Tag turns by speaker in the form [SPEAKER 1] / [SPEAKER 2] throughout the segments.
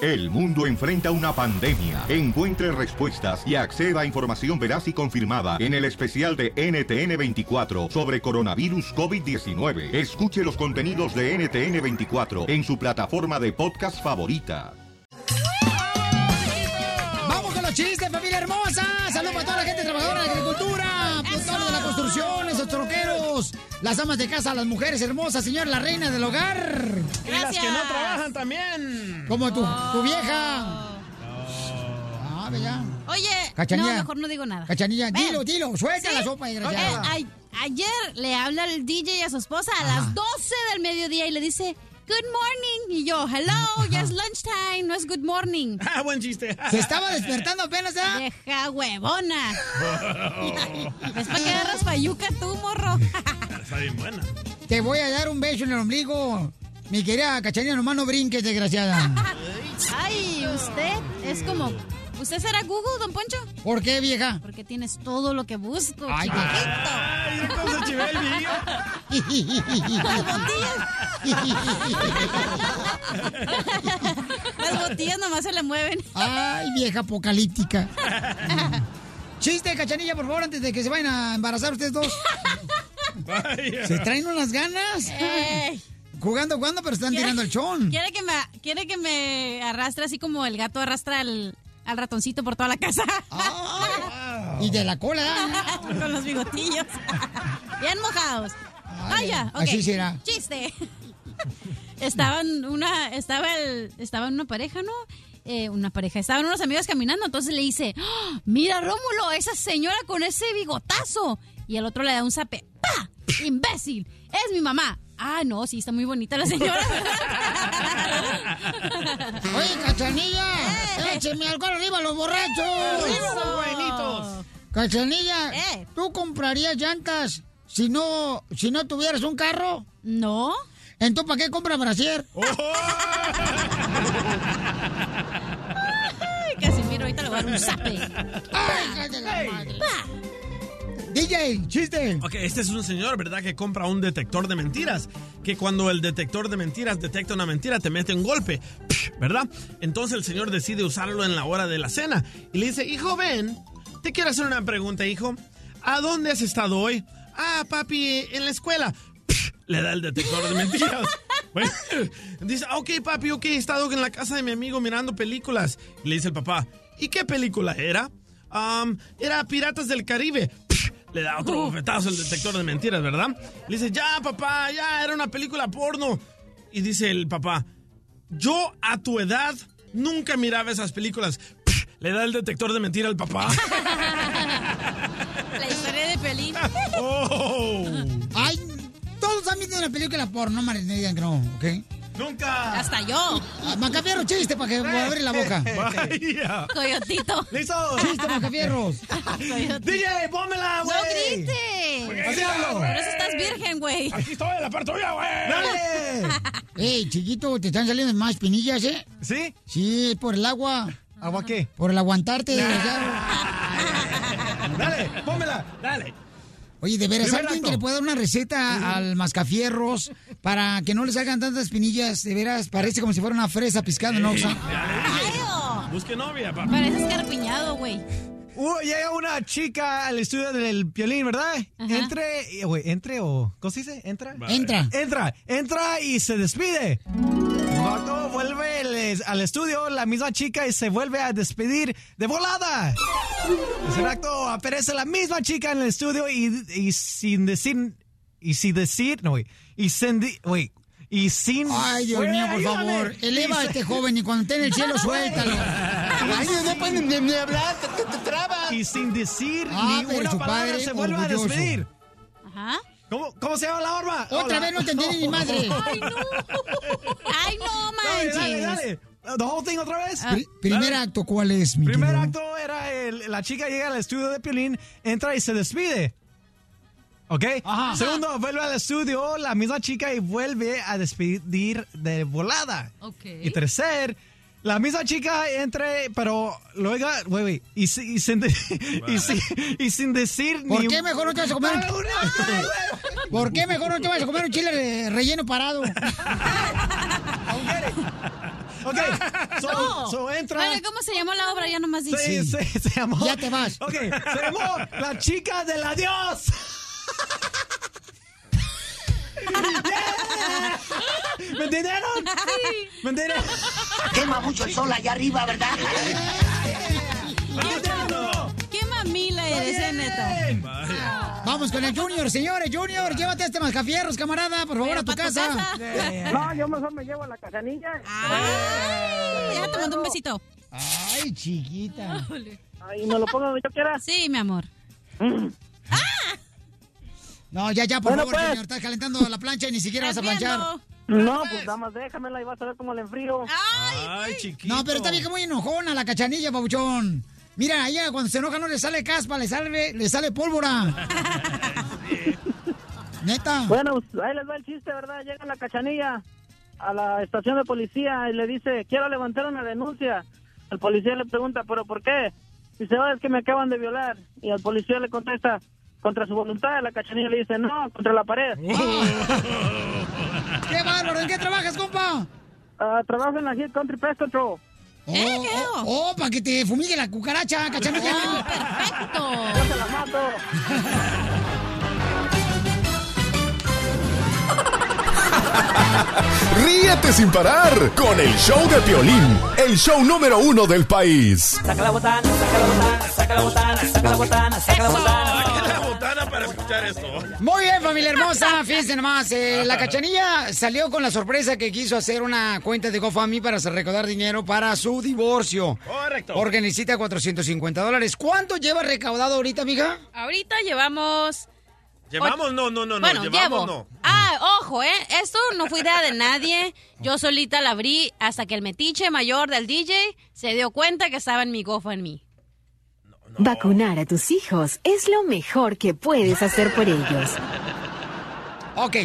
[SPEAKER 1] El mundo enfrenta una pandemia. Encuentre respuestas y acceda a información veraz y confirmada en el especial de NTN24 sobre coronavirus COVID-19. Escuche los contenidos de NTN24 en su plataforma de podcast favorita.
[SPEAKER 2] ¡Vamos con los chistes, familia hermosa! ¡Saludos para toda la gente trabajadora de la agricultura! ¡Por de la construcción, esos troqueros! Las amas de casa, las mujeres hermosas, señor, la reina del hogar.
[SPEAKER 3] Y las que no trabajan también.
[SPEAKER 2] Como tu,
[SPEAKER 4] Ah.
[SPEAKER 3] Oh.
[SPEAKER 2] tu vieja. Ah, ve ya.
[SPEAKER 4] Oye,
[SPEAKER 2] Cachanilla.
[SPEAKER 4] no, mejor no digo nada.
[SPEAKER 2] Cachanilla,
[SPEAKER 4] Ven.
[SPEAKER 2] dilo, dilo, suelta la sopa, desgraciada.
[SPEAKER 4] Eh, a- ayer le habla el DJ a su esposa a
[SPEAKER 2] Ah.
[SPEAKER 4] las 12 del mediodía y le dice, good morning. Y yo, hello, ya es lunchtime, no es good morning.
[SPEAKER 3] Ah, buen chiste.
[SPEAKER 4] Se estaba despertando apenas, ya.
[SPEAKER 2] ¿eh?
[SPEAKER 4] Vieja huevona. Es para que agarras payuca tú, morro.
[SPEAKER 3] Ah, Está bien buena.
[SPEAKER 2] Te voy a dar un beso en el ombligo. Mi querida Cachanilla, nomás no brinques, desgraciada.
[SPEAKER 4] Ay, usted es como... ¿Usted será Google, don Poncho?
[SPEAKER 2] ¿Por qué, vieja?
[SPEAKER 4] Porque tienes todo lo que busco,
[SPEAKER 2] Ay,
[SPEAKER 4] chiquito.
[SPEAKER 2] entonces, Chivelli.
[SPEAKER 4] Las Las botillas nomás se le mueven.
[SPEAKER 2] Ay, vieja apocalíptica. Chiste, cachanilla, por favor, antes de que se vayan a embarazar ustedes dos. Se traen unas ganas.
[SPEAKER 4] Ey.
[SPEAKER 2] Jugando, jugando, pero están tirando el chon.
[SPEAKER 4] Quiere que me, quiere que me arrastre así como el gato arrastra al, al ratoncito por toda la casa.
[SPEAKER 2] Y de la cola.
[SPEAKER 4] Con los bigotillos. Bien mojados. Vaya, ok.
[SPEAKER 2] así será.
[SPEAKER 4] Chiste. Estaban una, estaba el, estaba una pareja, ¿no? Eh, una pareja, estaban unos amigos caminando, entonces le dice, "¡Ah! mira Rómulo, esa señora con ese bigotazo. Y el otro le da un zape, ¡pa! ¡Imbécil! ¡Es mi mamá! Ah, no, sí, está muy bonita la señora.
[SPEAKER 2] Oye,
[SPEAKER 4] Eh.
[SPEAKER 2] cachanilla, écheme alcohol arriba a los borrachos.
[SPEAKER 4] Arriba los buenitos.
[SPEAKER 2] Cachanilla,
[SPEAKER 4] Eh.
[SPEAKER 2] ¿tú comprarías llantas si no, si no tuvieras un carro?
[SPEAKER 4] No.
[SPEAKER 2] Entonces, ¿para qué compras brasier?
[SPEAKER 4] Oh, Ay, Casimiro, ahorita le voy a dar un zape. ¡Pa!
[SPEAKER 2] DJ, chiste.
[SPEAKER 3] Ok, este es un señor, ¿verdad? Que compra un detector de mentiras. Que cuando el detector de mentiras detecta una mentira, te mete un golpe, ¿verdad? Entonces el señor decide usarlo en la hora de la cena. Y le dice, hijo, ven, te quiero hacer una pregunta, hijo. ¿A dónde has estado hoy? Ah, papi, en la escuela. Le da el detector de mentiras. Bueno, dice, "Ah, ok, papi, ok, he estado en la casa de mi amigo mirando películas. Y le dice el papá, ¿y qué película era? "Am, era Piratas del Caribe. Le da otro bofetazo el detector de mentiras, ¿verdad? Le dice, ya, papá, ya, era una película porno. Y dice el papá, yo a tu edad nunca miraba esas películas. Le da el detector de mentira al papá.
[SPEAKER 4] La historia de Pelín. oh.
[SPEAKER 2] Ay, todos han visto una película porno, no me digan que no, ¿ok? Ah,
[SPEAKER 3] Nunca.
[SPEAKER 4] Hasta yo.
[SPEAKER 2] Macafierro, chiste para que para abrir la boca.
[SPEAKER 3] Vaya.
[SPEAKER 4] Coyotito.
[SPEAKER 3] Listo.
[SPEAKER 2] Chiste, Macafierros.
[SPEAKER 3] DJ, pónmela,
[SPEAKER 4] No
[SPEAKER 3] güey.
[SPEAKER 4] grites.
[SPEAKER 3] Así hablo.
[SPEAKER 4] Por eso estás virgen, güey.
[SPEAKER 3] Aquí estoy, en la parte tuya, güey.
[SPEAKER 2] ¡Dale! Ey, chiquito, te están saliendo más pinillas, ¿eh?
[SPEAKER 3] ¿Sí?
[SPEAKER 2] Sí, es por el agua.
[SPEAKER 3] ¿Agua qué?
[SPEAKER 2] Por el aguantarte, desgraciado.
[SPEAKER 3] Dale, pónmela. Dale.
[SPEAKER 2] Oye, de veras,
[SPEAKER 3] Primer
[SPEAKER 2] alguien
[SPEAKER 3] acto.
[SPEAKER 2] que le pueda dar una receta al mascafierros para que no le salgan tantas pinillas, de veras, parece como si fuera una fresa piscada, ¿no? Oxa?
[SPEAKER 4] Ayo.
[SPEAKER 3] Busque novia, papá.
[SPEAKER 4] Pareces carpiñado, güey.
[SPEAKER 5] Uh, llega una chica al estudio del violín, ¿verdad?
[SPEAKER 4] Ajá.
[SPEAKER 5] Entre, eh, güey, entre o. ¿Cómo se dice? ¿Entra?
[SPEAKER 2] Entra.
[SPEAKER 5] Entra, entra y se despide. Cuando vuelve les- al estudio la misma chica y se vuelve a despedir de volada. Tercer acto, aparece la misma chica en el estudio y, y sin decir. Y sin decir. No, güey. Y sin. di- Güey. Y sin.
[SPEAKER 2] Ay, Dios
[SPEAKER 5] Güey,
[SPEAKER 2] mío, por
[SPEAKER 5] ayúdame.
[SPEAKER 2] favor, eleva a
[SPEAKER 5] Y se-
[SPEAKER 2] este joven y cuando esté en el cielo, suéltalo.
[SPEAKER 5] Ay, no pueden ni, hablar, te, trabas. Y sin decir
[SPEAKER 2] Ah,
[SPEAKER 5] ni
[SPEAKER 2] pero
[SPEAKER 5] una
[SPEAKER 2] su
[SPEAKER 5] palabra
[SPEAKER 2] padre
[SPEAKER 5] se vuelve a
[SPEAKER 2] orgulloso.
[SPEAKER 5] despedir.
[SPEAKER 4] Ajá.
[SPEAKER 5] ¿Cómo, cómo se llama la horma?
[SPEAKER 2] Otra vez no te entiende ni madre.
[SPEAKER 4] Ay, no. Ay, no
[SPEAKER 5] Dale, dale,
[SPEAKER 4] manches.
[SPEAKER 5] dale. The whole thing otra vez.
[SPEAKER 2] Pri- primer acto, ¿cuál es, mi
[SPEAKER 5] Primer
[SPEAKER 2] querido?
[SPEAKER 5] acto era el- la chica llega al estudio de Piolín, entra y se despide. ¿Ok?
[SPEAKER 2] Ajá.
[SPEAKER 5] Segundo, vuelve al estudio la misma chica y vuelve a despedir de volada. Y
[SPEAKER 4] Ok.
[SPEAKER 5] tercer, la misma chica entre, pero luego, güey, güey, y, si- y sin, de- y, si- y sin decir
[SPEAKER 2] ¿Por
[SPEAKER 5] ni...
[SPEAKER 2] qué mejor no te vas a comer un- ¿Por qué mejor no te vas a comer un chile re- relleno parado?
[SPEAKER 5] Ok, so,
[SPEAKER 4] No.
[SPEAKER 5] so entra.
[SPEAKER 4] Bueno, ¿cómo se llamó la obra? Ya nomás dice.
[SPEAKER 5] Sí, sí, se llamó.
[SPEAKER 2] Ya te vas.
[SPEAKER 5] Ok, se llamó La Chica del Adiós. Yeah. ¿Me entendieron? ¿Me entendieron?
[SPEAKER 6] Quema mucho el sol allá arriba, ¿verdad?
[SPEAKER 4] ¿Qué,
[SPEAKER 5] entiendo.
[SPEAKER 4] qué mamila eres, eh, neta.
[SPEAKER 5] Bien.
[SPEAKER 2] Vamos con el Junior, señores. Junior, llévate este mascafierros, camarada, por favor,
[SPEAKER 4] Pero
[SPEAKER 2] a tu
[SPEAKER 4] pa'
[SPEAKER 2] casa.
[SPEAKER 7] No, yo mejor me llevo a la cajanilla.
[SPEAKER 4] Ay, déjate mandar un besito.
[SPEAKER 2] Ay, chiquita.
[SPEAKER 7] Ahí me lo pongo donde yo quiera. Mm.
[SPEAKER 4] Sí, mi amor. ¡Ah!
[SPEAKER 2] No, ya, ya, por
[SPEAKER 7] Bueno,
[SPEAKER 2] favor,
[SPEAKER 7] pues.
[SPEAKER 2] señor. Estás calentando la plancha y ni siquiera vas a planchar.
[SPEAKER 4] Ardiendo.
[SPEAKER 7] No, pues nada más déjamela y vas a ver cómo le enfrío.
[SPEAKER 4] Ay,
[SPEAKER 3] Ay, chiquito.
[SPEAKER 2] No, pero está vieja muy enojona la cachanilla, pabuchón. Mira, ella cuando se enoja no le sale caspa, le sale, le sale pólvora. Neta.
[SPEAKER 7] Bueno, pues, ahí les va el chiste, ¿verdad? Llega la cachanilla a la estación de policía y le dice, quiero levantar una denuncia. El policía le pregunta, ¿pero por qué? Dice, "Oh, es que me acaban de violar. Y el policía le contesta, contra su voluntad. La cachanilla le dice, no, contra la pared.
[SPEAKER 2] ¡Qué bárbaro! ¿En qué trabajas, compa?
[SPEAKER 7] Ah, trabajo en la Hit Country Pest Control.
[SPEAKER 2] Oh,
[SPEAKER 4] Eh, qué feo.
[SPEAKER 2] oh, para que te fumigue la cucaracha,
[SPEAKER 4] no,
[SPEAKER 2] cachanilla.
[SPEAKER 7] Yo
[SPEAKER 4] perfecto.
[SPEAKER 7] se la mato.
[SPEAKER 8] Ríete sin parar con el show de Piolín, el show número uno del país.
[SPEAKER 3] Saca la botana para escuchar esto.
[SPEAKER 2] Muy bien, familia hermosa. Fíjense nomás, eh, la cachanilla salió con la sorpresa que quiso hacer una cuenta de GoFundMe para recaudar dinero para su divorcio.
[SPEAKER 3] Correcto.
[SPEAKER 2] Porque necesita 450 dólares. ¿Cuánto lleva recaudado ahorita, mija?
[SPEAKER 4] Ahorita llevamos.
[SPEAKER 3] Llevamos, no, no, no, no.
[SPEAKER 4] bueno, llevo.
[SPEAKER 3] llevamos, no.
[SPEAKER 4] Ah, ojo, ¿eh? Esto no fue idea de nadie. Yo solita la abrí hasta que el metiche mayor del DJ se dio cuenta que estaba en mi gofo en mí.
[SPEAKER 9] Vacunar a tus hijos es lo mejor que puedes hacer por ellos.
[SPEAKER 2] Ok.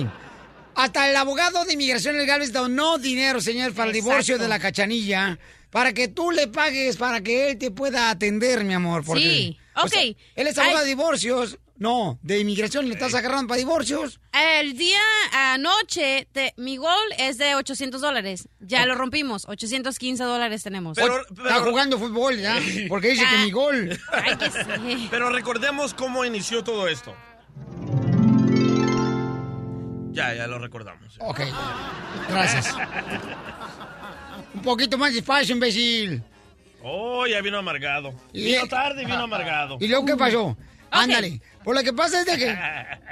[SPEAKER 2] Hasta el abogado de inmigración legal Galvez donó dinero, señor, para el
[SPEAKER 4] Exacto.
[SPEAKER 2] divorcio de la cachanilla. Para que tú le pagues, para que él te pueda atender, mi amor. porque-
[SPEAKER 4] Sí,
[SPEAKER 2] o
[SPEAKER 4] ok.
[SPEAKER 2] sea, él es abogado
[SPEAKER 4] Ay.
[SPEAKER 2] de divorcios. No, de inmigración le estás agarrando para divorcios.
[SPEAKER 4] El día anoche, te- mi gol es de 800 dólares. Ya lo rompimos. 815 dólares tenemos.
[SPEAKER 3] Pero-
[SPEAKER 2] Está jugando fútbol, ¿ya? Porque dice que
[SPEAKER 4] Ah.
[SPEAKER 2] mi gol.
[SPEAKER 4] Ay, que sí.
[SPEAKER 3] Pero recordemos cómo inició todo esto. Ya, ya lo recordamos.
[SPEAKER 2] Ok. Gracias. Un poquito más despacio, imbécil.
[SPEAKER 3] Oh, ya vino amargado.
[SPEAKER 2] Y-
[SPEAKER 3] Vino tarde y vino amargado.
[SPEAKER 2] ¿Y luego qué pasó? Ándale. Por lo que pasa es de que,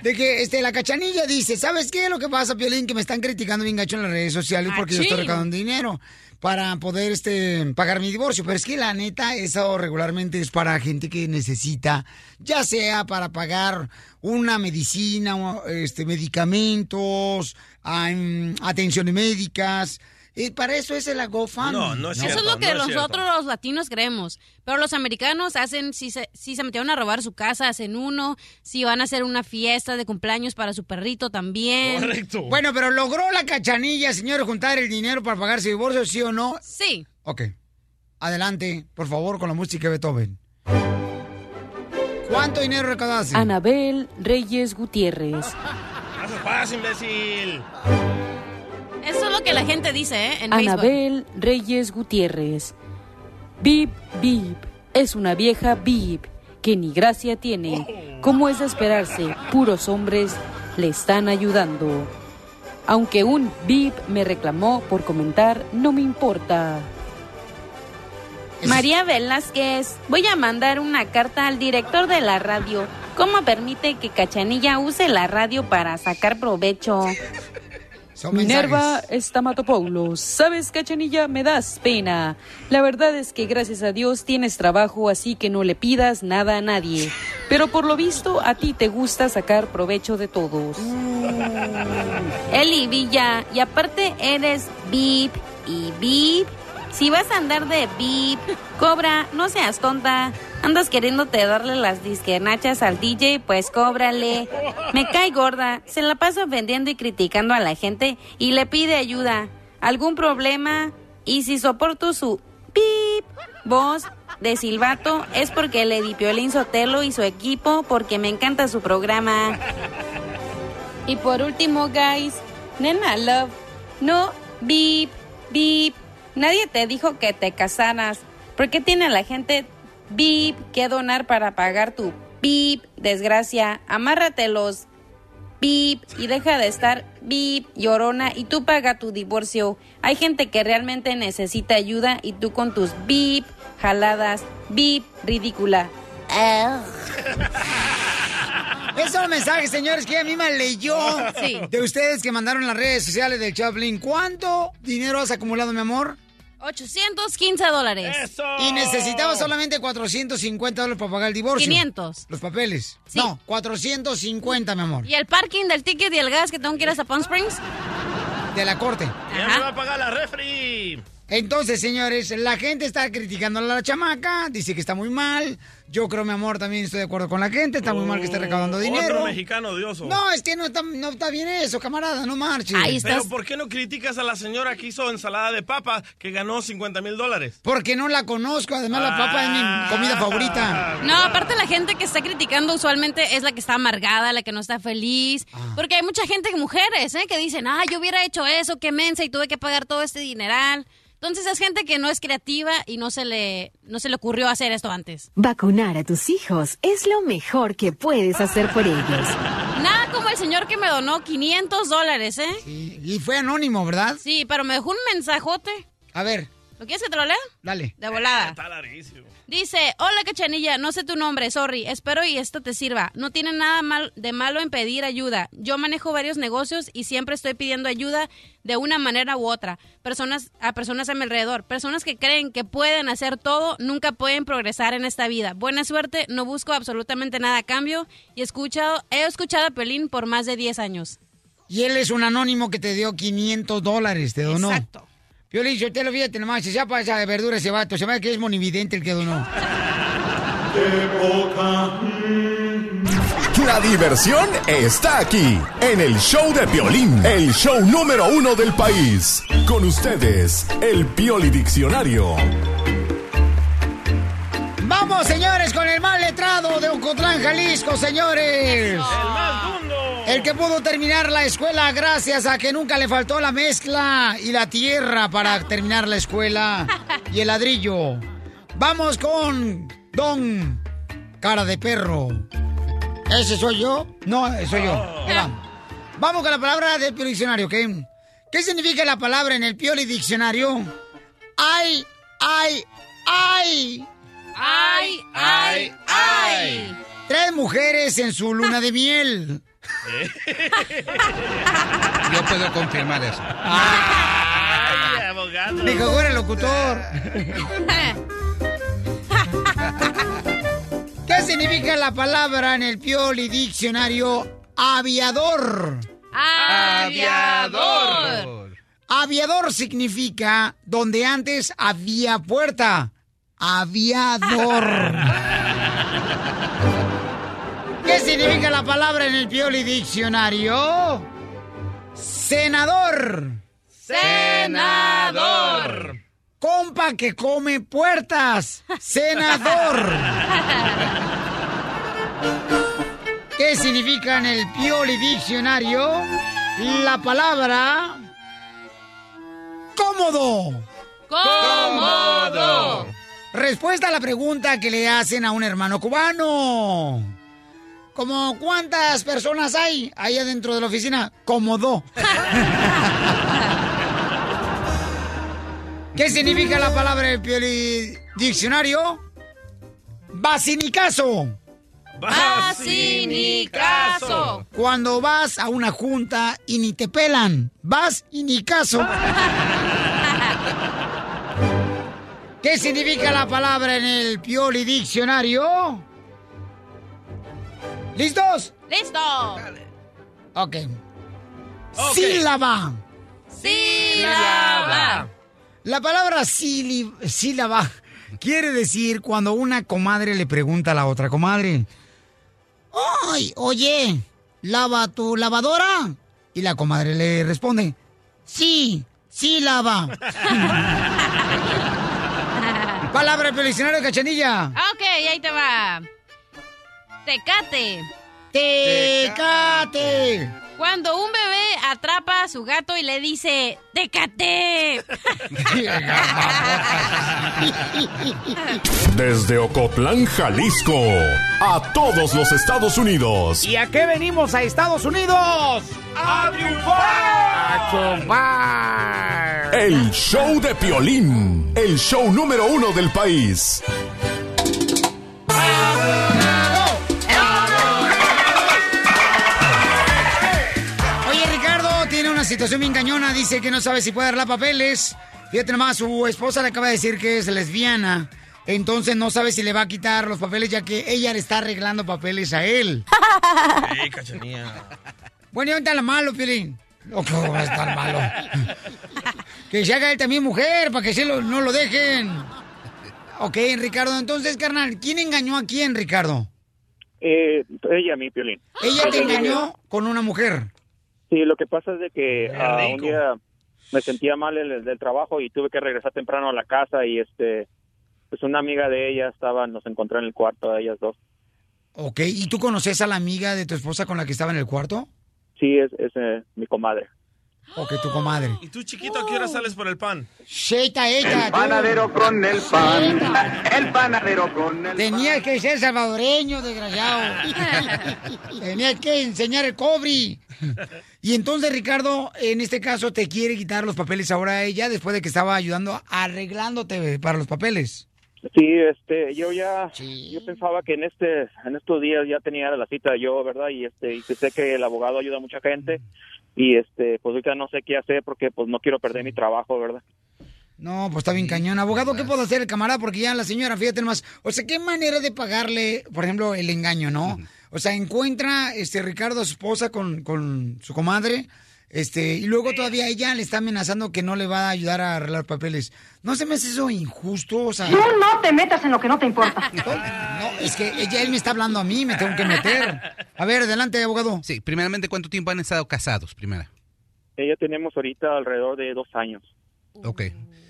[SPEAKER 2] de que este, la cachanilla dice, ¿sabes qué es lo que pasa, Piolín? Que me están criticando bien gacho en las redes sociales porque yo estoy
[SPEAKER 4] Achín.
[SPEAKER 2] recaudando dinero para poder este, pagar mi divorcio. Pero es que la neta, eso regularmente es para gente que necesita, ya sea para pagar una medicina, o, este, medicamentos, ah, mm, atenciones médicas. Y para eso es el GoFundMe.
[SPEAKER 3] No, no es
[SPEAKER 4] Eso
[SPEAKER 3] cierto,
[SPEAKER 4] es Pues lo que
[SPEAKER 3] no es cierto.
[SPEAKER 4] nosotros los latinos creemos. Pero los americanos hacen, si se, si se metieron a robar su casa, hacen uno. Si van a hacer una fiesta de cumpleaños para su perrito también.
[SPEAKER 3] Correcto.
[SPEAKER 2] Bueno, pero logró la cachanilla, señor, juntar el dinero para pagar su divorcio, ¿sí o no?
[SPEAKER 4] Sí.
[SPEAKER 2] Ok. Adelante, por favor, con la música de Beethoven. ¿Cuánto dinero recaudaste?
[SPEAKER 10] Anabel Reyes Gutiérrez.
[SPEAKER 3] Haz el paso, imbécil.
[SPEAKER 4] Eso es lo que la gente dice, ¿eh? En Facebook.
[SPEAKER 10] Anabel Reyes Gutiérrez. Bip, bip. Es una vieja bip que ni gracia tiene. Como es de esperarse, puros hombres le están ayudando. Aunque un bip me reclamó por comentar, no me importa.
[SPEAKER 2] María
[SPEAKER 10] Velázquez, voy a mandar una carta al director de la radio. ¿Cómo permite que Cachanilla use la radio para sacar provecho?
[SPEAKER 2] Son
[SPEAKER 10] Minerva
[SPEAKER 2] mensajes.
[SPEAKER 10] Stamatopoulos, sabes, cachanilla, me das pena. La verdad es que gracias a Dios tienes trabajo, así que no le pidas nada a nadie. Pero por lo visto, a ti te gusta sacar provecho de todos.
[SPEAKER 9] Eli Villa, y aparte eres VIP y VIP. Si vas a andar de VIP, cobra, no seas tonta. Andas queriéndote darle las disquernachas al DJ, pues cóbrale. Me cae gorda, se la pasa ofendiendo y criticando a la gente y le pide ayuda. ¿Algún problema? Y si soporto su pip voz de silbato es porque le di Piolín Sotelo y su equipo porque me encanta su programa.
[SPEAKER 10] Y por último, guys, nena love, no beep, beep,
[SPEAKER 9] Nadie te dijo que te casaras. ¿Por qué tiene a la gente bip que donar para pagar tu bip desgracia? Amárratelos bip y deja de estar bip llorona y tú paga tu divorcio. Hay gente que realmente necesita ayuda y tú con tus bip jaladas, bip ridícula.
[SPEAKER 2] Esos son mensajes, señores, que ella misma leyó
[SPEAKER 9] Sí.
[SPEAKER 2] de ustedes que mandaron las redes sociales del Chaplin. ¿Cuánto dinero has acumulado, mi amor?
[SPEAKER 4] 815 dólares.
[SPEAKER 2] Y necesitaba solamente 450 dólares para pagar el divorcio.
[SPEAKER 4] 500.
[SPEAKER 2] Los papeles. No, 450, mi amor.
[SPEAKER 4] Y el parking del ticket y el gas que tengo que ir hasta Palm Springs.
[SPEAKER 2] De la corte.
[SPEAKER 3] Ya me va a pagar la refri.
[SPEAKER 2] Entonces, señores, la gente está criticando a la chamaca, dice que está muy mal. Yo creo, mi amor, también estoy de acuerdo con la gente, está muy mal que esté recaudando dinero.
[SPEAKER 3] Otro mexicano odioso.
[SPEAKER 2] No, es que no está, no está bien eso, camarada, no marches.
[SPEAKER 3] Pero ¿por qué no criticas a la señora que hizo ensalada de papa que ganó 50 mil dólares?
[SPEAKER 2] Porque no la conozco, además la papa es
[SPEAKER 4] Ah.
[SPEAKER 2] mi comida favorita.
[SPEAKER 4] No, aparte la gente que está criticando usualmente es la que está amargada, la que no está feliz. Porque hay mucha gente, mujeres, ¿eh? que dicen, ah, yo hubiera hecho eso, qué mensa, y tuve que pagar todo este dineral. Entonces es gente que no es creativa y no se le, no se le ocurrió hacer esto antes.
[SPEAKER 11] Vacunar a tus hijos es lo mejor que puedes hacer por ellos.
[SPEAKER 4] Nada como el señor que me donó 500 dólares, ¿eh?
[SPEAKER 2] Y fue anónimo, ¿verdad?
[SPEAKER 4] Sí, pero me dejó un mensajote.
[SPEAKER 2] A ver,
[SPEAKER 4] ¿Lo quieres que te lo lea?
[SPEAKER 2] dale.
[SPEAKER 4] De volada.
[SPEAKER 3] Está larguísimo.
[SPEAKER 4] Dice, hola cachanilla, no sé tu nombre, sorry, espero y esto te sirva. No tiene nada mal- de malo en pedir ayuda. Yo manejo varios negocios y siempre estoy pidiendo ayuda de una manera u otra. Personas a personas a mi alrededor, personas que creen que pueden hacer todo, nunca pueden progresar en esta vida. Buena suerte, no busco absolutamente nada a cambio y he escuchado, he escuchado a Pelín por más de 10 años.
[SPEAKER 2] Y él es un anónimo que te dio 500 dólares, te donó. Exacto. Piolín, yo te lo vi, te nomás, se llama esa verdura ese vato, se ve que es monividente el que donó.
[SPEAKER 8] La diversión está aquí, en el show de Piolín, el show número uno del país. Con ustedes, el Pioli Diccionario.
[SPEAKER 2] Vamos, señores, con el mal letrado de Ocotlán, Jalisco, señores. El El que pudo terminar la escuela gracias a que nunca le faltó la mezcla y la tierra para terminar la escuela y el ladrillo. Vamos con Don Cara de Perro. ¿Ese soy yo? No, soy yo. Ahí va. Vamos con la palabra del Pioli Diccionario, ¿ok? ¿Qué significa la palabra en el Pioli Diccionario? ¡Ay, ay, ay!
[SPEAKER 4] ¡Ay, ay, ay!
[SPEAKER 2] Tres mujeres en su luna de miel.
[SPEAKER 12] Yo puedo confirmar eso.
[SPEAKER 13] Ah.
[SPEAKER 3] Ay, abogado.
[SPEAKER 2] Me cagó el locutor. ¿Qué significa la palabra en el Pioli Diccionario aviador?
[SPEAKER 4] Aviador.
[SPEAKER 2] Aviador significa donde antes había puerta. Aviador. ¿Qué significa la palabra en el Pioli Diccionario? Senador.
[SPEAKER 4] Senador.
[SPEAKER 2] Compa que come puertas. Senador. ¿Qué significa en el Pioli Diccionario la palabra cómodo?
[SPEAKER 4] ¡Cómodo!
[SPEAKER 2] Respuesta a la pregunta que le hacen a un hermano cubano. ¿Cómo cuántas personas hay ahí adentro de la oficina? Cómodo. ¿Qué significa la palabra del Pioli Diccionario? Basinicazo.
[SPEAKER 4] Basinicazo.
[SPEAKER 2] Cuando vas a una junta y ni te pelan, vas y ni caso. ¿Qué significa la palabra en el Pioli Diccionario? ¿Listos?
[SPEAKER 4] ¡Listo!
[SPEAKER 2] Ok. Sílaba.
[SPEAKER 4] Sílaba.
[SPEAKER 2] La palabra síli- sílaba quiere decir cuando una comadre le pregunta a la otra comadre. ¡Ay, oye! ¿Lava tu lavadora? Y la comadre le responde. Sí, sí lava. palabra del diccionario cachanilla.
[SPEAKER 4] Ok, ahí te va. Tecate.
[SPEAKER 2] Tecate.
[SPEAKER 4] Cuando un bebé atrapa a su gato y le dice, ¡Tecate!
[SPEAKER 8] Desde Ocotlán, Jalisco, a todos los Estados Unidos.
[SPEAKER 2] ¿Y a qué venimos a Estados Unidos?
[SPEAKER 14] ¡A triunfar!
[SPEAKER 8] El show de Piolín, el show número uno del país.
[SPEAKER 2] Oye, Ricardo tiene una situación bien cañona. Dice que no sabe si puede arreglar papeles. Fíjate nomás, su esposa le acaba de decir que es lesbiana. Entonces no sabe si le va a quitar los papeles ya que ella le está arreglando papeles a él.
[SPEAKER 3] Ey, cachanía.
[SPEAKER 2] Bueno, ¿y dónde está lo malo, Piolín? No, que va a estar malo. Que se haga él también mujer, para que se lo- no lo dejen. Ok, Ricardo, entonces, carnal, ¿quién engañó a quién, Ricardo?
[SPEAKER 15] Eh, ella, mi Piolín.
[SPEAKER 2] ¿Ella te engañó con una mujer?
[SPEAKER 15] Sí, lo que pasa es de que ah, un
[SPEAKER 2] rico.
[SPEAKER 15] día me sentía mal el- del trabajo y tuve que regresar temprano a la casa y este pues una amiga de ella estaba nos encontró en el cuarto de ellas dos.
[SPEAKER 2] Ok, ¿y tú conoces a la amiga de tu esposa con la que estaba en el cuarto?
[SPEAKER 15] Sí, es, es eh, mi comadre.
[SPEAKER 2] Ok, tu comadre.
[SPEAKER 3] ¿Y tú, chiquito, a qué hora sales por el pan?
[SPEAKER 2] Sheita Uh. ella. tú.
[SPEAKER 15] con el pan.
[SPEAKER 14] El panadero con el
[SPEAKER 2] Tenías que ser salvadoreño, desgraciado. Tenías que enseñar el cobre. Y entonces, Ricardo, en este caso, te quiere quitar los papeles ahora a ella después de que estaba ayudando, arreglándote para los papeles.
[SPEAKER 15] Sí, este, yo ya, yo pensaba que en este, en estos días ya tenía la cita yo, ¿verdad? Y este, y que sé que el abogado ayuda a mucha
[SPEAKER 2] Mm.
[SPEAKER 15] gente y este, pues ahorita no sé qué hacer porque pues no quiero
[SPEAKER 2] Mm.
[SPEAKER 15] perder mi trabajo, ¿verdad?
[SPEAKER 2] No, pues está bien cañón. Abogado, ¿qué puedo hacer el camarada? Porque ya la señora, fíjate nomás. O sea, ¿qué manera de pagarle, por ejemplo, el engaño, no? O sea, encuentra este Ricardo a su esposa con, con su comadre. Este, y luego todavía ella le está amenazando que no le va a ayudar a arreglar papeles. ¿No se me hace eso injusto? O sea,
[SPEAKER 13] Tú no te metas en lo que no te importa.
[SPEAKER 2] no, es que ella, él me está hablando a mí, me tengo que meter. A ver, adelante, abogado.
[SPEAKER 12] Sí, primeramente, ¿cuánto tiempo han estado casados? Primera.
[SPEAKER 15] Ella tenemos ahorita alrededor de dos años.
[SPEAKER 12] Ok.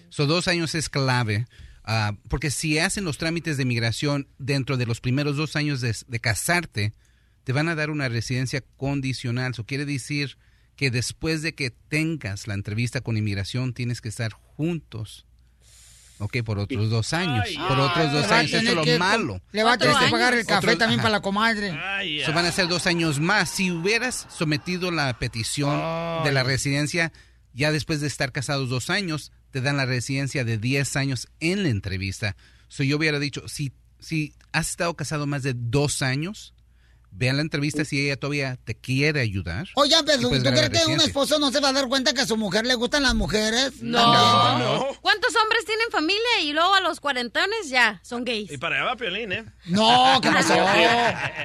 [SPEAKER 12] So, dos años es clave. ah, porque si hacen los trámites de migración dentro de los primeros dos años de, de casarte, te van a dar una residencia condicional. Eso quiere decir que después de que tengas la entrevista con inmigración, tienes que estar juntos. Ok, por otros dos años. por otros dos
[SPEAKER 2] Le va a
[SPEAKER 12] años. Eso
[SPEAKER 2] tener
[SPEAKER 12] es lo
[SPEAKER 2] que-
[SPEAKER 12] malo.
[SPEAKER 2] Le va a tener
[SPEAKER 12] Este-
[SPEAKER 2] que pagar el café
[SPEAKER 12] otro-
[SPEAKER 2] también
[SPEAKER 12] ajá.
[SPEAKER 2] para la comadre.
[SPEAKER 12] Eso van a ser dos años más. Si hubieras sometido la petición de la residencia, ya después de estar casados dos años, te dan la residencia de 10 años en la entrevista. So, yo hubiera dicho, si, si has estado casado más de dos años, vean la entrevista si ella todavía te quiere ayudar.
[SPEAKER 2] Oigan,
[SPEAKER 12] y
[SPEAKER 2] Oh, pero
[SPEAKER 12] puedes
[SPEAKER 2] ¿tú
[SPEAKER 12] ganar la
[SPEAKER 2] crees que un
[SPEAKER 12] residencia.
[SPEAKER 2] esposo no se va a dar cuenta que a su mujer le gustan las mujeres?
[SPEAKER 12] No, no.
[SPEAKER 4] ¿Cuántos hombres tienen familia y luego a los cuarentones ya son gays?
[SPEAKER 3] Y para allá va Piolín, ¿eh?
[SPEAKER 2] No, ¿qué pasó?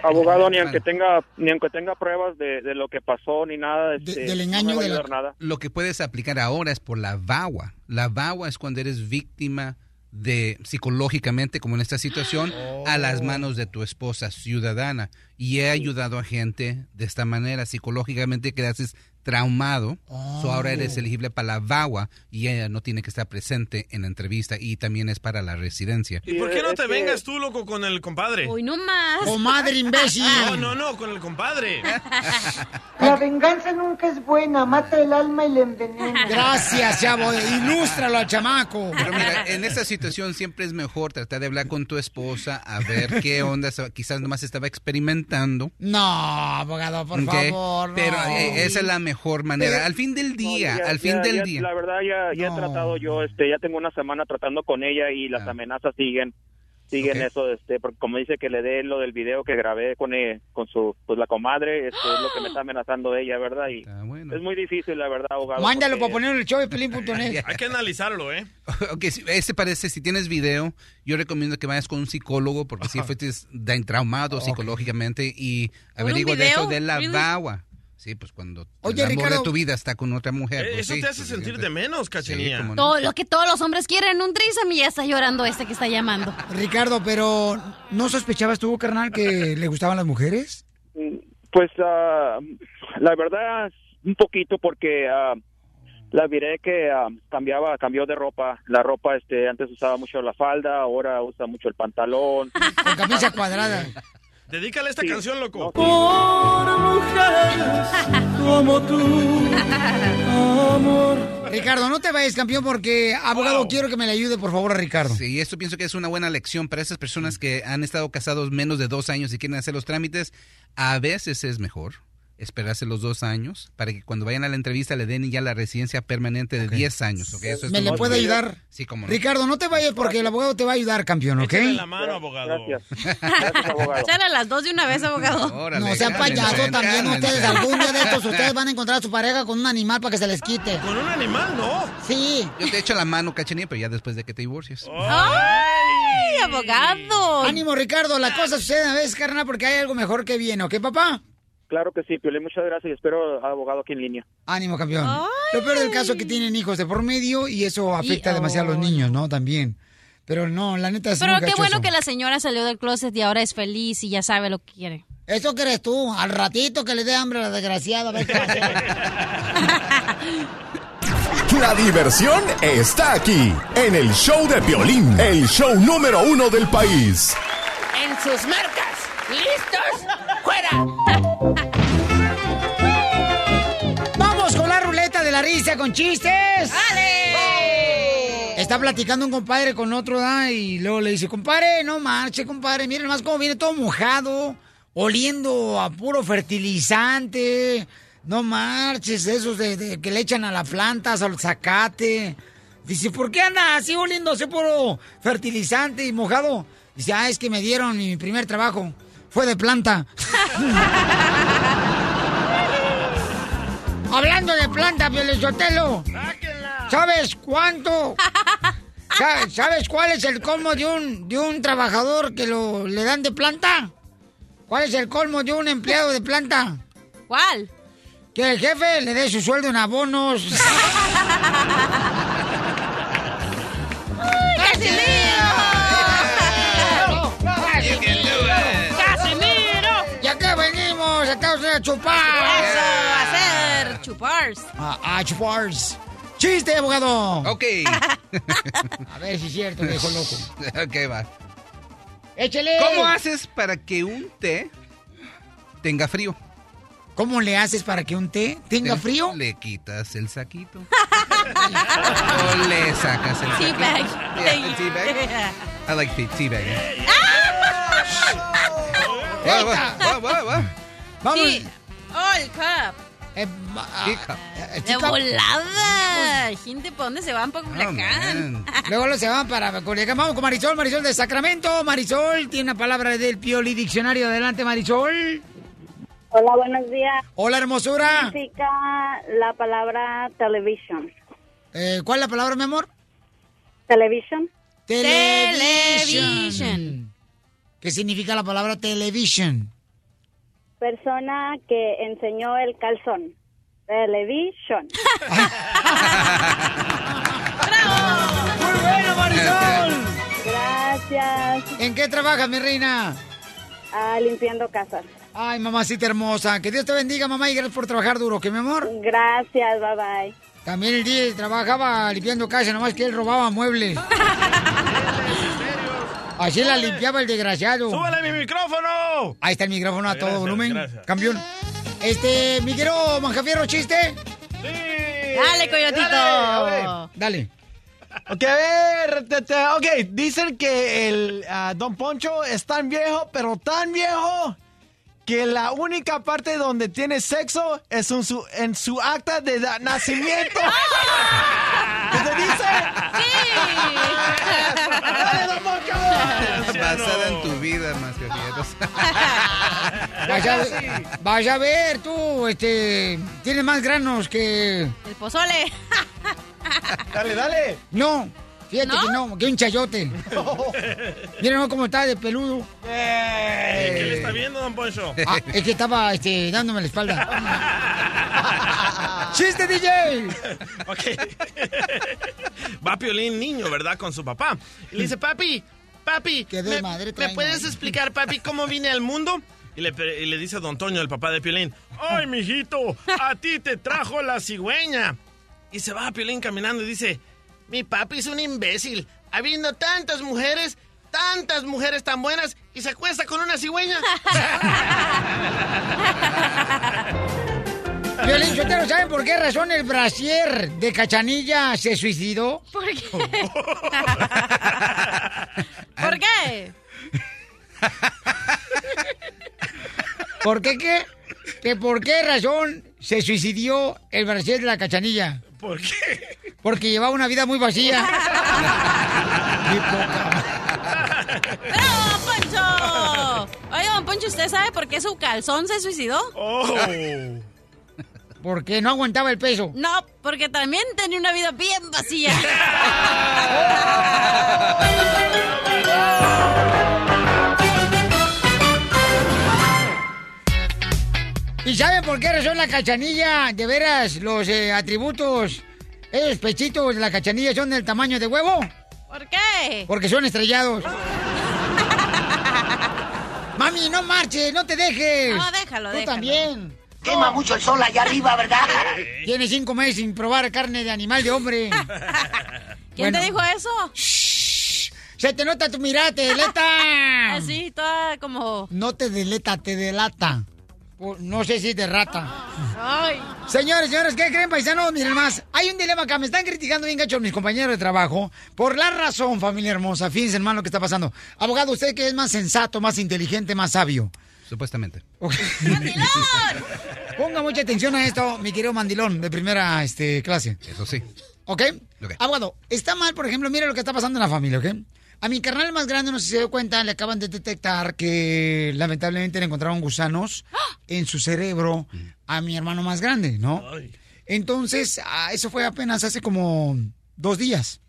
[SPEAKER 15] Abogado, ni aunque tenga, ni aunque tenga pruebas de, de lo que pasó ni nada, este, no me va a ayudar nada.
[SPEAKER 12] Lo que puedes aplicar ahora es por la VAWA. La VAWA es cuando eres víctima de psicológicamente, como en esta situación, a las
[SPEAKER 15] Oh.
[SPEAKER 12] manos de tu esposa ciudadana. Y he ayudado a gente de esta manera, psicológicamente que haces traumado. So ahora
[SPEAKER 15] Oh.
[SPEAKER 12] eres elegible para la VAWA y ella no tiene que estar presente en la entrevista y también es para la residencia.
[SPEAKER 3] ¿Y por qué no
[SPEAKER 12] es
[SPEAKER 3] te
[SPEAKER 12] que-
[SPEAKER 3] vengas tú, loco, con el compadre?
[SPEAKER 4] Hoy no más.
[SPEAKER 2] Comadre imbécil.
[SPEAKER 3] No, no, no, con el compadre.
[SPEAKER 16] La venganza nunca es buena, mata el alma y le envenena.
[SPEAKER 2] Gracias, chavo. Ilústralo al chamaco.
[SPEAKER 12] Pero mira, en esta situación siempre es mejor tratar de hablar con tu esposa, a ver qué onda, so- quizás nomás estaba experimentando.
[SPEAKER 2] No, abogado, por
[SPEAKER 12] Ok,
[SPEAKER 2] favor. no.
[SPEAKER 12] Pero eh, esa es la mejor manera. Al fin del día,
[SPEAKER 15] No, ya-
[SPEAKER 12] al fin
[SPEAKER 15] ya-
[SPEAKER 12] del
[SPEAKER 15] ya-
[SPEAKER 12] día.
[SPEAKER 15] La verdad ya, ya he tratado yo, este, ya tengo una semana tratando con ella y
[SPEAKER 2] Ah.
[SPEAKER 15] las amenazas siguen, siguen
[SPEAKER 12] Ok.
[SPEAKER 15] eso, este, porque como dice que le dé lo del video que grabé con eh, con su, pues la comadre, este, es lo que me está amenazando ella, verdad. Y es muy difícil, la verdad, abogado.
[SPEAKER 2] Ah, Mándalo
[SPEAKER 15] porque-
[SPEAKER 2] para poner en el show de pelín.net.
[SPEAKER 3] Hay que analizarlo, ¿eh?
[SPEAKER 12] Ok, si- este parece, si tienes video, yo recomiendo que vayas con un psicólogo porque si
[SPEAKER 3] Ajá.
[SPEAKER 12] fuiste da- traumado psicológicamente y
[SPEAKER 3] ¿Con un
[SPEAKER 12] averigua de eso
[SPEAKER 3] video?
[SPEAKER 12] de la
[SPEAKER 3] Really?
[SPEAKER 12] VAWA. Sí, pues cuando
[SPEAKER 3] Oye,
[SPEAKER 12] el amor
[SPEAKER 3] Ricardo.
[SPEAKER 12] de tu vida está con otra mujer.
[SPEAKER 3] Eh,
[SPEAKER 12] pues
[SPEAKER 3] Eso
[SPEAKER 12] sí,
[SPEAKER 3] te hace
[SPEAKER 12] pues,
[SPEAKER 3] sentir
[SPEAKER 12] obviamente.
[SPEAKER 3] de menos, cachenía.
[SPEAKER 12] cómo
[SPEAKER 4] Todo lo que todos los hombres quieren, un trísame y ya está llorando este que está llamando.
[SPEAKER 2] Ricardo, pero ¿no sospechabas tú, carnal, que le gustaban las mujeres?
[SPEAKER 15] Pues ah, la verdad un poquito porque ah, la miré que ah, cambiaba, cambió de ropa. La ropa, este, antes usaba mucho la falda, ahora usa mucho el pantalón.
[SPEAKER 2] Camisa cuadrada.
[SPEAKER 3] Dedícale esta
[SPEAKER 13] Sí.
[SPEAKER 3] canción, loco.
[SPEAKER 13] Por mujeres como tú, amor.
[SPEAKER 2] Ricardo, no te vayas, campeón, porque abogado, quiero que me le ayude, por favor, a Ricardo.
[SPEAKER 12] Sí, esto pienso que es una buena lección para esas personas que han estado casados menos de dos años y quieren hacer los trámites. A veces es mejor esperarse los dos años para que cuando vayan a la entrevista le den ya la residencia permanente de 10 años. ¿ok? Eso es
[SPEAKER 2] ¿Me le
[SPEAKER 12] como-
[SPEAKER 2] puede ayudar?
[SPEAKER 12] Sí, como no.
[SPEAKER 2] Ricardo, no te vayas porque el abogado te va a ayudar, campeón, ¿ok?
[SPEAKER 3] mano, abogado.
[SPEAKER 4] Échale a las dos de una vez, abogado.
[SPEAKER 2] No sean payasos también ustedes. Algún día de estos ustedes van a encontrar a su pareja con un animal para que se les quite.
[SPEAKER 3] ¿Con un animal, no?
[SPEAKER 2] Sí.
[SPEAKER 12] Yo te echo la mano, cachanilla, pero ya después de que te divorcies.
[SPEAKER 2] Oh. ¡Ay, abogado! Ánimo, Ricardo, las cosas suceden a veces, carnal, porque hay algo mejor que viene, ¿ok, papá?
[SPEAKER 17] Claro que sí, Piolín, muchas gracias y espero abogado aquí en línea.
[SPEAKER 2] Ánimo, campeón. Lo peor del caso es que tienen hijos de por medio y eso afecta demasiado a los niños, ¿no? También. Pero no, la neta es
[SPEAKER 4] Pero
[SPEAKER 2] muy
[SPEAKER 4] qué bueno
[SPEAKER 2] gachoso.
[SPEAKER 4] que la señora salió del closet y ahora es feliz y ya sabe lo que quiere.
[SPEAKER 2] Eso crees tú, al ratito que le dé hambre a la desgraciada, a ver qué va a hacer.
[SPEAKER 8] La diversión está aquí, en el show de violín, el show número uno del país.
[SPEAKER 18] En sus marcas, listos, fuera.
[SPEAKER 2] Vamos con la ruleta de la risa con chistes.
[SPEAKER 18] ¡Dale!
[SPEAKER 2] Está platicando un compadre con otro, ¿da? y luego le dice, compadre, no marche, compadre, miren más cómo viene todo mojado, oliendo a puro fertilizante, no marches, esos de, de que le echan a las plantas, al zacate. Dice, ¿por qué anda así oliendo así puro fertilizante y mojado? Dice, ah, es que me dieron y mi primer trabajo, fue de planta. Hablando de planta, Piolichotelo. ¿Sabes cuánto? sa- ¿Sabes cuál es el colmo de un, de un trabajador que lo, le dan de planta? ¿Cuál es el colmo de un empleado de planta? ¿Cuál? Que el jefe le dé su sueldo en abonos. ¡Casimiro! ¡Casimiro! ¿Y a qué venimos? Estados Unidos a chupar.
[SPEAKER 4] Eso va a ser chupars.
[SPEAKER 2] Ah, ah, chupars. ¡Chiste, abogado!
[SPEAKER 12] Ok.
[SPEAKER 2] A ver si es cierto, viejo loco.
[SPEAKER 12] ok, va.
[SPEAKER 2] ¡Échale!
[SPEAKER 12] ¿Cómo haces para que un té tenga frío?
[SPEAKER 2] ¿Cómo le haces para que un té tenga frío?
[SPEAKER 12] Le quitas el saquito. o le sacas el saquito.
[SPEAKER 18] Teabag.
[SPEAKER 12] Yeah, the teabag. I like the teabag.
[SPEAKER 18] Guau,
[SPEAKER 12] guau, guau, guau, guau.
[SPEAKER 2] Vamos. Eh, ah,
[SPEAKER 4] Oh, el cup.
[SPEAKER 12] Chica.
[SPEAKER 4] De volada. Gente, ¿para dónde se van? Para Culiacán.
[SPEAKER 2] Luego lo se van para Culiacán. Vamos con Marisol, Marisol de Sacramento. Marisol tiene una palabra del Pioli Diccionario. Adelante, Marisol.
[SPEAKER 19] Hola, buenos días.
[SPEAKER 2] Hola, hermosura.
[SPEAKER 19] ¿Qué significa la palabra television?
[SPEAKER 2] Eh, ¿Cuál es la palabra, mi amor?
[SPEAKER 19] Television.
[SPEAKER 2] Television. ¿Qué significa la palabra television?
[SPEAKER 19] Persona que enseñó el calzón. Television.
[SPEAKER 2] ¡Muy bueno, Marisol! Gracias. ¿En qué trabajas, mi reina?
[SPEAKER 19] Ah, limpiando casas.
[SPEAKER 2] Ay, mamacita hermosa. Que Dios te bendiga, mamá, y gracias por trabajar duro, ¿qué, mi amor?
[SPEAKER 19] Gracias, bye bye.
[SPEAKER 2] También el día trabajaba limpiando casa, nomás que él robaba muebles. Así la limpiaba el desgraciado.
[SPEAKER 3] ¡Súbale mi micrófono!
[SPEAKER 2] Ahí está el micrófono a todo
[SPEAKER 3] Gracias,
[SPEAKER 2] volumen.
[SPEAKER 3] gracias.
[SPEAKER 2] Campeón. Este, mi querido Manjafierro, chiste.
[SPEAKER 4] Dale, coyotito.
[SPEAKER 5] Dale,
[SPEAKER 2] Dale.
[SPEAKER 5] Ok, a ver, te- te- ok, dicen que el ah, Don Poncho es tan viejo, pero tan viejo, que la única parte donde tiene sexo es en su, en su acta de da- nacimiento. ¿Qué te dice? ¡Dale, Don Poncho!
[SPEAKER 12] Basada en tu vida, más que miedos.
[SPEAKER 3] Ah,
[SPEAKER 2] Vaya, vaya a ver tú, este, tienes más granos que...
[SPEAKER 4] El pozole.
[SPEAKER 5] Dale, dale.
[SPEAKER 2] No, fíjate que no, que un chayote. Mira no, cómo está de peludo.
[SPEAKER 3] ¿Qué le está viendo, don Poncho?
[SPEAKER 2] Ah, es que estaba este, dándome la espalda. ¡Chiste, DJ!
[SPEAKER 3] Va Piolín niño, ¿verdad? Con su papá. Y le dice, papi, papi,
[SPEAKER 2] de
[SPEAKER 3] ¿me,
[SPEAKER 2] madre
[SPEAKER 3] ¿me
[SPEAKER 2] traen
[SPEAKER 3] puedes
[SPEAKER 2] ahí?"
[SPEAKER 3] explicar, papi, cómo vine al mundo? Y le, pre- y le dice don Toño, el papá de Piolín, ¡Ay, mijito, a ti te trajo la cigüeña! Y se va Piolín caminando y dice, mi papi es un imbécil. Habiendo tantas mujeres,
[SPEAKER 18] Tantas mujeres tan buenas y se acuesta con una cigüeña.
[SPEAKER 2] Violín Sotelo, ¿saben por qué razón el brasier de Cachanilla se suicidó?
[SPEAKER 4] ¿Por qué? ¿Por qué?
[SPEAKER 2] ¿Por qué qué? ¿Que ¿Por qué razón se suicidió el brasier de la Cachanilla?
[SPEAKER 18] ¿Por qué?
[SPEAKER 2] Porque llevaba una vida muy vacía. Qué poca-
[SPEAKER 4] ¡Bravo, don Poncho! Oye, don Poncho, ¿usted sabe por qué su calzón se suicidó?
[SPEAKER 2] Oh.
[SPEAKER 5] Oh.
[SPEAKER 2] Porque no aguantaba el peso.
[SPEAKER 4] No, porque también tenía una vida bien vacía.
[SPEAKER 2] ¿Y saben por qué razón la cachanilla? De veras, los eh, atributos, esos pechitos de la cachanilla son del tamaño de huevo.
[SPEAKER 4] ¿Por qué?
[SPEAKER 2] Porque son estrellados. Mami, no marches, no te dejes.
[SPEAKER 6] No, déjalo,
[SPEAKER 2] Tú
[SPEAKER 6] déjalo.
[SPEAKER 2] también.
[SPEAKER 6] Quema mucho el sol allá arriba, ¿verdad?
[SPEAKER 2] Tiene cinco meses sin probar carne de animal de hombre.
[SPEAKER 4] ¿Quién te dijo
[SPEAKER 2] eso? Se te nota tu mirada, te deleta.
[SPEAKER 4] Así, toda como...
[SPEAKER 2] No te deleta, te delata. O No sé si de rata.
[SPEAKER 4] Ay.
[SPEAKER 2] Señores, señores, ¿qué creen, paisanos? Miren más, hay un dilema acá. Me están criticando bien gacho mis compañeros de trabajo por la razón, familia hermosa. Fíjense, hermano, lo que está pasando. Abogado, ¿usted que es más sensato, más inteligente, más sabio?
[SPEAKER 12] Supuestamente.
[SPEAKER 2] Ponga mucha atención a esto, mi querido mandilón, de primera este, clase.
[SPEAKER 12] Eso sí.
[SPEAKER 2] ¿Ok? Abogado, está mal, por ejemplo, mira lo que está pasando en la familia, ¿ok? A mi carnal más grande, no sé si se dio cuenta, le acaban de detectar que lamentablemente le encontraron gusanos en su cerebro a mi hermano más grande, ¿no? Entonces, ah, eso fue apenas hace como dos días.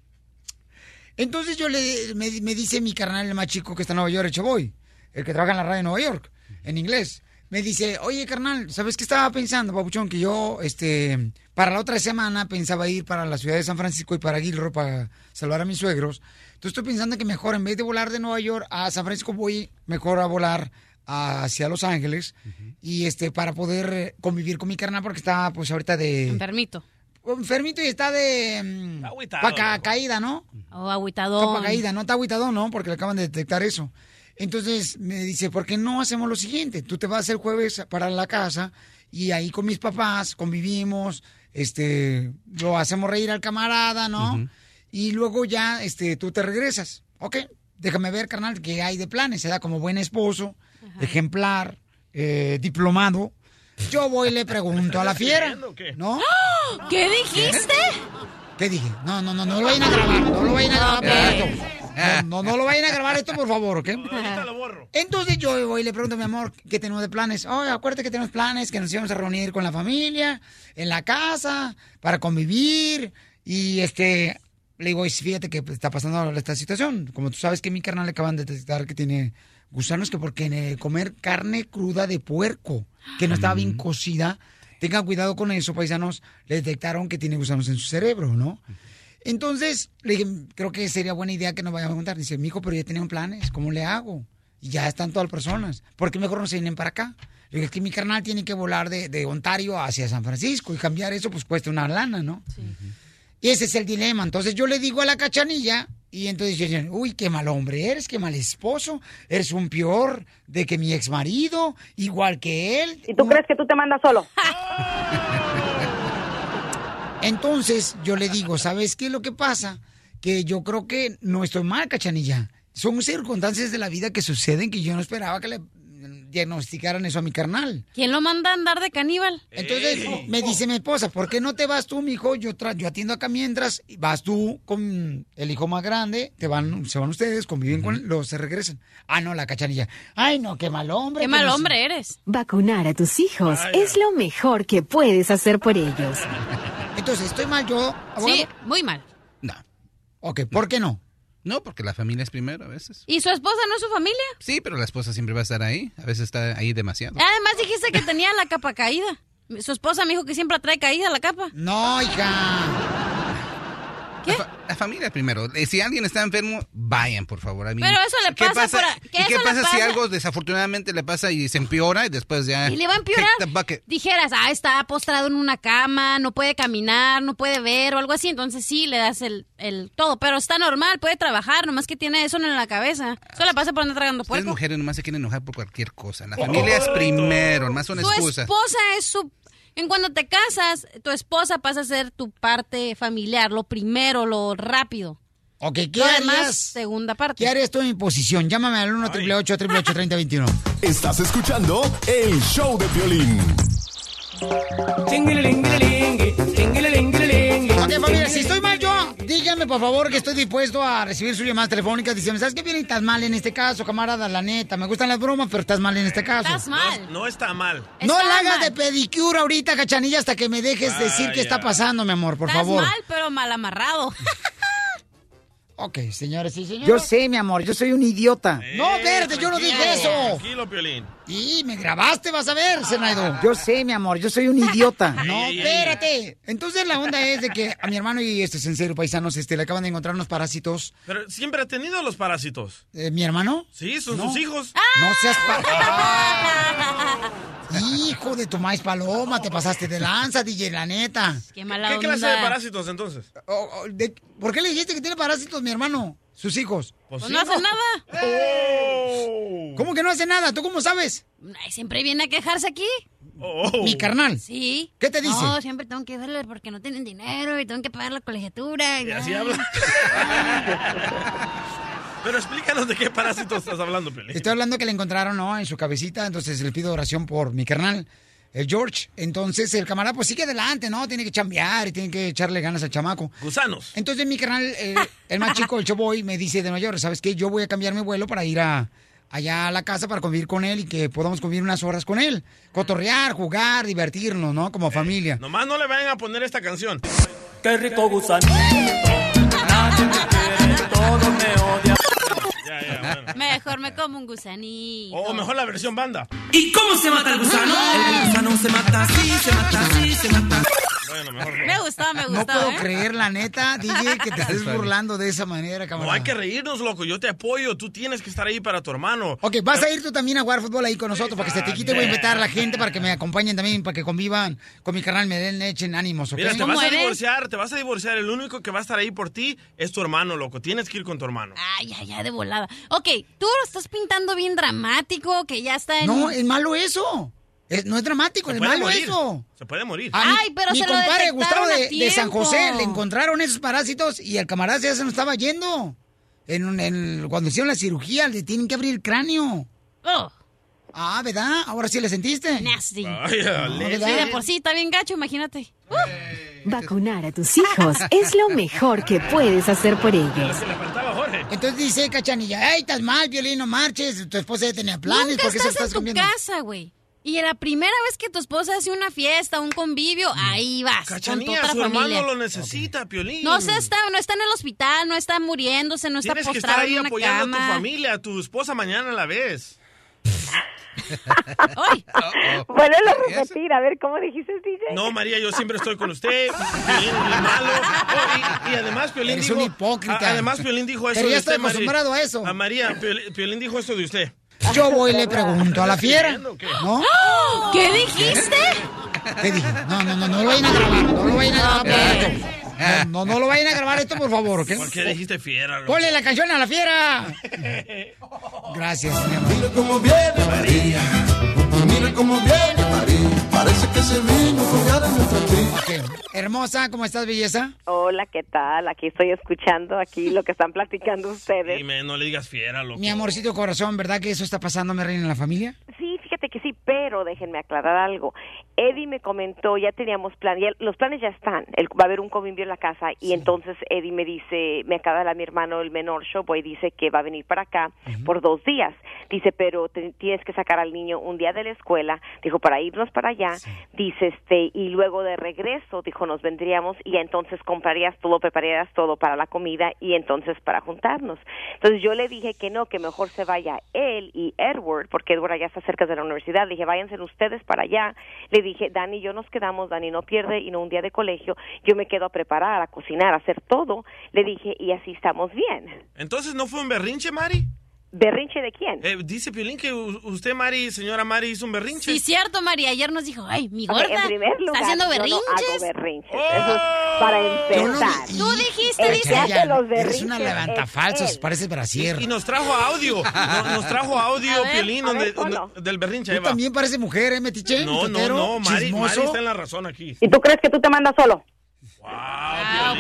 [SPEAKER 2] Entonces yo le, me, me dice mi carnal el más chico que está en Nueva York, Chavoy, el que trabaja en la radio de Nueva York, en inglés. Me dice, oye carnal, ¿sabes qué estaba pensando, Papuchón? Que yo, este, para la otra semana pensaba ir para la ciudad de San Francisco y para Gilro para salvar a mis suegros. Entonces estoy pensando que mejor en vez de volar de Nueva York a San Francisco voy mejor a volar hacia Los Ángeles y este para poder eh, convivir con mi carnal porque está pues ahorita de
[SPEAKER 4] Enfermito.
[SPEAKER 2] enfermito y está de mm, paca caída, ¿no?
[SPEAKER 4] Oh, agüitadón.
[SPEAKER 2] Está caída, no está agüitado, no, porque le acaban de detectar eso. Entonces me dice, ¿por qué no hacemos lo siguiente? Tú te vas el jueves para la casa y ahí con mis papás convivimos, este, lo hacemos reír al camarada, ¿no? Y luego ya, este, tú te regresas. Ok, déjame ver, carnal, que hay de planes. Se da como buen esposo, ejemplar, eh, diplomado. Yo voy y le pregunto a la fiera, ¿no?
[SPEAKER 4] ¡Ah! ¿Qué dijiste?
[SPEAKER 2] ¿Qué dije? No, no, no, no lo vayan a grabar, no lo vayan a grabar por esto. No, no, no lo vayan a grabar esto, por favor, ¿ok? Entonces yo voy y le pregunto, mi amor, ¿qué tenemos de planes? Oh, acuérdate que tenemos planes, que nos íbamos a reunir con la familia, en la casa, para convivir. Y este, le digo, "Y fíjate que pues, está pasando esta situación. Como tú sabes que mi carnal le acaban de detectar que tiene gusanos, que porque eh, comer carne cruda de puerco, que no estaba bien cocida, tengan cuidado con eso, paisanos, le detectaron que tiene gusanos en su cerebro, ¿no? Entonces, le dije, creo que sería buena idea que nos vayamos a juntar. Dice, mijo, pero ya tenían planes, ¿cómo le hago? Y ya están todas las personas. ¿Por qué mejor no se vienen para acá? Le dije, es que mi carnal tiene que volar de, de Ontario hacia San Francisco y cambiar eso, pues cuesta una lana, ¿no? Y ese es el dilema. Entonces yo le digo a la cachanilla y entonces dicen, uy, qué mal hombre eres, qué mal esposo, eres un peor de que mi ex marido, igual que él. ¿Y tú crees
[SPEAKER 19] que tú te mandas solo?
[SPEAKER 2] Entonces yo le digo, ¿sabes qué es lo que pasa? Que yo creo que no estoy mal, cachanilla. Son circunstancias de la vida que suceden que yo no esperaba que le mm, diagnosticaran eso a mi carnal.
[SPEAKER 4] ¿Quién lo manda a andar de caníbal?
[SPEAKER 2] Entonces me dice mi esposa, ¿por qué no te vas tú, mijo? Yo, tra- yo atiendo acá mientras, y vas tú con el hijo más grande, te van, se van ustedes, conviven con él, luego se regresan. Ah, no, la cachanilla. Ay, no, qué mal hombre.
[SPEAKER 4] Qué
[SPEAKER 2] que
[SPEAKER 4] mal
[SPEAKER 2] no sé-
[SPEAKER 4] hombre eres.
[SPEAKER 11] Vacunar a tus hijos es lo mejor que puedes hacer por ellos.
[SPEAKER 2] Entonces, ¿estoy mal yo?
[SPEAKER 4] Sí, muy mal.
[SPEAKER 2] Ok, ¿por qué no?
[SPEAKER 12] No, porque la familia es primero a veces.
[SPEAKER 4] ¿Y su esposa no es su familia?
[SPEAKER 12] Sí, pero la esposa siempre va a estar ahí. A veces está ahí demasiado.
[SPEAKER 4] Además dijiste que tenía la capa caída. Su esposa me dijo que siempre la trae caída la capa.
[SPEAKER 2] No, hija.
[SPEAKER 12] fa- la familia primero. Eh, Si alguien está enfermo, vayan, por favor. A mí.
[SPEAKER 4] Pero eso le
[SPEAKER 12] ¿Qué
[SPEAKER 4] pasa
[SPEAKER 12] pasa,
[SPEAKER 4] por a- ¿qué
[SPEAKER 12] ¿Y qué
[SPEAKER 4] eso le
[SPEAKER 12] pasa, si
[SPEAKER 4] pasa?
[SPEAKER 12] algo desafortunadamente le pasa y se empeora y después ya...
[SPEAKER 4] Y le va a
[SPEAKER 12] kick
[SPEAKER 4] empeorar.
[SPEAKER 12] the bucket?
[SPEAKER 4] Dijeras, ah, está postrado en una cama, no puede caminar, no puede ver o algo así, entonces sí, le das el, el todo. Pero está normal, puede trabajar, nomás que tiene eso en la cabeza. Solo le pasa por andar tragando
[SPEAKER 12] Ustedes
[SPEAKER 4] puerco. Oh.
[SPEAKER 12] mujeres nomás se quieren enojar por cualquier cosa. La
[SPEAKER 4] Correcto.
[SPEAKER 12] familia es primero, nomás son
[SPEAKER 4] Tu
[SPEAKER 12] excusas.
[SPEAKER 4] esposa es su... En cuando te casas, tu esposa pasa a ser tu parte familiar, lo primero, lo rápido.
[SPEAKER 2] Ok, ¿qué
[SPEAKER 4] Lo demás,
[SPEAKER 2] harías?
[SPEAKER 4] segunda parte.
[SPEAKER 2] ¿Qué harías tú en mi posición? Llámame al 1 888 3021
[SPEAKER 8] Estás escuchando el show de violín.
[SPEAKER 2] Ok, familia, si estoy mal yo, díganme por favor que estoy dispuesto a recibir sus llamadas telefónicas. Dicen, ¿sabes qué viene? Estás mal en este caso, camarada, la neta. Me gustan las bromas, pero estás mal en este caso.
[SPEAKER 3] mal. No, está mal.
[SPEAKER 2] No la hagas de pedicura ahorita, cachanilla, hasta que me dejes decir qué
[SPEAKER 3] Vaya.
[SPEAKER 2] está pasando, mi amor, por
[SPEAKER 4] Estás
[SPEAKER 2] favor.
[SPEAKER 4] mal, pero mal amarrado.
[SPEAKER 2] Ok, señores y señores.
[SPEAKER 20] Yo sé, mi amor, yo soy un idiota.
[SPEAKER 2] No, verte, yo no dije eso.
[SPEAKER 3] Eh, Tranquilo, Piolín.
[SPEAKER 2] Y me grabaste, vas a ver, Zenaido.
[SPEAKER 20] Yo sé, mi amor, yo soy un idiota.
[SPEAKER 2] No, espérate. Entonces la onda es de que a mi hermano y este sincero paisanos, este, le acaban de encontrar unos parásitos.
[SPEAKER 3] Pero siempre ha tenido los parásitos.
[SPEAKER 2] Eh, ¿Mi hermano?
[SPEAKER 3] Sí, son
[SPEAKER 2] No.
[SPEAKER 3] sus hijos.
[SPEAKER 4] ¡Ah!
[SPEAKER 2] No seas pa- Hijo de tu maíz paloma, te pasaste de lanza, DJ, la neta.
[SPEAKER 4] Qué
[SPEAKER 3] ¿Qué clase de parásitos entonces?
[SPEAKER 2] Oh, oh, de- ¿Por qué le dijiste que tiene parásitos mi hermano? Sus hijos.
[SPEAKER 3] Pues
[SPEAKER 4] Pues no hace nada.
[SPEAKER 2] ¿Cómo que no hace nada? ¿Tú cómo sabes?
[SPEAKER 4] Ay, Siempre viene a quejarse aquí.
[SPEAKER 3] Oh.
[SPEAKER 2] Mi carnal.
[SPEAKER 4] Sí.
[SPEAKER 2] ¿Qué te dice?
[SPEAKER 4] No, siempre tengo que verle porque no tienen dinero y tengo que pagar la colegiatura. Y
[SPEAKER 3] así
[SPEAKER 4] ay.
[SPEAKER 3] habla. Pero explícanos de qué parásitos estás hablando, Piolín.
[SPEAKER 2] Estoy hablando que le encontraron, ¿no? En su cabecita, entonces le pido oración por mi carnal, el George. Entonces el camarada, pues sigue adelante, ¿no? Tiene que chambear y tiene que echarle ganas al chamaco.
[SPEAKER 3] Gusanos.
[SPEAKER 2] Entonces mi carnal, eh, el más chico, el Choboy, me dice de Nueva York, ¿sabes qué? Yo voy a cambiar mi vuelo para ir a, allá a la casa para convivir con él y que podamos convivir unas horas con él. Cotorrear, jugar, divertirnos, ¿no? Como familia.
[SPEAKER 3] Nomás no le vayan a poner esta canción.
[SPEAKER 13] Qué rico gusanito. Nadie me quiere, todos me odian.
[SPEAKER 4] Mejor me como un gusanito.
[SPEAKER 3] O mejor la versión banda.
[SPEAKER 13] ¿Y cómo se mata el gusano? El gusano se mata así, se mata así, se mata
[SPEAKER 4] Me gustó, me
[SPEAKER 2] No
[SPEAKER 4] gustó.
[SPEAKER 2] puedo
[SPEAKER 4] ¿eh?
[SPEAKER 2] creer, la neta, DJ, que te
[SPEAKER 3] Gracias,
[SPEAKER 2] estés
[SPEAKER 3] Fabi.
[SPEAKER 2] burlando de esa manera,
[SPEAKER 3] No
[SPEAKER 2] camarada.
[SPEAKER 3] hay que reírnos, loco. Yo te apoyo. Tú tienes que estar ahí para tu hermano.
[SPEAKER 2] Ok, vas a ir tú también a jugar fútbol ahí con nosotros para que se te quite. Voy a invitar a la gente para que me acompañen también, para que convivan con mi canal, me den, echen ánimos, ¿ok?
[SPEAKER 3] Mira, te vas a divorciar, te vas a divorciar. El único que va a estar ahí por ti es tu hermano, loco. Tienes que ir con tu hermano.
[SPEAKER 4] Ay, ay, ay, de volada. Ok, tú lo estás pintando bien dramático, que ya está en...
[SPEAKER 2] No, es malo eso. Es- no es dramático, es malo eso.
[SPEAKER 3] Se puede morir.
[SPEAKER 2] A mi-
[SPEAKER 4] Ay, pero
[SPEAKER 2] mi
[SPEAKER 4] se lo
[SPEAKER 2] compadre
[SPEAKER 4] detectaron
[SPEAKER 2] Gustavo
[SPEAKER 4] a
[SPEAKER 2] de, de San
[SPEAKER 4] tiempo.
[SPEAKER 2] José le encontraron esos parásitos y el camarada ya se nos estaba yendo. En, un- en- cuando hicieron la cirugía, le tienen que abrir el cráneo.
[SPEAKER 4] Oh.
[SPEAKER 2] Ah, ¿verdad? Ahora sí le sentiste.
[SPEAKER 4] Nasty.
[SPEAKER 2] Vaya,
[SPEAKER 4] Sí,
[SPEAKER 2] le-
[SPEAKER 4] de por sí, está bien gacho, imagínate. Uh.
[SPEAKER 11] Vacunar a tus hijos es lo mejor que puedes hacer por ellos.
[SPEAKER 2] Entonces dice Cachanilla, ay, estás mal, Violín, no marches, tu esposa ya tenía planes,
[SPEAKER 4] Nunca
[SPEAKER 2] ¿por qué se
[SPEAKER 4] estás,
[SPEAKER 2] lo estás
[SPEAKER 4] en tu
[SPEAKER 2] cambiando?
[SPEAKER 4] casa, güey. Y la primera vez que tu esposa hace una fiesta, un convivio, ahí vas. con tu
[SPEAKER 3] Cachanía,
[SPEAKER 4] otra
[SPEAKER 3] Mm. su
[SPEAKER 4] familia.
[SPEAKER 3] hermano lo necesita, Piolín.
[SPEAKER 4] No se está, no está en el hospital, no está muriéndose, no está
[SPEAKER 3] Tienes que
[SPEAKER 4] postrado
[SPEAKER 3] estar ahí
[SPEAKER 4] en una
[SPEAKER 3] apoyando
[SPEAKER 4] cama.
[SPEAKER 3] a tu familia, a tu esposa mañana a la vez.
[SPEAKER 19] Ah, oh. Vuélvelo a repetir, a ver, ¿cómo dijiste, DJ?
[SPEAKER 3] No, María, yo siempre estoy con usted. Piolín, muy malo. Oh, y, y además, Piolín
[SPEAKER 2] Eres
[SPEAKER 3] dijo.
[SPEAKER 2] un hipócrita.
[SPEAKER 3] a- además, Piolín dijo eso.
[SPEAKER 2] Pero ya
[SPEAKER 3] de
[SPEAKER 2] estoy
[SPEAKER 3] usted, María.
[SPEAKER 2] acostumbrado a eso.
[SPEAKER 3] A María, Piolín, Piolín dijo eso de usted.
[SPEAKER 2] Yo voy y le pregunto a la fiera, ¿no?
[SPEAKER 4] ¿Qué dijiste?
[SPEAKER 2] ¿Qué dije? No, no, no, no lo vayan a grabar, no lo vayan a grabar, por
[SPEAKER 3] Ok.
[SPEAKER 2] esto. No, no, no lo vayan a grabar esto, por favor, ¿ok?
[SPEAKER 3] ¿Por qué dijiste fiera? loco?
[SPEAKER 2] Ponle la canción a la fiera. Gracias, mi amor.
[SPEAKER 13] Mira cómo viene María. Mira cómo viene María. Parece que se vino colgada en nuestra
[SPEAKER 2] Hermosa, ¿cómo estás, belleza?
[SPEAKER 19] Hola, ¿qué tal? Aquí estoy escuchando aquí lo que están platicando ustedes.
[SPEAKER 3] Dime, no le digas fiera, loco.
[SPEAKER 2] Mi amorcito corazón, ¿verdad que eso está pasando, mi reina, en la familia?
[SPEAKER 19] Sí, fíjate que sí, pero déjenme aclarar algo. Eddie me comentó, ya teníamos plan, ya- los planes ya están, el- va a haber un convivio en la casa y entonces Eddie me dice, me acaba de hablar mi hermano, el menor Showboy, dice que va a venir para acá por dos días. Dice, pero te- tienes que sacar al niño un día de la escuela, dijo, para irnos para allá, dice, este, y luego de regreso, dijo, nos vendríamos y entonces comprarías todo, prepararías todo para la comida y entonces para juntarnos. Entonces yo le dije que no, que mejor se vaya él y Edward, porque Edward ya está cerca de la universidad. Le dije, dije, váyanse ustedes para allá. Le dije, Dani, yo nos quedamos, Dani no pierde y no un día de colegio, yo me quedo a preparar, a cocinar, a hacer todo. Le dije, y así estamos bien.
[SPEAKER 3] Entonces, ¿no fue un berrinche, Mari?
[SPEAKER 19] ¿Berrinche de quién?
[SPEAKER 3] Eh, dice Piolín que u- usted, Mari, señora Mari, hizo un berrinche.
[SPEAKER 4] Sí, cierto, María. Ayer nos dijo, ay, mi
[SPEAKER 19] A
[SPEAKER 4] gorda
[SPEAKER 19] ver, en primer lugar,
[SPEAKER 4] está haciendo
[SPEAKER 19] yo no
[SPEAKER 4] berrinches.
[SPEAKER 19] hago berrinches. Eso es
[SPEAKER 3] ¡Oh!
[SPEAKER 19] para empezar.
[SPEAKER 4] Tú dijiste,
[SPEAKER 19] El que
[SPEAKER 4] dice.
[SPEAKER 19] hace los
[SPEAKER 2] Eres una
[SPEAKER 19] berrinches es
[SPEAKER 2] levantafalsos,
[SPEAKER 19] él.
[SPEAKER 2] pareces brasier.
[SPEAKER 3] Y, y nos trajo audio. no- nos trajo audio,
[SPEAKER 2] A ver,
[SPEAKER 3] Piolín,
[SPEAKER 2] a
[SPEAKER 3] donde-
[SPEAKER 2] ver, ponlo.
[SPEAKER 3] donde- del berrinche.
[SPEAKER 2] Tú
[SPEAKER 3] ahí va.
[SPEAKER 2] también pareces mujer, ¿eh, metiche?
[SPEAKER 3] No, no,
[SPEAKER 2] Totero,
[SPEAKER 3] no, Mari, Mari
[SPEAKER 2] chismoso.
[SPEAKER 3] está en la razón aquí.
[SPEAKER 2] ¿Y tú crees que tú te mandas solo?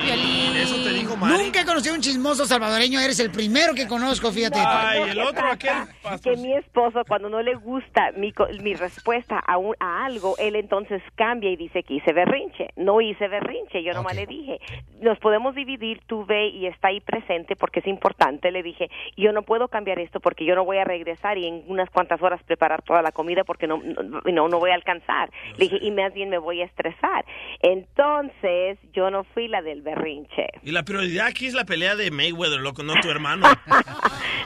[SPEAKER 3] Piolín, Eso te dijo Mari.
[SPEAKER 2] Nunca he conocido un chismoso salvadoreño, eres el primero que conozco, fíjate.
[SPEAKER 19] No, no, se trata Que mi esposo, cuando no le gusta mi, co- mi respuesta a, un- a algo, él entonces cambia y dice que hice berrinche. No hice berrinche, yo nomás le dije, nos podemos dividir, tú ve y está ahí presente porque es importante. Le dije, yo no puedo cambiar esto porque yo no voy a regresar y en unas cuantas horas preparar toda la comida porque no, no, no, no voy a alcanzar. Le dije, y más bien me voy a estresar. Entonces, yo no fui la del berrinche.
[SPEAKER 3] Y la prioridad aquí es la pelea de Mayweather, loco, no tu hermano.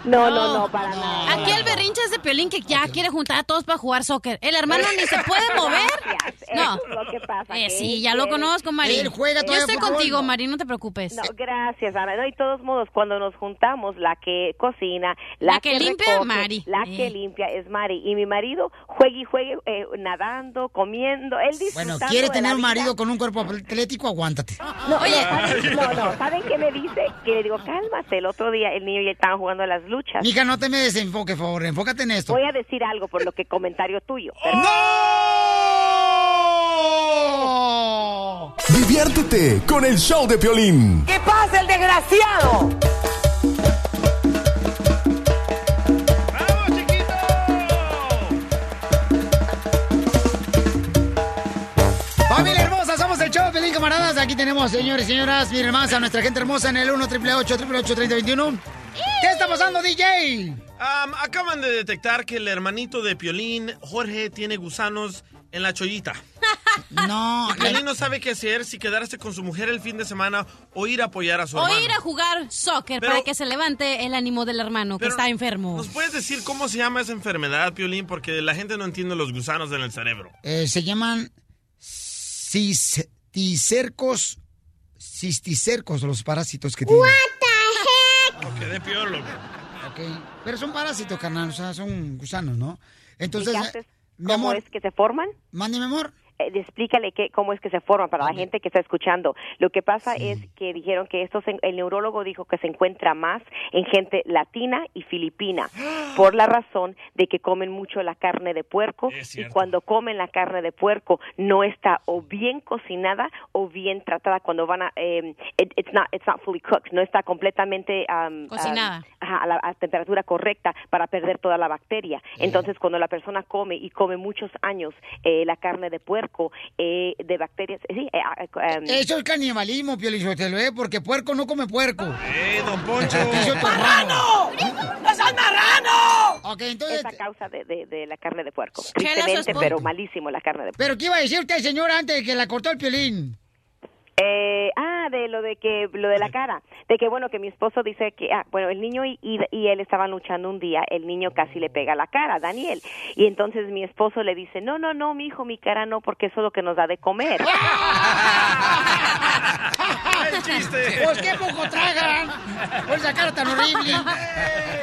[SPEAKER 19] No, no, no, para
[SPEAKER 4] nada. Aquí el berrinche es de Piolín que ya quiere juntar a todos para jugar soccer. El hermano ni se puede mover. No. Eh, sí, ya lo conozco, Mari.
[SPEAKER 19] Él juega
[SPEAKER 4] Yo
[SPEAKER 19] todavía
[SPEAKER 4] estoy
[SPEAKER 19] fútbol.
[SPEAKER 4] contigo, Mari, no te preocupes.
[SPEAKER 19] No, gracias, Ana. No, y todos modos, cuando nos juntamos, la que cocina, la,
[SPEAKER 4] La que limpia es
[SPEAKER 19] recoge,
[SPEAKER 4] Mari.
[SPEAKER 19] La
[SPEAKER 4] Eh.
[SPEAKER 19] que limpia es Mari. Y mi marido juega y juegue eh, nadando, comiendo. Él disfrutando
[SPEAKER 2] Bueno, quiere
[SPEAKER 19] de
[SPEAKER 2] tener
[SPEAKER 19] la
[SPEAKER 2] un
[SPEAKER 19] vida. Ah.
[SPEAKER 2] marido con un cuerpo atlético, aguántate.
[SPEAKER 19] No, Oye. No, no, ¿saben qué me dice? Que le digo, cálmate. El otro día el niño y él estaban jugando a las luchas.
[SPEAKER 2] Mija, no te me desenfoques, por favor, enfócate en esto.
[SPEAKER 19] Voy a decir algo por lo que comentario tuyo.
[SPEAKER 2] ¡No!
[SPEAKER 8] Diviértete con el show de Piolín.
[SPEAKER 18] ¿Qué pasa, el desgraciado?
[SPEAKER 2] Familia hermosa, somos el show de Pelín, camaradas. Aquí tenemos, señores y señoras, miren más a nuestra gente hermosa en el 1 888 3021 ¿Qué está pasando, DJ?
[SPEAKER 3] Am, acaban de detectar que el hermanito de Piolín, Jorge, tiene gusanos en la chollita.
[SPEAKER 2] No.
[SPEAKER 3] Y Piolín no sabe qué hacer si quedarse con su mujer el fin de semana o ir a apoyar a su
[SPEAKER 4] O
[SPEAKER 3] hermano.
[SPEAKER 4] ir a jugar soccer
[SPEAKER 3] Pero-
[SPEAKER 4] para que se levante el ánimo del hermano que está enfermo.
[SPEAKER 3] ¿Nos puedes decir cómo se llama esa enfermedad, Piolín? Porque la gente no entiende los gusanos en el cerebro.
[SPEAKER 2] Eh, se llaman cisticercos, cisticercos, los parásitos que tienen.
[SPEAKER 3] Que de peor, loco.
[SPEAKER 2] Pero son parásitos, carnal, o sea, son gusanos, ¿no? Entonces,
[SPEAKER 19] haces?
[SPEAKER 2] mi
[SPEAKER 19] ¿Cómo
[SPEAKER 2] amor,
[SPEAKER 19] es que se forman? Eh,
[SPEAKER 2] Mande, mi amor.
[SPEAKER 19] explícale que, cómo es que se forman para la gente que está escuchando. Lo que pasa es que dijeron que esto, se- el neurólogo dijo que se encuentra más en gente latina y filipina, por la razón de que comen mucho la carne de puerco y cuando comen la carne de puerco no está o bien cocinada o bien tratada cuando van a... eh, it- it's, not, it's not fully cooked, no está completamente... um, um,
[SPEAKER 4] Cocinada.
[SPEAKER 19] ajá, a la a temperatura correcta para perder toda la bacteria. Entonces, cuando la persona come y come muchos años eh, la carne de puerco, eh, de bacterias, eh, sí, eh, ah, eh, em,
[SPEAKER 2] Eso es canibalismo, Piolichotelo, ¿eh? Porque puerco no come puerco.
[SPEAKER 3] ¡Eh, don Poncho!
[SPEAKER 18] ¡Marrano! ¡Es al marrano!
[SPEAKER 2] Ok, entonces...
[SPEAKER 19] es a causa de, de- de la carne de puerco.
[SPEAKER 2] Chela, eso es
[SPEAKER 19] Tristemente,
[SPEAKER 2] puerco.
[SPEAKER 19] pero malísimo la carne de puerco.
[SPEAKER 2] Pero, ¿qué iba a decir usted, señora, antes de que la cortó el Piolín?
[SPEAKER 19] Eh, ah, de lo de que lo de la cara, de que bueno que mi esposo dice que ah, bueno el niño y, y, y él estaban luchando un día, el niño casi le pega la cara, a Daniel, y entonces mi esposo le dice no no no mi hijo mi cara no porque eso es lo que nos da de comer.
[SPEAKER 2] Pues qué poco tragan. Por esa cara tan horrible.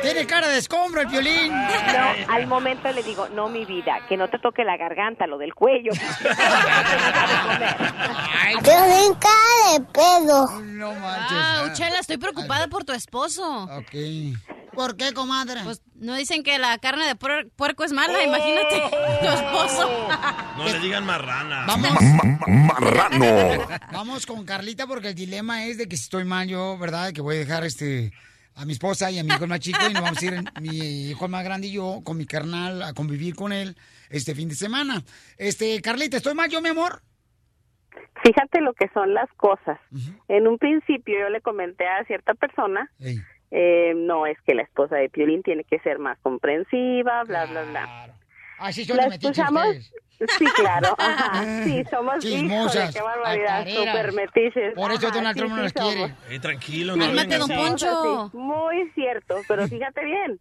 [SPEAKER 2] Tiene cara de escombro el Piolín.
[SPEAKER 19] No, al momento le digo, no, mi vida, que no te toque la garganta, lo del cuello.
[SPEAKER 4] ¡Piolín, cara de pedo!
[SPEAKER 2] No manches.
[SPEAKER 4] Wow, Chela, Ah, estoy preocupada por tu esposo.
[SPEAKER 2] Ok. ¿Por qué, comadre?
[SPEAKER 4] Pues no dicen que la carne de puer- puerco es mala, imagínate tu esposo.
[SPEAKER 3] No le digan marrana.
[SPEAKER 8] Marrano.
[SPEAKER 2] Vamos con Carlita porque el dilema es de que si estoy mal yo, ¿verdad? Que voy a dejar este a mi esposa y a mi hijo más chico y nos vamos a ir en- mi hijo más grande y yo con mi carnal a convivir con él este fin de semana. Este, Carlita, ¿estoy mal yo, mi amor?
[SPEAKER 21] Fíjate lo que son las cosas. En un principio yo le comenté a cierta persona, eh, no, es que la esposa de Piolín tiene que ser más comprensiva, bla, bla, bla.
[SPEAKER 2] Así
[SPEAKER 18] son de
[SPEAKER 21] Las
[SPEAKER 18] metiches
[SPEAKER 21] escuchamos-
[SPEAKER 18] ustedes.
[SPEAKER 21] Sí, claro. ajá, sí, somos
[SPEAKER 18] Chismosas,
[SPEAKER 21] híjole, qué barbaridad,
[SPEAKER 18] altaneras.
[SPEAKER 21] súper metiches.
[SPEAKER 18] Por eso Donald Trump no las quiere.
[SPEAKER 3] Eh, tranquilo, no
[SPEAKER 21] Cálmate,
[SPEAKER 3] vengas.
[SPEAKER 21] don Poncho. Muy cierto, pero fíjate bien,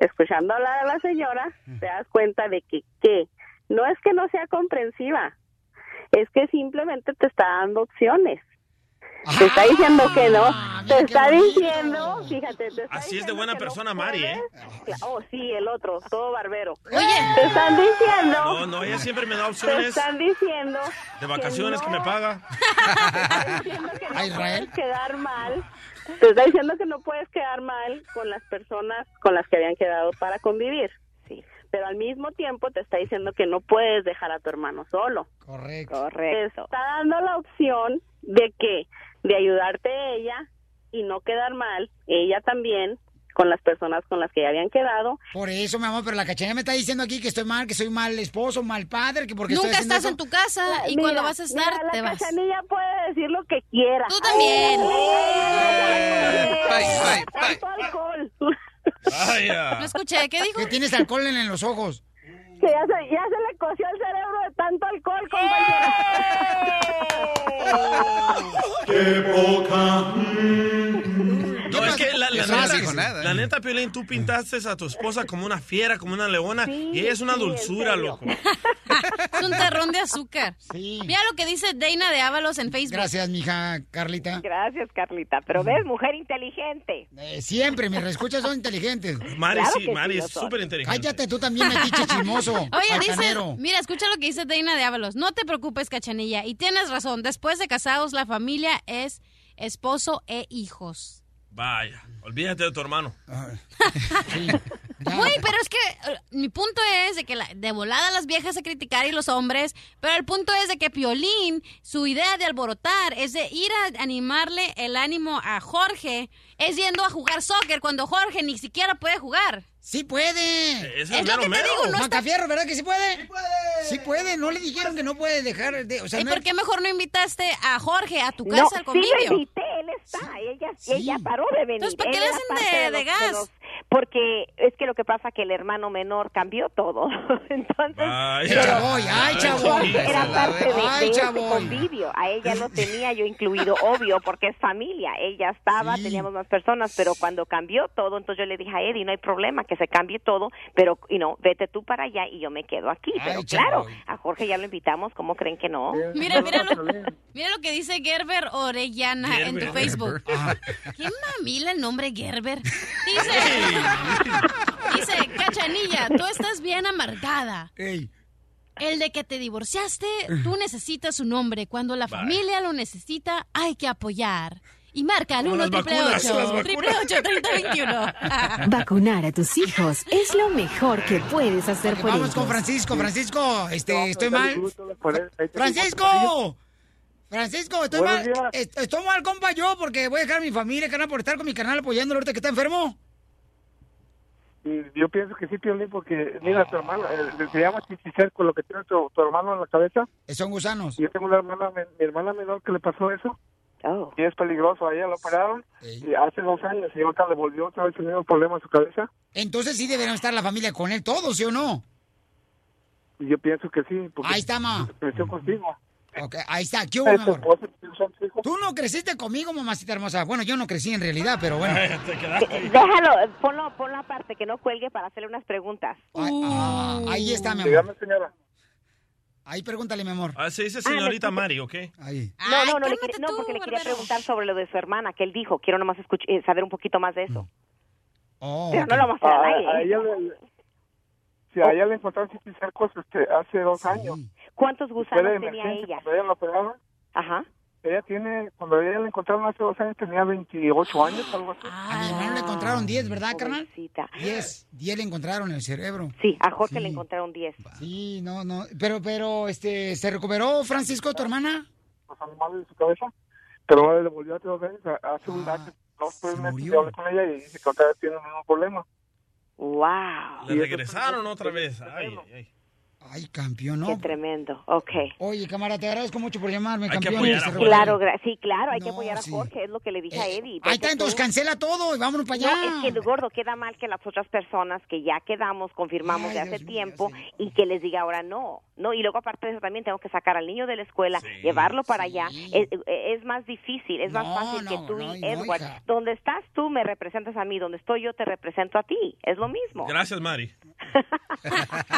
[SPEAKER 21] escuchando hablar a la señora, te das cuenta de que qué
[SPEAKER 19] No es que no sea comprensiva, es que simplemente te está dando opciones. Te está diciendo que no,
[SPEAKER 21] Ah,
[SPEAKER 19] te está diciendo, fíjate, te está
[SPEAKER 3] Así es de buena persona, Mari, ¿eh?
[SPEAKER 19] diciendo, oh sí, el otro, todo barbero. te están diciendo,
[SPEAKER 3] No, no, ella siempre me da
[SPEAKER 19] te
[SPEAKER 3] opciones
[SPEAKER 19] están diciendo
[SPEAKER 3] de vacaciones que me paga.
[SPEAKER 19] que no puedes quedar mal, te está diciendo que no puedes quedar mal con las personas con las que habían quedado para convivir. Sí. Pero al mismo tiempo te está diciendo que no puedes dejar a tu hermano solo.
[SPEAKER 2] Correcto.
[SPEAKER 19] Correcto. Está dando la opción de que de ayudarte ella y no quedar mal, ella también con las personas con las que ya habían quedado.
[SPEAKER 2] Por eso, mi amor, pero la cachanilla me está diciendo aquí que estoy mal, que soy mal esposo, mal padre, que porque
[SPEAKER 4] Nunca
[SPEAKER 2] estoy haciendo
[SPEAKER 4] estás en
[SPEAKER 2] eso.
[SPEAKER 4] tu casa y cuando vas a estar,
[SPEAKER 19] mira, la
[SPEAKER 4] te vas.
[SPEAKER 19] cachanilla puede decir lo que quiera.
[SPEAKER 4] Tú también.
[SPEAKER 19] No escuché, ¿qué dijo?
[SPEAKER 2] Que tienes alcohol en, en los ojos.
[SPEAKER 19] Que ya se, ya se le coció el cerebro de tanto alcohol, compañera.
[SPEAKER 13] ¡Qué poca!
[SPEAKER 3] No, es que la, la
[SPEAKER 13] Eso no
[SPEAKER 3] neta,
[SPEAKER 13] dijo nada,
[SPEAKER 3] la neta, Piolín, tú pintaste a tu esposa como una fiera, como una leona, y ella es una
[SPEAKER 4] sí, en
[SPEAKER 3] dulzura,
[SPEAKER 4] serio.
[SPEAKER 3] loco.
[SPEAKER 4] Es un terrón de azúcar. Mira lo que dice Deina de Ábalos en Facebook.
[SPEAKER 2] Gracias, mija Carlita.
[SPEAKER 19] Gracias, Carlita. Pero ves, mujer inteligente.
[SPEAKER 2] Eh, siempre, mis reescuchas son inteligentes.
[SPEAKER 3] Mari, Claro sí, que Mari sí lo es son. superinteligente.
[SPEAKER 2] Cállate tú también, metiche chismoso.
[SPEAKER 4] Oye, dice,
[SPEAKER 2] bacanero.
[SPEAKER 4] mira, escucha lo que dice Deina de Ábalos. No te preocupes, cachanilla. Y tienes razón. Después de casados, la familia es esposo e hijos.
[SPEAKER 3] Vaya, olvídate de tu hermano.
[SPEAKER 4] Güey, pero es que eh, mi punto es de que la- de volada las viejas a criticar y los hombres, pero el punto es de que Piolín, su idea de alborotar es de ir a animarle el ánimo a Jorge, es yendo a jugar soccer cuando Jorge ni siquiera puede jugar.
[SPEAKER 2] Sí puede.
[SPEAKER 4] Es, lo que te digo, no está...
[SPEAKER 2] Macafierro, ¿verdad que sí puede? Sí puede. no le dijeron que no puede dejar de... O sea,
[SPEAKER 4] ¿Y
[SPEAKER 2] no-
[SPEAKER 4] por qué mejor no invitaste a Jorge a tu
[SPEAKER 2] No,
[SPEAKER 4] casa
[SPEAKER 2] sí
[SPEAKER 4] al
[SPEAKER 2] lo
[SPEAKER 4] convivio?
[SPEAKER 2] invité,
[SPEAKER 19] él está, ella, ella paró de venir.
[SPEAKER 4] Entonces, ¿por qué
[SPEAKER 19] Él
[SPEAKER 4] le
[SPEAKER 19] era
[SPEAKER 4] hacen
[SPEAKER 19] parte
[SPEAKER 4] de- de
[SPEAKER 19] los-
[SPEAKER 4] gas?
[SPEAKER 19] los- porque es que lo que pasa que el hermano menor cambió todo. Entonces,
[SPEAKER 13] Ay,
[SPEAKER 19] pero-
[SPEAKER 13] chavoy, ay, chavoy.
[SPEAKER 19] Era parte de,
[SPEAKER 13] Ay,
[SPEAKER 19] de ese
[SPEAKER 13] chavoy.
[SPEAKER 19] convivio. A ella lo tenía yo incluido, obvio, porque es familia. Ella estaba, teníamos más personas, pero cuando cambió todo, entonces yo le dije a Eddie, no hay problema que se cambie todo, pero, y no, vete tú para allá y yo me quedo aquí. Pero claro, a Jorge ya lo invitamos, ¿cómo creen que no?
[SPEAKER 4] Mira, mira lo, mira lo que dice Gerber Orellana en tu Facebook.
[SPEAKER 2] Ah.
[SPEAKER 4] Qué mamila el nombre Gerber. Dice, dice, Cachanilla, tú estás bien amargada.
[SPEAKER 2] Ey.
[SPEAKER 4] El de que te divorciaste, tú necesitas un hombre. Cuando la
[SPEAKER 13] Bye.
[SPEAKER 4] familia lo necesita, hay que apoyar. Y marca al
[SPEAKER 13] Como
[SPEAKER 4] 1
[SPEAKER 13] las vacunas, las
[SPEAKER 4] 888
[SPEAKER 13] vacunas.
[SPEAKER 4] 3021
[SPEAKER 11] Vacunar a tus hijos es lo mejor que puedes hacer por
[SPEAKER 2] Vamos
[SPEAKER 11] ellos.
[SPEAKER 2] con Francisco, Francisco, este, estoy mal.
[SPEAKER 11] Francisco.
[SPEAKER 2] ¡Francisco! Francisco, estoy
[SPEAKER 13] Buenos
[SPEAKER 2] mal. Est- Estoy mal, compa, yo, porque voy a dejar a mi familia, carnal, por estar con mi canal apoyándolo ahorita que está enfermo.
[SPEAKER 22] Yo pienso que sí, Piolín, porque
[SPEAKER 2] Ah.
[SPEAKER 22] mira, tu hermano, eh, se llama Chichicerco, lo que tiene tu, tu hermano en la cabeza.
[SPEAKER 2] Eh, Son gusanos.
[SPEAKER 22] Yo tengo una hermana, men- mi hermana menor que le pasó eso. Y es peligroso, a ella la operaron y hace dos años y ahorita le volvió otra vez el mismo problema a su cabeza.
[SPEAKER 2] Entonces sí deberían estar la familia con él todos, ¿sí o no?
[SPEAKER 22] Y yo pienso que sí.
[SPEAKER 2] Ahí está, ma.
[SPEAKER 22] Creció contigo.
[SPEAKER 2] Ok, ahí está, ¿qué hubo,
[SPEAKER 22] Este,
[SPEAKER 2] mi amor? Tú no creciste conmigo, mamacita hermosa. Bueno, yo no crecí en realidad, pero bueno.
[SPEAKER 19] Eh, Déjalo, ponlo, ponlo aparte, que no cuelgue para hacerle unas preguntas.
[SPEAKER 2] Ah, ahí está, mi
[SPEAKER 22] Dígame,
[SPEAKER 2] amor.
[SPEAKER 22] señora.
[SPEAKER 2] Ahí pregúntale, mi amor.
[SPEAKER 3] Ah, se dice
[SPEAKER 19] Ah, le
[SPEAKER 3] señorita
[SPEAKER 19] escuché.
[SPEAKER 3] Mari, ¿ok?
[SPEAKER 2] Ahí.
[SPEAKER 19] No, no, no, le quería- no, porque le quería preguntar sobre lo de su hermana, que él dijo. Quiero nomás escuch- eh, saber un poquito más de eso. Pero no lo vamos a hacer al
[SPEAKER 22] A-
[SPEAKER 19] aire,
[SPEAKER 22] a
[SPEAKER 19] ¿eh?
[SPEAKER 22] ella le- Sí, a ella le encontraron chichicercos este, hace dos años.
[SPEAKER 19] ¿Cuántos
[SPEAKER 22] Fue de
[SPEAKER 19] gusanos tenía
[SPEAKER 22] emergencia,
[SPEAKER 19] ella?
[SPEAKER 22] Cuando ella la operaron.
[SPEAKER 19] Ajá.
[SPEAKER 22] Ella tiene, cuando ella la encontraron hace dos años, tenía 28 años, algo así.
[SPEAKER 2] A mi hermano le encontraron 10, ¿verdad, carnal? 10. 10 le encontraron en el cerebro.
[SPEAKER 19] Sí, a Jorge le encontraron 10.
[SPEAKER 2] Sí, no, no. Pero, pero, este, ¿se recuperó Francisco, tu hermana?
[SPEAKER 22] Los animales de su cabeza. Pero ahora le volvió hace dos años, a- hace un año, dos, tres meses, yo hablé con ella y dice que otra vez tiene el mismo problema.
[SPEAKER 19] ¡Wow!
[SPEAKER 3] Le regresaron otra vez. Ay, ay, ay.
[SPEAKER 2] Ay, campeón, ¿no? Qué
[SPEAKER 19] tremendo. Ok.
[SPEAKER 2] Oye, cámara, te agradezco mucho por llamarme,
[SPEAKER 3] que
[SPEAKER 2] campeón.
[SPEAKER 3] apoyar a
[SPEAKER 2] Este,
[SPEAKER 3] Jorge.
[SPEAKER 2] Roberto.
[SPEAKER 19] Claro, gra- sí, claro, hay que
[SPEAKER 2] No,
[SPEAKER 19] apoyar a
[SPEAKER 2] sí. Eh,
[SPEAKER 19] Jorge, es lo que le dije a Eddie.
[SPEAKER 2] Ahí
[SPEAKER 19] vete
[SPEAKER 2] está, entonces
[SPEAKER 19] tú.
[SPEAKER 2] cancela todo y vámonos para allá.
[SPEAKER 19] No, es que gordo queda mal que las otras personas que ya quedamos, confirmamos
[SPEAKER 2] Ay,
[SPEAKER 19] de
[SPEAKER 2] Dios
[SPEAKER 19] hace
[SPEAKER 2] mío,
[SPEAKER 19] tiempo y que les diga ahora no, no y luego aparte de eso también tengo que sacar al niño de la escuela, llevarlo para allá, es, e, es más difícil, es
[SPEAKER 13] No,
[SPEAKER 19] más fácil que
[SPEAKER 13] no,
[SPEAKER 19] tú
[SPEAKER 13] no,
[SPEAKER 19] y
[SPEAKER 13] no,
[SPEAKER 19] Edward,
[SPEAKER 13] hija.
[SPEAKER 19] donde estás tú me representas a mí, donde estoy yo te represento a ti, es lo mismo.
[SPEAKER 3] Gracias, Mari.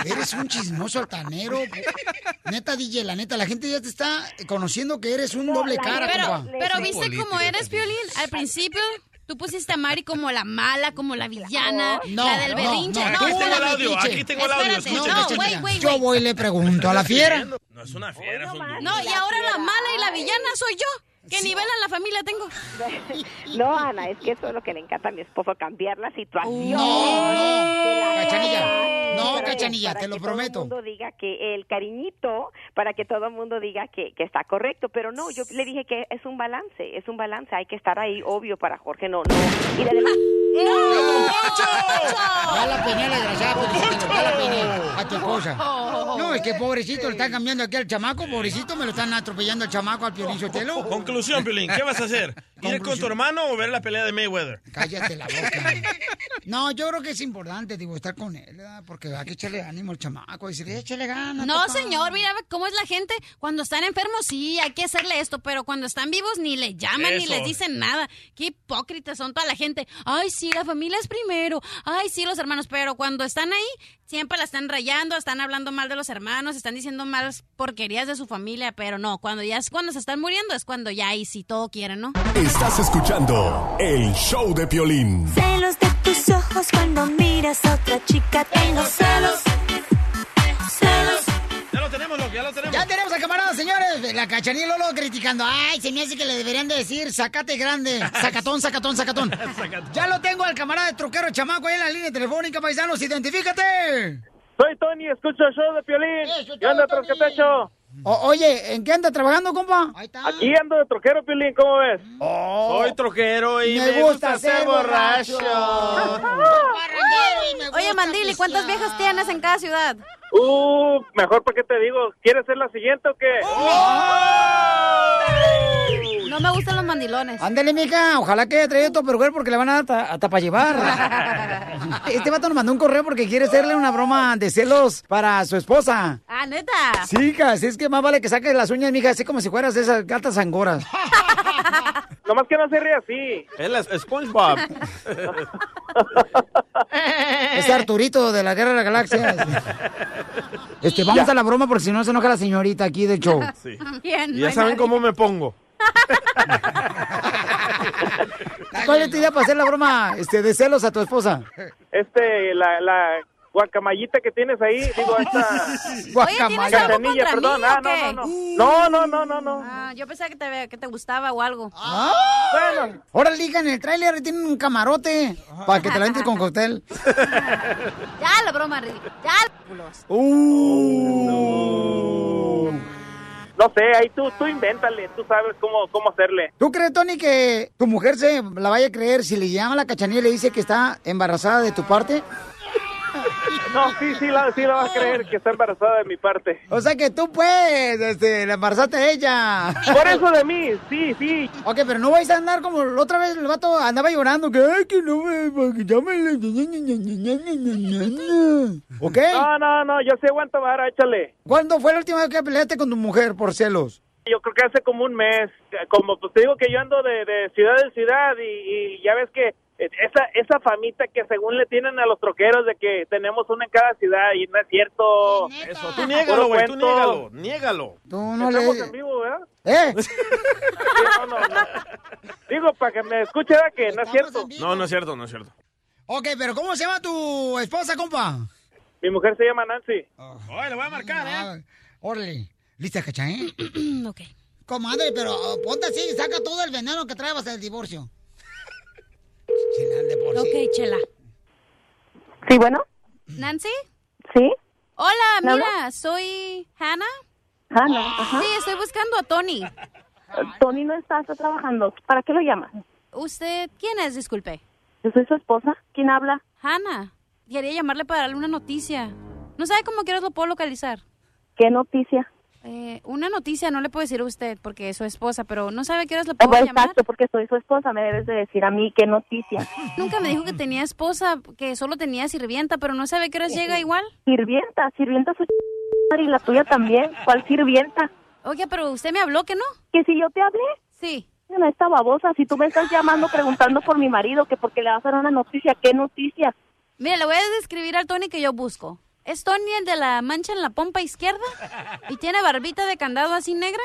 [SPEAKER 2] Eres un chismoso altanero. po- Neta, DJ, la neta, la gente ya te está conociendo que eres un doble cara,
[SPEAKER 4] Pero,
[SPEAKER 2] compa.
[SPEAKER 4] pero viste cómo eres, Piolín. Al principio, tú pusiste a Mari como la mala, como la villana,
[SPEAKER 2] No,
[SPEAKER 4] la del
[SPEAKER 2] no,
[SPEAKER 4] berrinche.
[SPEAKER 2] no,
[SPEAKER 4] No,
[SPEAKER 2] aquí tengo
[SPEAKER 4] la
[SPEAKER 2] el audio,
[SPEAKER 4] metiche.
[SPEAKER 2] aquí tengo el audio,
[SPEAKER 4] Espérate,
[SPEAKER 2] escuchen,
[SPEAKER 4] no,
[SPEAKER 2] escuchen.
[SPEAKER 4] güey, güey,
[SPEAKER 2] Yo
[SPEAKER 4] güey.
[SPEAKER 2] voy y le pregunto a la fiera.
[SPEAKER 3] No es una fiera, es un duro.
[SPEAKER 4] No, y ahora la mala y la villana soy yo. ¿Qué nivel a la familia tengo?
[SPEAKER 19] No, Ana, es que eso es lo que le encanta a mi esposo, cambiar la situación.
[SPEAKER 2] No,
[SPEAKER 19] Cachanilla,
[SPEAKER 2] no, Cachanilla, te lo prometo.
[SPEAKER 19] Todo el mundo diga que el cariñito, para que todo el mundo diga que, que está correcto, pero no, yo le dije que es un balance, es un balance, hay que estar ahí, obvio, para Jorge, no, no. Y la demás...
[SPEAKER 2] Ya la peiné, la desgraciada, pues, porque sí tengo, ya la peiné a tu esposa. No, es que pobrecito, le están cambiando aquí al chamaco, pobrecito, me lo están atropellando al chamaco, al Piolín Sotelo.
[SPEAKER 3] Conclusión, Piolín, ¿qué vas a hacer? ¿Ir con tu hermano o ver la pelea de Mayweather?
[SPEAKER 2] Cállate la boca. No, yo creo que es importante, digo, estar con él, ¿verdad? porque hay que echarle ánimo al chamaco, decirle, échale ganas.
[SPEAKER 4] No,
[SPEAKER 2] papá".
[SPEAKER 4] señor, mira cómo es la gente. Cuando están enfermos, sí, hay que hacerle esto, pero cuando están vivos ni le llaman ni
[SPEAKER 2] Eso.
[SPEAKER 4] les dicen nada. Qué hipócritas son toda la gente. Ay, sí, la familia es primero. Ay, sí, los hermanos, pero cuando están ahí, siempre la están rayando, están hablando mal de los hermanos, están diciendo malas porquerías de su familia, pero no, cuando ya es cuando se están muriendo, es cuando ya ahí sí todo quieren, ¿no?
[SPEAKER 8] Estás escuchando el show de Piolín.
[SPEAKER 13] Celos de tus ojos cuando miras a otra chica. Tengo celos. Celos.
[SPEAKER 3] Ya lo tenemos, loco, ya lo tenemos.
[SPEAKER 2] Ya tenemos al camarada, señores. La cachanilla y Lolo criticando. Ay, se me hace que le deberían de decir, sacate grande. Sacatón, sacatón, sacatón. ya lo tengo al camarada de troquero chamaco ahí en la línea telefónica, paisanos. Identifícate.
[SPEAKER 21] Soy Tony, escucho el show de Piolín. ¿Qué onda, Troscatecho?
[SPEAKER 2] Oh, oye, ¿en qué anda trabajando, compa? Oh.
[SPEAKER 21] Aquí ando de troquero, Piolín, ¿cómo ves?
[SPEAKER 3] Soy troquero y
[SPEAKER 21] Me
[SPEAKER 3] me,
[SPEAKER 21] gusta
[SPEAKER 3] gusta ser
[SPEAKER 21] ser
[SPEAKER 3] borracho.
[SPEAKER 4] Oye, Mandili, ¿cuántas viejas tienes en cada ciudad?
[SPEAKER 21] Uh, mejor para qué te digo, ¿quieres ser la siguiente o qué?
[SPEAKER 2] Oh.
[SPEAKER 4] No me gustan los mandilones.
[SPEAKER 21] Ah.
[SPEAKER 2] Ándale, mija, ojalá que haya traído tu perugel porque le van a dar ta- hasta para llevar. Este vato nos mandó un correo porque quiere hacerle una broma de celos para su esposa.
[SPEAKER 4] Ah, neta.
[SPEAKER 2] Sí, hija, así es que más vale que saques las uñas, mija, así como si fueras de esas gatas angoras.
[SPEAKER 21] Nomás que no se ríe así.
[SPEAKER 3] Él es SpongeBob. Ah.
[SPEAKER 2] Es Arturito de la Guerra de las Galaxias. Este, vamos
[SPEAKER 21] Ya.
[SPEAKER 2] a la broma porque si no se enoja la señorita aquí del show.
[SPEAKER 21] Sí.
[SPEAKER 4] Bien,
[SPEAKER 21] Y
[SPEAKER 4] no
[SPEAKER 21] ya
[SPEAKER 4] hay
[SPEAKER 21] saben
[SPEAKER 4] nadie.
[SPEAKER 21] cómo me pongo.
[SPEAKER 2] ¿Cuál es tu idea para hacer la broma este, de celos a tu esposa?
[SPEAKER 21] Este, la, la guacamayita que tienes ahí, digo, esta...
[SPEAKER 2] Guacamaya.
[SPEAKER 21] Cachanilla, perdón. Ah, no, no, no. No, no, no, no, no.
[SPEAKER 4] Ah, yo pensaba que te, que te gustaba o algo.
[SPEAKER 2] Ahora liga en el tráiler, tienen un camarote para que te la entres con cóctel.
[SPEAKER 4] Ya la broma, Rick. Ya la...
[SPEAKER 21] No sé, ahí tú, tú invéntale, tú sabes cómo, cómo hacerle.
[SPEAKER 2] ¿Tú crees, Tony, que tu mujer se la vaya a creer si le llama a la cachanilla y le dice que está embarazada de tu parte?
[SPEAKER 21] No, sí, sí, la, sí la vas a creer que está embarazada de mi parte.
[SPEAKER 2] O sea que tú, pues, este, la embarazaste a ella.
[SPEAKER 21] Por eso de mí, sí, sí.
[SPEAKER 2] Ok, pero no vais a andar como la otra vez el vato andaba llorando, que, ay, que no me, que ya me la- ¿Ok?
[SPEAKER 21] No, no, no, yo sí aguanto vara, échale.
[SPEAKER 2] ¿Cuándo fue la última vez que peleaste con tu mujer por celos?
[SPEAKER 21] Yo creo que hace como un mes, como pues, te digo que yo ando de, de ciudad en ciudad y, y ya ves que esa, esa famita que según le tienen a los troqueros de que tenemos una en cada ciudad y no es cierto.
[SPEAKER 3] Eso, tú niégalo, güey, tú niégalo, niégalo.
[SPEAKER 2] Tú
[SPEAKER 21] no Estamos en vivo, ¿verdad?
[SPEAKER 2] ¿Eh?
[SPEAKER 21] Digo, para que me escuche, ¿verdad? que no es cierto.
[SPEAKER 3] No, no es cierto, no es cierto.
[SPEAKER 2] Ok, pero ¿cómo se llama tu esposa, compa?
[SPEAKER 21] Mi mujer se llama Nancy.
[SPEAKER 3] Oye, le voy a marcar, ¿eh?
[SPEAKER 2] Órale. ¿Lista, cacha, eh?
[SPEAKER 4] ok.
[SPEAKER 2] Comadre, pero oh, ponte así y saca todo el veneno que traebas del divorcio.
[SPEAKER 4] Ok, Chela.
[SPEAKER 23] Sí, bueno,
[SPEAKER 4] ¿Nancy?
[SPEAKER 23] sí.
[SPEAKER 4] Hola,
[SPEAKER 23] ¿Me
[SPEAKER 4] mira, soy Hannah.
[SPEAKER 23] Ana, ajá.
[SPEAKER 4] Sí, estoy buscando a Tony.
[SPEAKER 23] Ah, Tony no está, está trabajando. ¿Para qué lo llamas?
[SPEAKER 4] ¿Usted quién es? Disculpe.
[SPEAKER 23] Yo soy su esposa. ¿Quién habla?
[SPEAKER 4] Hannah. Quería llamarle para darle una noticia. No sabe cómo quieres lo puedo localizar.
[SPEAKER 23] ¿Qué noticia?
[SPEAKER 4] Eh, una noticia no le puedo decir a usted porque es su esposa, pero no sabe a qué horas lo
[SPEAKER 23] Ah,
[SPEAKER 4] puedo
[SPEAKER 23] bueno,
[SPEAKER 4] llamar.
[SPEAKER 23] exacto, porque soy su esposa. Me debes de decir a mí qué noticia.
[SPEAKER 4] Nunca me dijo que tenía esposa, que solo tenía sirvienta, pero no sabe a qué horas llega igual.
[SPEAKER 23] Sirvienta, sirvienta su ch- madre y la tuya también. ¿Cuál sirvienta?
[SPEAKER 4] Oiga, pero usted me habló que no.
[SPEAKER 23] ¿Que si yo te hablé?
[SPEAKER 4] Sí.
[SPEAKER 23] Bueno, esta babosa, si tú me estás llamando preguntando por mi marido, que porque le vas a dar una noticia, ¿qué noticia?
[SPEAKER 4] Mira, le voy a describir al Tony que yo busco. ¿Es Tony el de la mancha en la pompa izquierda? ¿Y tiene barbita de candado así negra?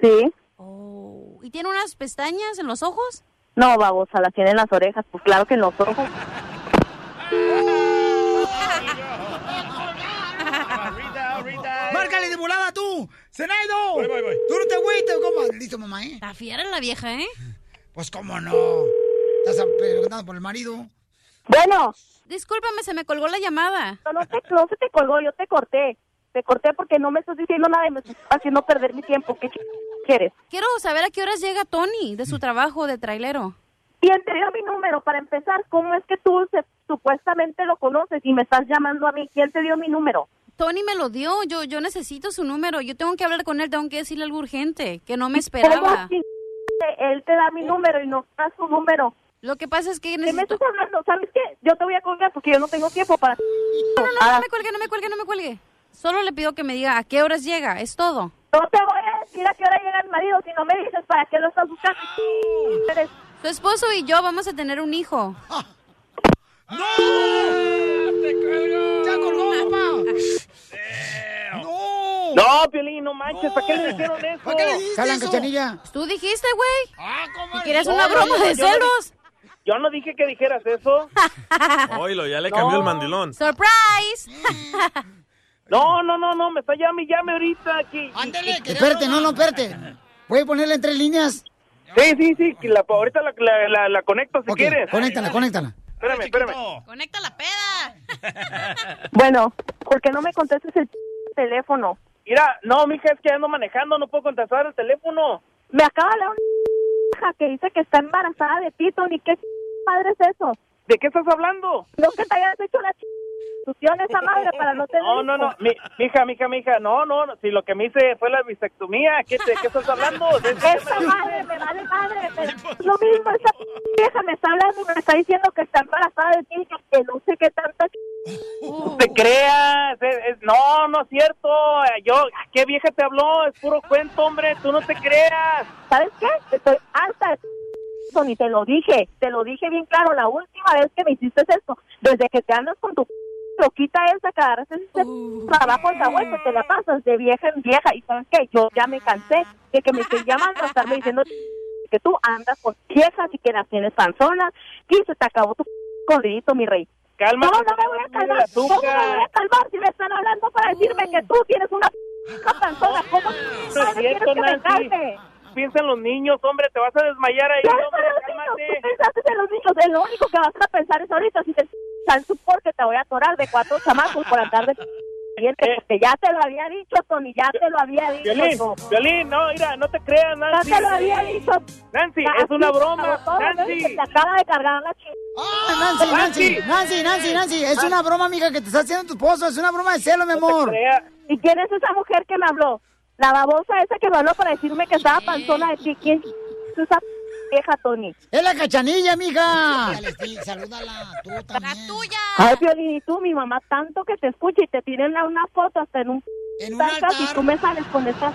[SPEAKER 23] Sí.
[SPEAKER 4] Oh, ¿Y tiene unas pestañas en los ojos?
[SPEAKER 23] No, babosa, las tiene en las orejas, pues claro que en los ojos.
[SPEAKER 2] ¡Márcale de volada tú! ¡Zenaido! Voy, voy, voy. ¡Tú no te agüites! ¿Cómo? Listo, mamá, ¿eh?
[SPEAKER 4] Está fiera la vieja, ¿eh?
[SPEAKER 2] Pues cómo no. Estás preguntando por el marido.
[SPEAKER 23] Bueno.
[SPEAKER 4] Discúlpame, se me colgó la llamada.
[SPEAKER 23] No, no, te, no se te colgó, yo te corté. Te corté porque no me estás diciendo nada y me estás haciendo perder mi tiempo. ¿Qué ch- quieres?
[SPEAKER 4] Quiero saber a qué horas llega Tony de su trabajo de trailero.
[SPEAKER 23] ¿Quién te dio mi número? Para empezar, ¿cómo es que tú se- supuestamente lo conoces y me estás llamando a mí? ¿Quién te dio mi número?
[SPEAKER 4] Tony me lo dio, yo, yo necesito su número, yo tengo que hablar con él, tengo que decirle algo urgente, que no me esperaba.
[SPEAKER 23] ¿Cómo ching- Él te da mi número y no da su número.
[SPEAKER 4] Lo que pasa es que
[SPEAKER 23] ¿Qué me estás hablando? ¿Sabes qué? Yo te voy a colgar porque yo no tengo tiempo para...
[SPEAKER 4] No, no,
[SPEAKER 23] Ah.
[SPEAKER 4] no, no me cuelgue, no me cuelgue, no me cuelgue. Solo le pido que me diga a qué horas llega, es todo.
[SPEAKER 23] No te voy a decir a qué hora llega el marido si no me dices para qué lo estás buscando. Eres-
[SPEAKER 4] Su esposo y yo vamos a tener un hijo.
[SPEAKER 18] No, Piolín, no manches, ¿para qué le hicieron eso?
[SPEAKER 2] ¿Para qué le dijiste
[SPEAKER 18] Calan,
[SPEAKER 2] eso?
[SPEAKER 18] cachanilla.
[SPEAKER 4] Tú dijiste, güey.
[SPEAKER 2] Ah, ¿cómo?
[SPEAKER 4] ¿Y quieres una broma de celos?
[SPEAKER 18] Yo no dije que dijeras eso.
[SPEAKER 3] Oilo, ya le
[SPEAKER 18] No.
[SPEAKER 3] cambió el mandilón.
[SPEAKER 4] ¡Surprise!
[SPEAKER 18] No, no, no, no, me está llame, y llame ahorita aquí.
[SPEAKER 20] Espérate, no, no, espérate. ¿Puede ponerla en tres líneas?
[SPEAKER 18] Sí, sí, sí, que la, ahorita la, la, la, la conecto si
[SPEAKER 20] Ok,
[SPEAKER 18] quieres.
[SPEAKER 20] Conéctala, conéctala.
[SPEAKER 18] Espérame, espérame.
[SPEAKER 4] Conecta la peda.
[SPEAKER 23] Bueno, ¿por qué no me contestas el teléfono?
[SPEAKER 18] Mira, no, mija, es que ando manejando, no puedo contestar el teléfono.
[SPEAKER 23] Me acaba de hablar una que dice que está embarazada de ti, Tony. ¿Qué madre es eso?
[SPEAKER 18] ¿De qué estás hablando?
[SPEAKER 23] No que te hayas hecho la institución esa madre para no tener...
[SPEAKER 18] No, no, no, mi, mija, mija, mija, no, no, no, si lo que me hice fue la bisectomía, ¿qué, te, qué estás hablando? De- de-
[SPEAKER 23] Esa madre, me vale madre. me- es lo mismo, esa vieja me está hablando y me está diciendo que está embarazada de ti, que- que no sé qué tanta...
[SPEAKER 18] No te creas, es- es- no, no es cierto, eh, yo, ¿qué vieja te habló? Es puro cuento, hombre, tú no te creas.
[SPEAKER 23] ¿Sabes qué? Estoy harta de Tony, te lo dije, te lo dije bien claro la última vez que me hiciste esto, desde que te andas con tu loquita esa que agarras ese trabajo en vuelta, te la pasas de vieja en vieja y sabes qué, yo ya me cansé de que me estén llamando a estarme diciendo que tú andas con viejas y que las tienes panzonas y se te acabó tu corridito, mi rey.
[SPEAKER 18] Calma.
[SPEAKER 23] ¿Cómo no me voy a calmar? ¿Cómo no me voy a calmar si me están hablando para decirme que tú tienes una panzona? ¿Cómo
[SPEAKER 18] No es
[SPEAKER 23] madre, quieres
[SPEAKER 18] cierto,
[SPEAKER 23] que me
[SPEAKER 18] Nancy.
[SPEAKER 23] calme?
[SPEAKER 18] Piensa en los niños, hombre, te vas a desmayar ahí,
[SPEAKER 23] Ya
[SPEAKER 18] hombre,
[SPEAKER 23] sabes,
[SPEAKER 18] cálmate.
[SPEAKER 23] Tú pensaste en los niños, en lo único que vas a pensar es ahorita si te sal tú porque te voy a atorar de cuatro chamacos por andar de cliente, porque ya te lo había dicho, Tony, ya te lo había dicho.
[SPEAKER 18] Eh. Violín,
[SPEAKER 23] hijo.
[SPEAKER 18] Violín, no, mira, no te creas,
[SPEAKER 23] Ya
[SPEAKER 18] Nancy.
[SPEAKER 23] te lo había dicho.
[SPEAKER 18] Nancy, es una broma,
[SPEAKER 23] Todo lo que
[SPEAKER 18] Nancy. Ah,
[SPEAKER 23] Te acaba de cargar la chica.
[SPEAKER 20] Ah, Nancy, Nancy, Nancy, Nancy, Nancy. Es una broma, amiga, que te está haciendo tu esposo. Es una broma de celo, mi amor.
[SPEAKER 23] ¿Y quién es esa mujer que me habló? La babosa esa que me habló para decirme que estaba panzona de ti. ¿Quién es esa vieja, Tony?
[SPEAKER 20] Es la cachanilla, mija.
[SPEAKER 2] Salúdala, tú
[SPEAKER 20] también.
[SPEAKER 23] Ay, Violín, y tú, mi mamá, tanto que te escucha y te tienen a una foto hasta en un...
[SPEAKER 2] En
[SPEAKER 23] un Y tú me sales con estas...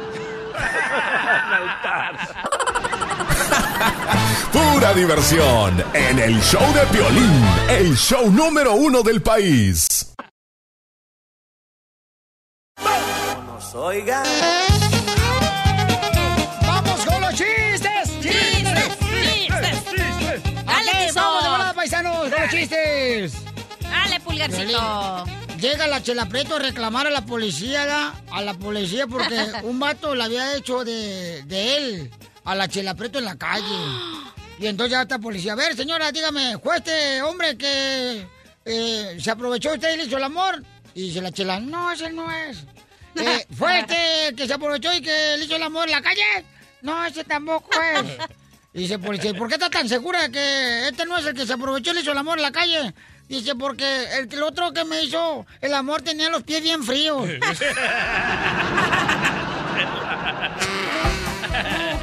[SPEAKER 8] Pura diversión en el show de Piolín, el show número uno del país.
[SPEAKER 18] Nos oiga.
[SPEAKER 2] ¡Vamos con los chistes! ¡Chistes! ¡Chistes!
[SPEAKER 4] Dale,
[SPEAKER 2] Ok,
[SPEAKER 4] Tizo.
[SPEAKER 2] ¡Vamos de volada, paisanos! ¡Con los chistes!
[SPEAKER 4] Dale, pulgarcito.
[SPEAKER 2] Violín, Llega la Chela Prieto a reclamar a la policía, ¿la? a la policía, porque un vato la había hecho de, de él a la Chela Prieto en la calle. Y entonces ya está policía. A ver, señora, dígame, ¿fue este hombre que eh, se aprovechó usted y le hizo el amor? Y dice la Chela, no, ese no es. Eh, ¿Fue este que se aprovechó y que le hizo el amor en la calle? No, ese tampoco es. Dice, policía, ¿y por qué está tan segura que este no es el que se aprovechó y le hizo el amor en la calle? Dice, porque el, que- el otro que me hizo el amor tenía los pies bien fríos.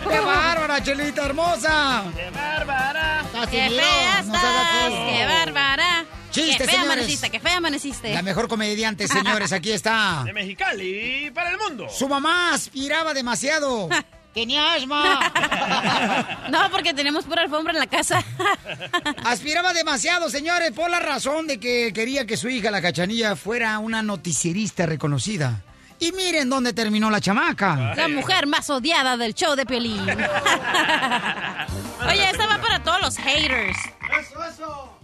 [SPEAKER 2] ¡Qué bárbara, chelita hermosa!
[SPEAKER 18] ¡Qué bárbara!
[SPEAKER 4] ¡Qué
[SPEAKER 2] Casimiro,
[SPEAKER 4] fea
[SPEAKER 2] no se haga
[SPEAKER 4] estás!
[SPEAKER 2] tú.
[SPEAKER 4] ¡Qué bárbara!
[SPEAKER 2] Chiste,
[SPEAKER 4] ¡Qué fea
[SPEAKER 2] señores.
[SPEAKER 4] amaneciste! ¡Qué fea amaneciste!
[SPEAKER 2] La mejor comediante, Este, señores, aquí está.
[SPEAKER 3] De Mexicali para el mundo.
[SPEAKER 2] Su mamá aspiraba demasiado. Tenía asma.
[SPEAKER 4] no, porque tenemos pura alfombra en la casa.
[SPEAKER 2] Aspiraba demasiado, señores, por la razón de que quería que su hija, la cachanilla, fuera una noticierista reconocida. Y miren dónde terminó la chamaca.
[SPEAKER 4] La mujer más odiada del show de Piolín. Oye, esta va para todos los haters.
[SPEAKER 1] Eso, eso.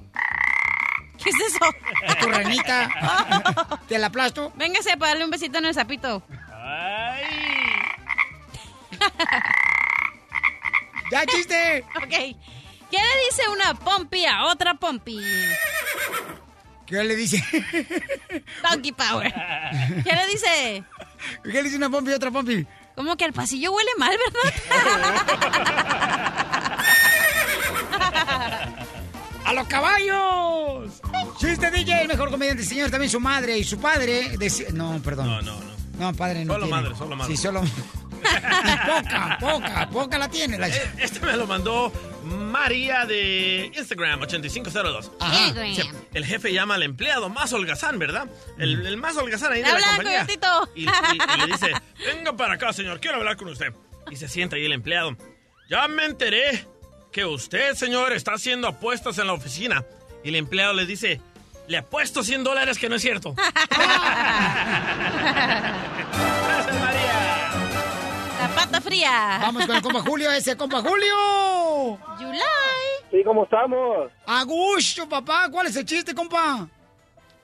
[SPEAKER 4] ¿Qué es eso?
[SPEAKER 2] A tu ranita. ¿Te la aplasto?
[SPEAKER 4] Véngase para darle un besito en el sapito.
[SPEAKER 2] ¡Ya chiste!
[SPEAKER 4] Ok. ¿Qué le dice una pompi a otra pompi?
[SPEAKER 2] ¿Qué le dice?
[SPEAKER 4] Donkey Power. ¿Qué le dice?
[SPEAKER 2] ¿Qué le dice una pompi y otra pompi?
[SPEAKER 4] Como que el pasillo huele mal, ¿verdad?
[SPEAKER 2] ¡A los caballos! ¡Chiste, DJ! El mejor comediante, señor. También su madre y su padre. deci- No, perdón. No,
[SPEAKER 3] no, no.
[SPEAKER 2] No, padre no
[SPEAKER 3] Solo
[SPEAKER 2] tiene.
[SPEAKER 3] madre, solo madre.
[SPEAKER 2] Sí, solo... poca, poca, poca la tiene. La...
[SPEAKER 3] Eh, Este me lo mandó María de Instagram 8502.
[SPEAKER 4] Ajá. Instagram.
[SPEAKER 3] Dice, El jefe llama al empleado más holgazán, ¿verdad?
[SPEAKER 2] Mm.
[SPEAKER 3] El, el más holgazán ahí de
[SPEAKER 4] Habla,
[SPEAKER 3] la compañía.
[SPEAKER 4] coyotito.
[SPEAKER 3] Y, y- y le dice, venga para acá, señor, quiero hablar con usted. Y se sienta ahí el empleado. Ya me enteré que usted, señor, está haciendo apuestas en la oficina. Y el empleado le dice, le apuesto 100 dólares que no es cierto.
[SPEAKER 4] La pata fría.
[SPEAKER 2] Vamos con el compa Julio, ese compa Julio.
[SPEAKER 4] July.
[SPEAKER 7] Sí, ¿cómo estamos?
[SPEAKER 2] A gusto, papá. ¿Cuál es el chiste, compa?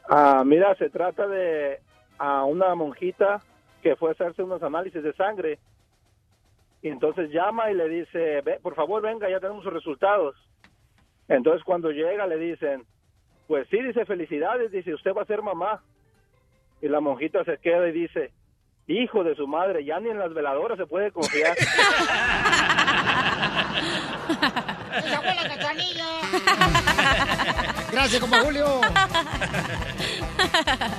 [SPEAKER 7] Ah, mira, se trata de a una monjita que fue a hacerse unos análisis de sangre. Y entonces llama y le dice, "Ve, por favor, venga, ya tenemos sus resultados. Entonces cuando llega le dicen, pues sí, dice, felicidades, dice, usted va a ser mamá. Y la monjita se queda y dice, hijo de su madre, ya ni en las veladoras se puede confiar.
[SPEAKER 2] Gracias, compa Julio.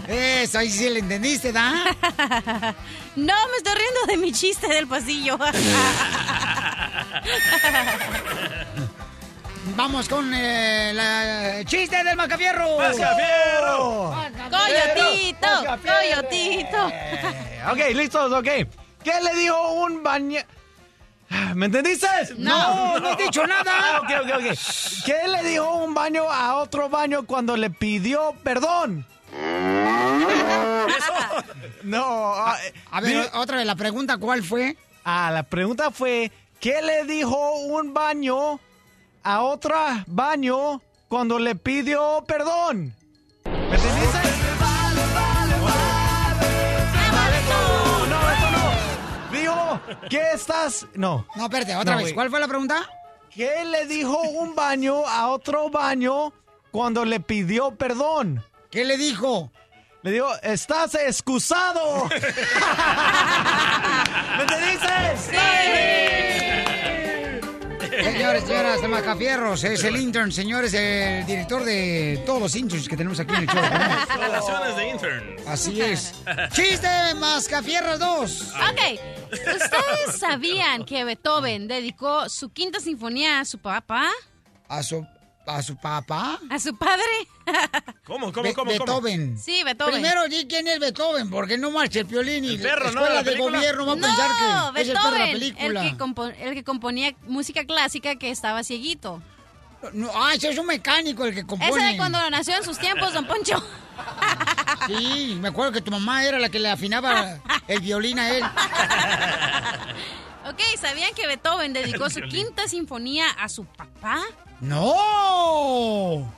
[SPEAKER 2] Eso, ahí sí le entendiste, ¿da?
[SPEAKER 4] No, me estoy riendo de mi chiste del pasillo.
[SPEAKER 2] Vamos con eh, el chiste del Macafierro.
[SPEAKER 5] ¡Mascafierro!
[SPEAKER 4] ¡Coyotito! ¡Coyotito!
[SPEAKER 5] Eh, Ok, listos, ok. ¿Qué le dijo un baña... Ah, ¿Me entendiste?
[SPEAKER 1] No.
[SPEAKER 5] no, no he dicho nada. Ah, ok, ok, ok. ¿Qué le dijo un baño a otro baño cuando le pidió perdón? No. A,
[SPEAKER 2] a ver, otra vez, la pregunta, ¿cuál fue?
[SPEAKER 5] Ah, la pregunta fue, ¿qué le dijo un baño a otro baño cuando le pidió perdón? ¿Me entendiste? No, no, eso no. Dijo, ¿qué estás...? No.
[SPEAKER 2] No, espérate, otra vez. ¿Cuál fue la pregunta?
[SPEAKER 5] ¿Qué le dijo un baño a otro baño cuando le pidió perdón?
[SPEAKER 2] ¿Qué le dijo?
[SPEAKER 5] Le dijo, estás excusado. ¿Me entendiste?
[SPEAKER 2] Señores, señoras, el Macafierros es el intern, señores, el director de todos los interns que tenemos aquí en el show. ¿verdad?
[SPEAKER 3] Relaciones de intern.
[SPEAKER 2] Así es. ¡Chiste, Eh, Mascafierros 2!
[SPEAKER 4] Ok, ¿ustedes sabían que Beethoven dedicó su quinta sinfonía a su papá?
[SPEAKER 2] ¿A su, a su papá?
[SPEAKER 4] ¿A su padre?
[SPEAKER 3] ¿Cómo,
[SPEAKER 2] Be- Beethoven.
[SPEAKER 4] Sí, Beethoven.
[SPEAKER 2] Primero di quién es Beethoven, porque no marcha el piolín y
[SPEAKER 4] El
[SPEAKER 2] la
[SPEAKER 4] perro, ¿no?
[SPEAKER 2] escuela
[SPEAKER 4] ¿La
[SPEAKER 2] de
[SPEAKER 4] película?
[SPEAKER 2] gobierno va a
[SPEAKER 4] No,
[SPEAKER 2] pensar que es el perro de la
[SPEAKER 4] Beethoven,
[SPEAKER 2] película.
[SPEAKER 4] el que, compo- el que componía música clásica que estaba cieguito.
[SPEAKER 2] No, ah, ese es un mecánico el que compone.
[SPEAKER 4] Ese de cuando nació en sus tiempos, don Poncho.
[SPEAKER 2] Sí, me acuerdo que tu mamá era la que le afinaba el violín a él.
[SPEAKER 4] Ok, ¿sabían que Beethoven dedicó su
[SPEAKER 2] Violín.
[SPEAKER 4] quinta sinfonía a su papá?
[SPEAKER 2] ¡No!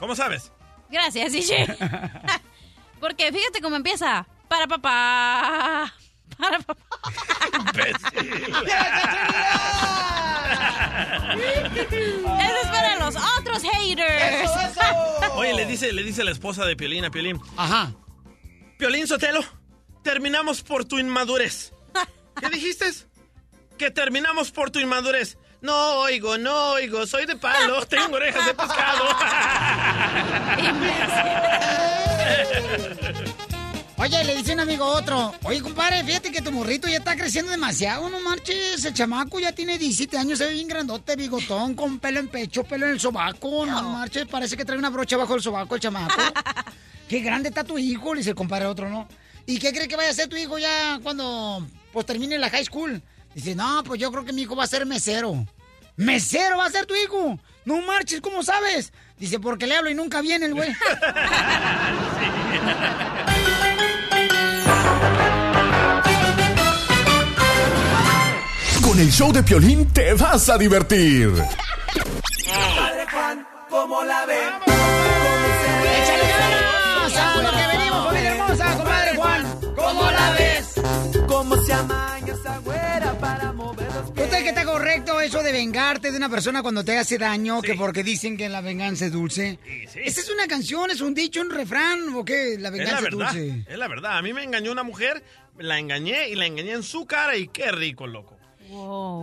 [SPEAKER 3] ¿Cómo sabes?
[SPEAKER 4] Gracias, DJ. Porque fíjate cómo empieza. Para papá. Para papá. Eso es para los otros haters.
[SPEAKER 3] Oye, le dice, le dice la esposa de Piolín a Piolín.
[SPEAKER 2] Ajá.
[SPEAKER 3] Piolín Sotelo, terminamos por tu inmadurez. ¿Qué dijiste? Que terminamos por tu inmadurez. No oigo, no oigo, soy de palo, tengo orejas de pescado.
[SPEAKER 2] Oye, le dice un amigo a otro, oye, compadre, fíjate que tu morrito ya está creciendo demasiado, no marches, el chamaco ya tiene 17 años, se ve bien grandote, bigotón, con pelo en pecho, pelo en el sobaco, no marches, parece que trae una brocha bajo el sobaco el chamaco. qué grande está tu hijo, le dice el compadre a otro, ¿no? ¿Y qué cree que vaya a ser tu hijo ya cuando pues termine la high school? Dice, no, pues yo creo que mi hijo va a ser mesero. ¡Mesero va a ser tu hijo! ¡No marches! ¿Cómo sabes? Dice, porque le hablo y nunca viene el güey.
[SPEAKER 8] Con el show de Piolín te vas a divertir.
[SPEAKER 13] como la ven.
[SPEAKER 2] ¡A lo que venimos, familia hermosa, compadre Juan!
[SPEAKER 13] ¿Cómo la ves?
[SPEAKER 2] ¿Cómo se amaña esa güera para mover los pies? ¿Usted que está correcto eso de vengarte de una persona cuando te hace daño? Que porque dicen que la venganza es dulce. ¿Esa es una canción, es un dicho, un refrán o qué? La
[SPEAKER 3] Es la
[SPEAKER 2] venganza es,
[SPEAKER 3] verdad,
[SPEAKER 2] dulce.
[SPEAKER 3] es la verdad. A mí me engañó una mujer, la engañé y la engañé en su cara y qué rico, loco.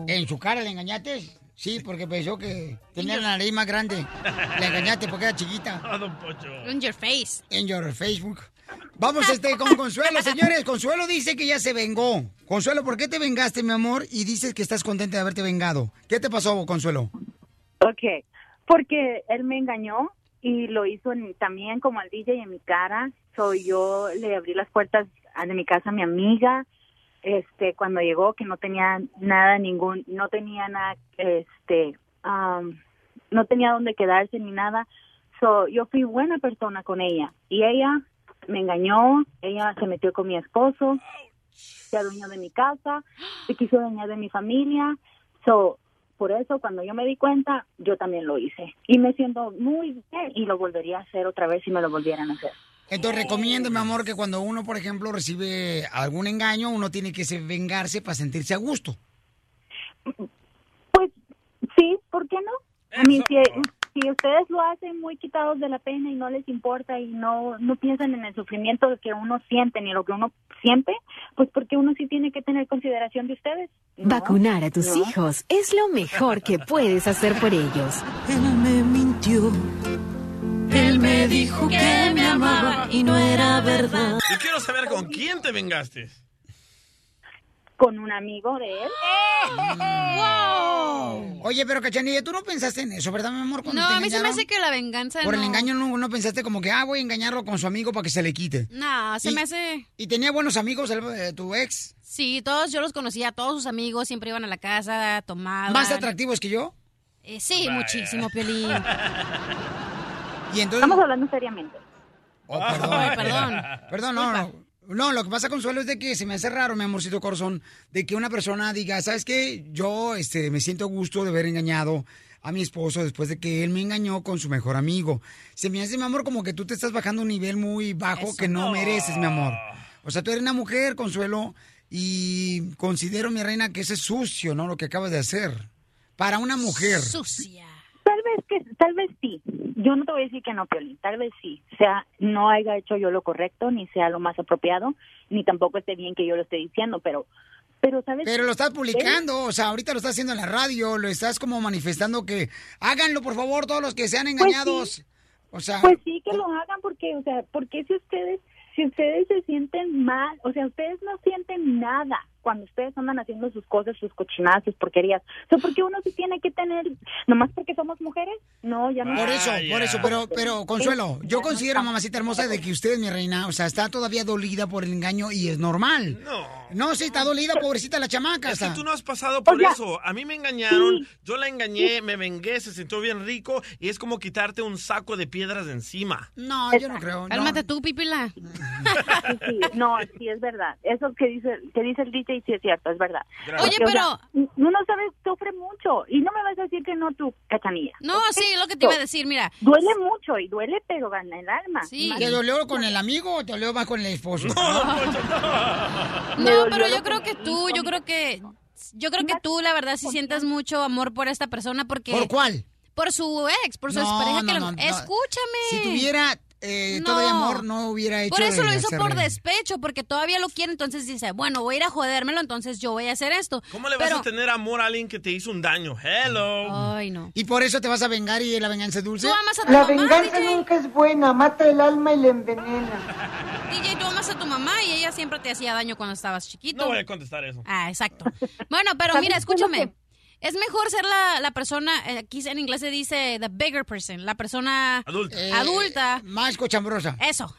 [SPEAKER 2] ¿En su cara le engañaste? Sí, porque pensó que tenía la nariz más grande. Le engañaste porque era chiquita.
[SPEAKER 4] In your face.
[SPEAKER 2] En your Facebook. Vamos este, con Consuelo, señores. Consuelo dice que ya se vengó. Consuelo, ¿por qué te vengaste, mi amor? Y dices que estás contenta de haberte vengado. ¿Qué te pasó, Consuelo?
[SPEAKER 9] Ok, porque él me engañó y lo hizo en- también como al DJ en mi cara. Soy yo le abrí las puertas a- de mi casa a mi amiga. Este, cuando llegó que no tenía nada ningún, no tenía nada, este, am, no tenía dónde quedarse ni nada. So, yo fui buena persona con ella y ella me engañó, ella se metió con mi esposo, se adueñó de mi casa, se quiso adueñar de mi familia. So, por eso cuando yo me di cuenta, yo también lo hice. Y me siento muy bien y lo volvería a hacer otra vez si me lo volvieran a hacer.
[SPEAKER 2] Entonces, recomiendo, mi amor, que cuando uno, por ejemplo, recibe algún engaño, uno tiene que se- vengarse para sentirse a gusto.
[SPEAKER 9] Sí, ¿por qué no? A mí, si, si ustedes lo hacen muy quitados de la pena y no les importa y no, no piensan en el sufrimiento que uno siente ni lo que uno siente, pues porque uno sí tiene que tener consideración de ustedes.
[SPEAKER 11] Vacunar a tus hijos es lo mejor que puedes hacer por ellos. Él me mintió.
[SPEAKER 9] Él me
[SPEAKER 3] dijo
[SPEAKER 9] que me amaba y no era verdad.
[SPEAKER 3] Yo quiero saber con quién te vengaste.
[SPEAKER 9] Con un amigo de él.
[SPEAKER 4] Eh,
[SPEAKER 2] ¡Oh! Oye, pero Cachanilla, tú no pensaste en eso, ¿verdad, mi amor? Cuando
[SPEAKER 4] No,
[SPEAKER 2] te
[SPEAKER 4] a mí se me
[SPEAKER 2] engañaron?
[SPEAKER 4] hace que la venganza
[SPEAKER 2] Por el
[SPEAKER 4] no-
[SPEAKER 2] engaño no, no pensaste como que, ah, voy a engañarlo con su amigo para que se le quite.
[SPEAKER 4] No, se
[SPEAKER 2] Y-
[SPEAKER 4] me hace...
[SPEAKER 2] ¿Y tenía buenos amigos el- eh, tu ex?
[SPEAKER 4] Sí, todos, yo los conocía, todos sus amigos siempre iban a la casa, tomaban.
[SPEAKER 2] ¿Más atractivos que yo?
[SPEAKER 4] Eh, sí,
[SPEAKER 2] Vaya.
[SPEAKER 4] muchísimo, Piolín.
[SPEAKER 2] Y entonces...
[SPEAKER 9] Estamos hablando seriamente.
[SPEAKER 2] Oh, perdón.
[SPEAKER 9] Ay, perdón.
[SPEAKER 2] Perdón, no, no. No, lo que pasa, Consuelo, es de que se me hace raro, mi amorcito corazón, de que una persona diga, ¿sabes qué? Yo este, me siento a gusto de haber engañado a mi esposo después de que él me engañó con su mejor amigo. Se me hace, mi amor, como que tú te estás bajando un nivel muy bajo que no mereces, mi amor. O sea, tú eres una mujer, Consuelo, y considero, mi reina, que eso es sucio, ¿no? Lo que acabas de hacer. Para una mujer.
[SPEAKER 4] Sucia.
[SPEAKER 9] Tal vez que, tal vez sí. Yo no te voy a decir que no, Piolín. Tal vez sí. O sea, no haya hecho yo lo correcto, ni sea lo más apropiado, ni tampoco esté bien que yo lo esté diciendo, pero, pero sabes.
[SPEAKER 2] Pero lo estás publicando, o sea, ahorita lo estás haciendo en la radio, lo estás como manifestando que háganlo, por favor, todos los que sean engañados. O sea,
[SPEAKER 9] Pues sí que lo hagan porque, o sea, porque si ustedes, si ustedes se sienten mal, o sea, ustedes no sienten nada cuando ustedes andan haciendo sus cosas, sus cochinadas, sus porquerías. O sea, porque uno sí tiene que tener, nomás porque somos mujeres, no, ya no.
[SPEAKER 2] por eso, por eso, pero, pero Consuelo, yo considero, mamacita hermosa, de que usted, mi reina, o sea, está todavía dolida por el engaño y es normal.
[SPEAKER 3] No.
[SPEAKER 2] No, sí, está dolida, pobrecita la chamaca.
[SPEAKER 3] Es que
[SPEAKER 2] o sea.
[SPEAKER 3] tú no has pasado por
[SPEAKER 2] Oye.
[SPEAKER 3] eso. A mí me engañaron, yo la engañé, me vengué, se sintió bien rico y es como quitarte un saco de piedras de encima.
[SPEAKER 2] No, yo no creo.
[SPEAKER 4] Cálmate tú, Pipila.
[SPEAKER 9] Sí, no, sí es verdad. Eso que dice, que dice el DJ sí es cierto, es verdad.
[SPEAKER 4] Gracias. Oye,
[SPEAKER 9] Porque, o sea, uno sabe sufre mucho y no me vas a decir que no tú, cachanilla.
[SPEAKER 4] No,
[SPEAKER 9] ¿ok?
[SPEAKER 4] sí, lo que te iba a decir, mira.
[SPEAKER 9] Duele mucho y duele, pero gana el alma.
[SPEAKER 2] ¿Te dolió con el amigo o te dolió más con el esposo?
[SPEAKER 4] No, pero yo creo que tú, yo creo que... Yo creo que tú, la verdad, sí sientas mucho amor por esta persona porque...
[SPEAKER 2] ¿Por cuál?
[SPEAKER 4] Por su ex, por su
[SPEAKER 2] No,
[SPEAKER 4] expareja.
[SPEAKER 2] no,
[SPEAKER 4] que
[SPEAKER 2] no,
[SPEAKER 4] lo-
[SPEAKER 2] no.
[SPEAKER 4] Escúchame.
[SPEAKER 2] Si tuviera eh,
[SPEAKER 4] No.
[SPEAKER 2] todavía amor, no hubiera hecho
[SPEAKER 4] Por eso
[SPEAKER 2] de
[SPEAKER 4] lo hizo por
[SPEAKER 2] hacerle.
[SPEAKER 4] despecho, porque todavía lo quiere, entonces dice, bueno, voy a ir a jodérmelo, entonces yo voy a hacer esto.
[SPEAKER 3] ¿Cómo le vas
[SPEAKER 4] Pero-
[SPEAKER 3] a tener amor a alguien que te hizo un daño? Hello.
[SPEAKER 4] Ay, no.
[SPEAKER 2] ¿Y por eso te vas a vengar y la venganza es dulce?
[SPEAKER 24] La venganza nunca es buena, mata el alma y la envenena.
[SPEAKER 4] DJ, tú amas a tu mamá y ella siempre te hacía daño cuando estabas chiquito.
[SPEAKER 3] No voy a contestar eso.
[SPEAKER 4] Ah, exacto. Bueno, pero
[SPEAKER 9] ¿Sabes
[SPEAKER 4] mira,
[SPEAKER 9] qué es lo
[SPEAKER 4] escúchame. es mejor ser la, la persona, eh, aquí en inglés se dice the bigger person, la persona
[SPEAKER 2] Adulta. Eh,
[SPEAKER 4] adulta.
[SPEAKER 2] Más cochambrosa.
[SPEAKER 4] Eso.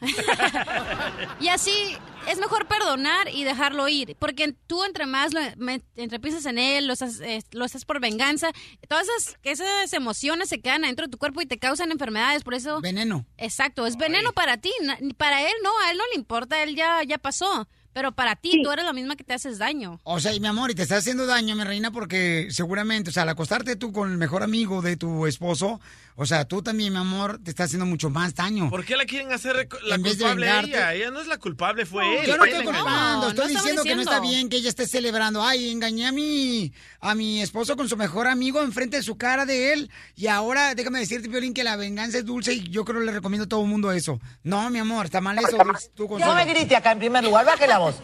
[SPEAKER 4] y así es mejor perdonar y dejarlo ir, porque tú entre más lo, me- entre piensas en él, lo haces, eh, lo haces por venganza, todas esas, esas emociones se quedan adentro de tu cuerpo y te causan enfermedades, por eso...
[SPEAKER 2] Veneno.
[SPEAKER 4] Exacto, es veneno para ti, na- para él no, a él no le importa, él ya, ya pasó, pero para ti tú eres la misma que te haces daño.
[SPEAKER 2] O sea, y mi amor, y te está haciendo daño, mi reina, porque seguramente, o sea, al acostarte tú con el mejor amigo de tu esposo, o sea, tú también, mi amor, te está haciendo mucho más daño.
[SPEAKER 3] ¿Por qué la quieren hacer la
[SPEAKER 2] En vez de
[SPEAKER 3] culpable a ella?
[SPEAKER 2] vengarte.
[SPEAKER 3] Ella no es la culpable, fue él.
[SPEAKER 2] Yo no
[SPEAKER 3] Él
[SPEAKER 2] estoy
[SPEAKER 3] la engañó.
[SPEAKER 2] culpando, estoy
[SPEAKER 4] no estamos
[SPEAKER 2] diciendo, que no
[SPEAKER 4] diciendo.
[SPEAKER 2] está bien que ella esté celebrando. Ay, engañé a mi, a mi esposo con su mejor amigo enfrente de su cara de él. Y ahora déjame decirte, Violín, que la venganza es dulce y yo creo que le recomiendo a todo el mundo eso. No, mi amor, está mal eso. dulce, tú
[SPEAKER 20] No
[SPEAKER 2] consuelo.
[SPEAKER 20] me grite acá en primer lugar, baje la voz.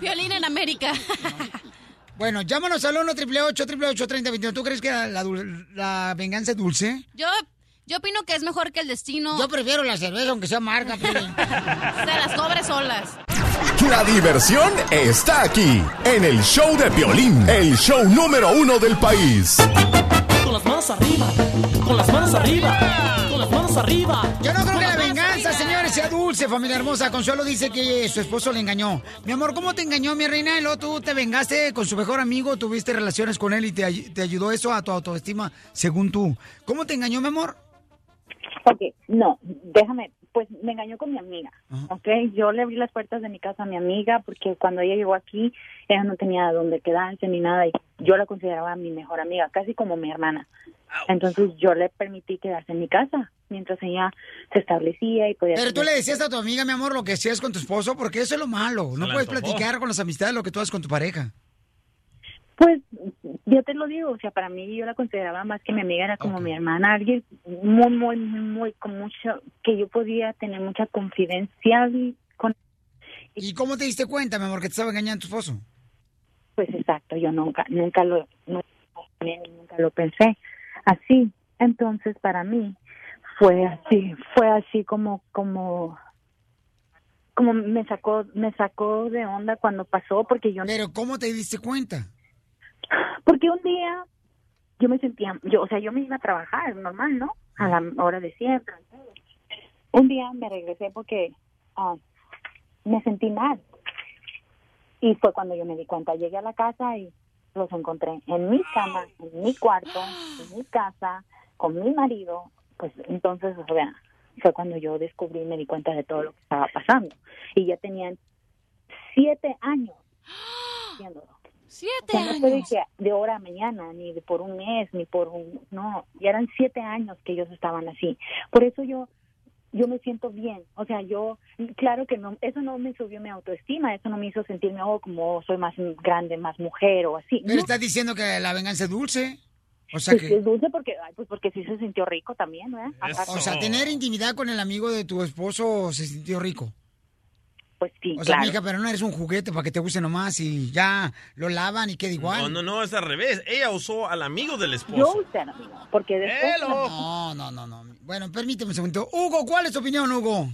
[SPEAKER 4] Violín en América.
[SPEAKER 2] Bueno, llámanos al 1 888 3021 ¿Tú crees que la, la dul- la venganza es dulce?
[SPEAKER 4] Yo, yo opino que es mejor que el destino
[SPEAKER 2] Yo prefiero la cerveza, aunque sea marca, Piolín.
[SPEAKER 4] se las cobre solas.
[SPEAKER 8] La diversión está aquí, en el show de Piolín, el show número uno del país.
[SPEAKER 10] Con las manos arriba, con las manos arriba, con las manos arriba.
[SPEAKER 2] Yo no creo que la venganza, señores, sea dulce, familia hermosa. Consuelo dice que su esposo le engañó. Mi amor, ¿cómo te engañó mi reina? Y luego tú te vengaste con su mejor amigo, tuviste relaciones con él y te, ay- te ayudó eso a tu autoestima, según tú. ¿Cómo te engañó, mi amor?
[SPEAKER 9] Ok, no, déjame, pues me engañó con mi amiga, ¿ok? Yo le abrí las puertas de mi casa a mi amiga porque cuando ella llegó aquí, ella no tenía dónde quedarse ni nada y yo la consideraba mi mejor amiga, casi como mi hermana. Entonces yo le permití quedarse en mi casa mientras ella se establecía y podía...
[SPEAKER 2] Pero tú
[SPEAKER 9] tener-
[SPEAKER 2] le decías a tu amiga, mi amor, lo que hacías con tu esposo, porque eso es lo malo. No
[SPEAKER 9] la
[SPEAKER 2] puedes
[SPEAKER 9] antojó.
[SPEAKER 2] platicar con las amistades lo que tú haces con tu pareja.
[SPEAKER 9] Pues yo te lo digo, o sea, para mí yo la consideraba más que mi amiga, era como mi hermana, alguien muy, muy, muy, muy, con mucho, que yo podía tener mucha confidencia con...
[SPEAKER 2] ¿Y cómo te diste cuenta, mi amor, que te estaba engañando tu esposo?
[SPEAKER 9] Pues exacto, yo nunca, nunca lo, nunca, nunca lo pensé así. Entonces para mí fue así, fue así como, como, como me sacó, me sacó de onda cuando pasó porque yo.
[SPEAKER 2] Pero ¿cómo te diste cuenta?
[SPEAKER 9] Porque un día yo me sentía, yo, o sea, yo me iba a trabajar normal, ¿no? A la hora de siempre. Un día me regresé porque ah, me sentí mal. Y fue cuando yo me di cuenta. Llegué a la casa y los encontré en mi cama, en mi cuarto, en mi casa, con mi marido. Pues entonces, o sea, fue cuando yo descubrí y me di cuenta de todo lo que estaba pasando. Y ya tenían siete años haciéndolo.
[SPEAKER 4] Siete
[SPEAKER 9] O sea, no fue de, que- de hora a mañana, ni de por un mes, ni por un... No, ya eran siete años que ellos estaban así. Por eso yo yo me siento bien. O sea, yo, claro que no, eso no me subió mi autoestima, eso no me hizo sentirme, oh, como soy más grande, más mujer o así.
[SPEAKER 2] Pero
[SPEAKER 9] No,
[SPEAKER 2] estás diciendo que la venganza es dulce. O sea
[SPEAKER 9] pues,
[SPEAKER 2] que...
[SPEAKER 9] es dulce porque, ay, pues porque sí se sintió rico también, ¿verdad? Aparte-
[SPEAKER 2] O sea, tener intimidad con el amigo de tu esposo se sintió rico.
[SPEAKER 9] Pues sí,
[SPEAKER 2] O sea,
[SPEAKER 3] claro.
[SPEAKER 2] mija, pero no eres un juguete para que te guste nomás y ya lo lavan y queda igual.
[SPEAKER 3] No, no, no, es al revés. Ella usó al amigo del
[SPEAKER 9] Yo
[SPEAKER 3] esposo.
[SPEAKER 9] usted, amigo, porque después...
[SPEAKER 2] No, no, no, no. Bueno, permíteme un segundo. Hugo, ¿cuál es tu opinión, Hugo?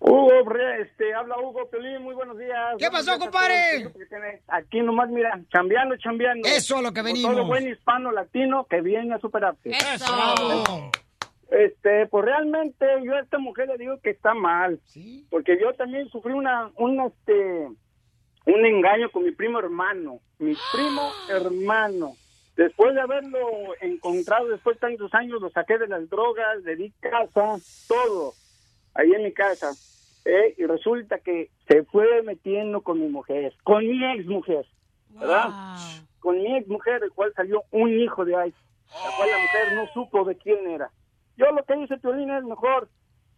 [SPEAKER 17] Hugo, bre, este, habla Hugo Pelín, muy buenos días.
[SPEAKER 2] ¿Qué
[SPEAKER 17] Buenos
[SPEAKER 2] pasó,
[SPEAKER 17] días a
[SPEAKER 2] compadre?
[SPEAKER 17] todos, que tienes Aquí nomás, mira, chambeando, chambeando.
[SPEAKER 2] Eso a lo que
[SPEAKER 17] Como
[SPEAKER 2] venimos.
[SPEAKER 17] Todo buen hispano latino que viene a superarse.
[SPEAKER 2] ¡Eso!
[SPEAKER 17] Bravo. Este, pues realmente yo a esta mujer le digo que está mal. Porque yo también sufrí una, una, este, un engaño con mi primo hermano. Mi primo hermano. Después de haberlo encontrado, después de tantos años, lo saqué de las drogas, de mi casa, todo, ahí en mi casa. ¿eh? Y resulta que se fue metiendo con mi mujer, con mi ex mujer, ¿verdad? Con mi ex mujer, el cual salió un hijo de ahí, la cual la mujer no supo de quién era. Yo lo que hice, Piolín, es mejor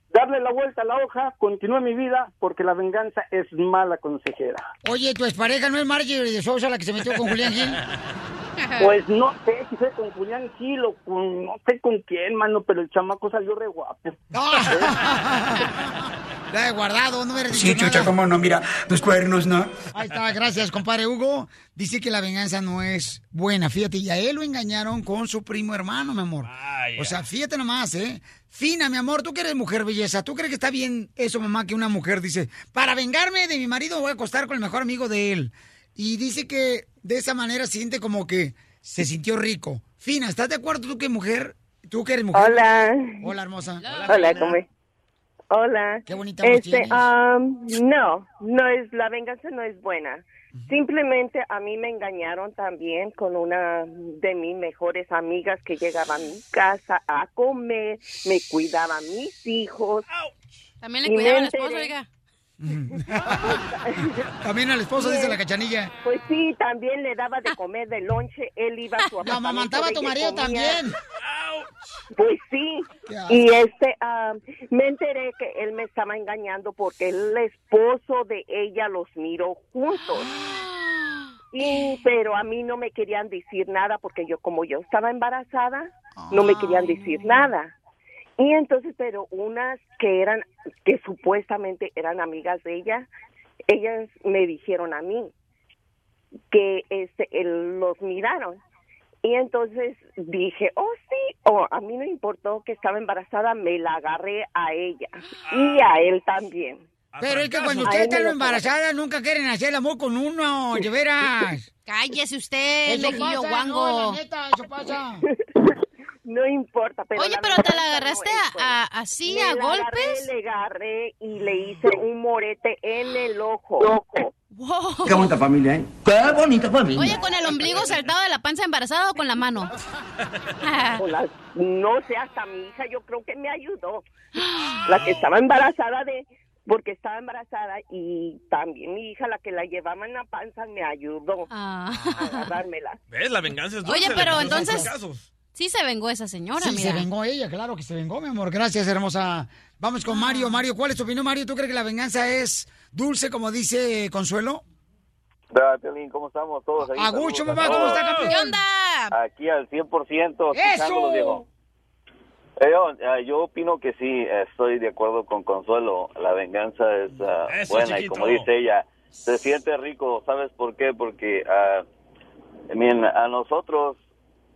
[SPEAKER 17] darle la vuelta a la hoja, continué mi vida, porque la venganza es mala consejera.
[SPEAKER 2] Oye, tu expareja no es Marjorie de Sousa la que se metió con Julián Gil.
[SPEAKER 17] Pues no sé si fue con Julián Gil o con no sé con quién, mano, pero el chamaco salió re guapo.
[SPEAKER 2] La he guardado, no eres
[SPEAKER 25] Sí, chucha, cómo no, mira, los cuernos, ¿no?
[SPEAKER 2] Ahí está, gracias, compadre Hugo. Dice que la venganza no es buena, fíjate, y a él lo engañaron con su primo hermano, mi amor. O sea, fíjate nomás, ¿eh? Fina, mi amor, tú que eres mujer belleza, ¿tú crees que está bien eso, mamá, que una mujer dice, para vengarme de mi marido voy a acostar con el mejor amigo de él? Y dice que de esa manera siente como que se sintió rico. Fina, ¿estás de acuerdo tú que mujer? ¿Tú que eres mujer?
[SPEAKER 26] Hola.
[SPEAKER 2] Hola, hermosa.
[SPEAKER 26] Hola, ¿cómo es? Hola.
[SPEAKER 2] Qué bonita voz
[SPEAKER 26] Este,
[SPEAKER 2] tienes.
[SPEAKER 26] um, no, no es la venganza no es buena. Simplemente a mí me engañaron también con una de mis mejores amigas que llegaba a mi casa a comer, me cuidaba a mis hijos.
[SPEAKER 4] También le
[SPEAKER 26] Y me
[SPEAKER 4] cuidaba a la esposa,
[SPEAKER 26] enteré.
[SPEAKER 4] oiga.
[SPEAKER 2] También al esposo, dice
[SPEAKER 26] Bien.
[SPEAKER 2] la cachanilla.
[SPEAKER 26] Pues sí, también le daba de comer de lonche, él iba a su
[SPEAKER 2] Lo amamantaba tu
[SPEAKER 26] apartamento, ella
[SPEAKER 2] marido
[SPEAKER 26] comía.
[SPEAKER 2] también.
[SPEAKER 26] Pues sí, y este, ah, me enteré que él me estaba engañando porque el esposo de ella los miró juntos. Y, pero a mí no me querían decir nada porque yo, como yo estaba embarazada, no me querían decir nada. Y entonces, pero unas que eran, que supuestamente eran amigas de ella, ellas me dijeron a mí que este, el- los miraron. Y entonces dije, oh sí, oh, a mí no importó que estaba embarazada, me la agarré a ella y a él también.
[SPEAKER 2] Pero es que cuando
[SPEAKER 26] A
[SPEAKER 2] ustedes
[SPEAKER 26] él me
[SPEAKER 2] están
[SPEAKER 26] lo-
[SPEAKER 2] embarazadas nunca quieren hacer el amor con uno, de veras.
[SPEAKER 4] Cállese usted,
[SPEAKER 2] Eso
[SPEAKER 4] Mejillo
[SPEAKER 2] pasa,
[SPEAKER 4] Guango.
[SPEAKER 2] no, la neta, eso pasa.
[SPEAKER 26] No importa, pero...
[SPEAKER 4] Oye,
[SPEAKER 26] la
[SPEAKER 4] pero te
[SPEAKER 26] venganza
[SPEAKER 4] la
[SPEAKER 26] no
[SPEAKER 4] agarraste
[SPEAKER 26] es buena.
[SPEAKER 4] a- a- así,
[SPEAKER 26] Me
[SPEAKER 4] a
[SPEAKER 26] la
[SPEAKER 4] golpes.
[SPEAKER 26] Agarré, le agarré y le hice un morete en el ojo.
[SPEAKER 4] Wow.
[SPEAKER 17] Qué bonita familia, ¿eh? Qué bonita familia.
[SPEAKER 4] Oye, ¿con el ombligo saltado de la panza embarazada o con la mano? Ah.
[SPEAKER 26] Con las- no sé, hasta mi hija yo creo que me ayudó.
[SPEAKER 4] Ah.
[SPEAKER 26] La que estaba embarazada de... Porque estaba embarazada y también mi hija, la que la llevaba en la panza, me ayudó
[SPEAKER 4] Ah.
[SPEAKER 26] a agarrármela.
[SPEAKER 3] ¿Ves? La venganza es dulce.
[SPEAKER 4] Oye,
[SPEAKER 3] le
[SPEAKER 4] pero
[SPEAKER 3] pasó en sus
[SPEAKER 4] entonces
[SPEAKER 3] casos.
[SPEAKER 4] sí se vengó esa señora,
[SPEAKER 2] Sí,
[SPEAKER 4] mira.
[SPEAKER 2] se vengó ella, claro que se vengó, mi amor. Gracias, hermosa. Vamos con Mario. Mario, ¿cuál es tu opinión, Mario? ¿Tú crees que la venganza es dulce, como dice Consuelo?
[SPEAKER 6] Hola, Piolín, ¿cómo estamos todos? ahí?
[SPEAKER 2] Agucho,
[SPEAKER 6] Saludos a
[SPEAKER 2] papá, ¿cómo
[SPEAKER 6] todos.
[SPEAKER 2] está, campeón?
[SPEAKER 6] Aquí al 100%, escuchándolos, viejo. Eh, yo, eh, yo opino que sí, eh, estoy de acuerdo con Consuelo. La venganza es ah,
[SPEAKER 15] Eso,
[SPEAKER 6] buena y
[SPEAKER 15] chiquito.
[SPEAKER 6] como dice ella, se siente rico. ¿Sabes por qué? Porque, ah, miren, a nosotros,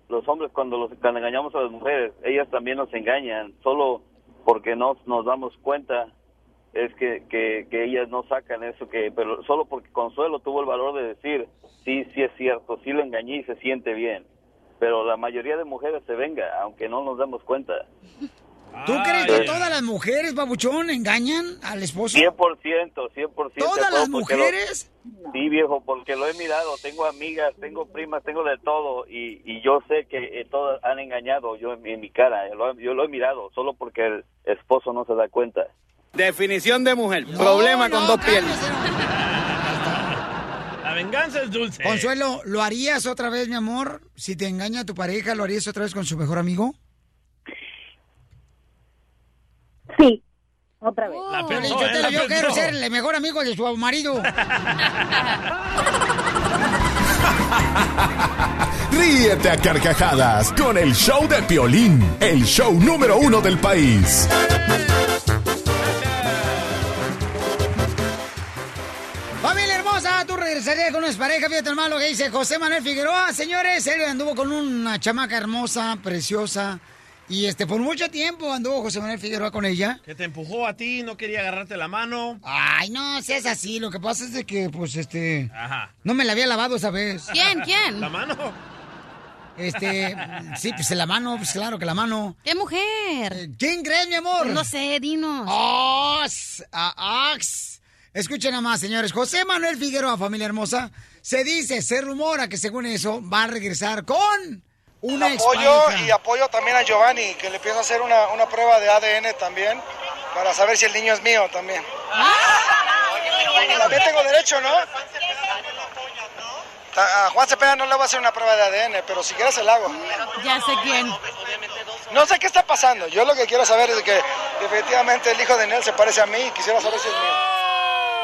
[SPEAKER 6] los hombres, cuando, los, cuando engañamos a las mujeres, ellas también nos engañan. Solo porque no nos damos cuenta es que, que, que ellas no sacan eso que pero solo porque Consuelo tuvo el valor de decir sí sí es cierto sí lo engañé y se siente bien pero la mayoría de mujeres se venga aunque no nos damos cuenta
[SPEAKER 2] ¿Tú crees que todas las mujeres, babuchón, engañan al esposo?
[SPEAKER 6] 100%, 100%.
[SPEAKER 2] ¿Todas
[SPEAKER 6] todo
[SPEAKER 2] las
[SPEAKER 6] porque
[SPEAKER 2] mujeres?
[SPEAKER 6] lo- sí, viejo, porque lo he mirado. Tengo amigas, tengo primas, tengo de todo. Y, y yo sé que eh, todas han engañado yo en, en mi cara. eh, lo- yo lo he mirado solo porque el esposo no se da cuenta.
[SPEAKER 27] Definición de mujer. Problema con dos piernas.
[SPEAKER 3] La venganza es dulce.
[SPEAKER 2] Consuelo, ¿lo harías otra vez, mi amor? Si te engaña tu pareja, ¿lo harías otra vez con su mejor amigo?
[SPEAKER 26] Sí, otra vez.
[SPEAKER 2] La
[SPEAKER 26] pensó, ¿eh? La
[SPEAKER 2] yo
[SPEAKER 26] pensó.
[SPEAKER 2] quiero ser el mejor amigo de su marido.
[SPEAKER 8] Ríete a carcajadas con el show de Piolín, el show número uno del país.
[SPEAKER 2] Familia hermosa, tú regresarías con una pareja, fíjate hermano lo que dice José Manuel Figueroa. Señores, él anduvo con una chamaca hermosa, preciosa. Y este, por mucho tiempo anduvo José Manuel Figueroa con ella.
[SPEAKER 3] Que te empujó a ti, no quería agarrarte la mano.
[SPEAKER 2] Ay, no seas así, lo que pasa es de que, pues, este...
[SPEAKER 3] Ajá.
[SPEAKER 2] No me la había lavado esa vez.
[SPEAKER 4] ¿Quién? ¿Quién?
[SPEAKER 3] La mano.
[SPEAKER 2] Este, sí, pues la mano, pues claro que la mano.
[SPEAKER 4] ¡Qué mujer!
[SPEAKER 2] Eh, ¿Quién crees, mi amor?
[SPEAKER 4] No sé, dinos.
[SPEAKER 2] ¡Ax! a- ¡Ax! Escuchen nada más, señores. José Manuel Figueroa, familia hermosa, se dice, se rumora que según eso va a regresar con una
[SPEAKER 28] apoyo
[SPEAKER 2] expareja.
[SPEAKER 28] y apoyo también a Giovanni, que le pienso hacer una, una prueba de ADN también, para saber si el niño es mío también.
[SPEAKER 4] Ah,
[SPEAKER 28] También tengo derecho, ¿no? Ta- A Juan Cepeda no le voy a hacer una prueba de ADN, pero si quieres se la hago.
[SPEAKER 4] Ya sé quién.
[SPEAKER 28] No sé qué está pasando. Yo lo que quiero saber es que definitivamente el hijo de Nel se parece a mí y quisiera saber si es mío.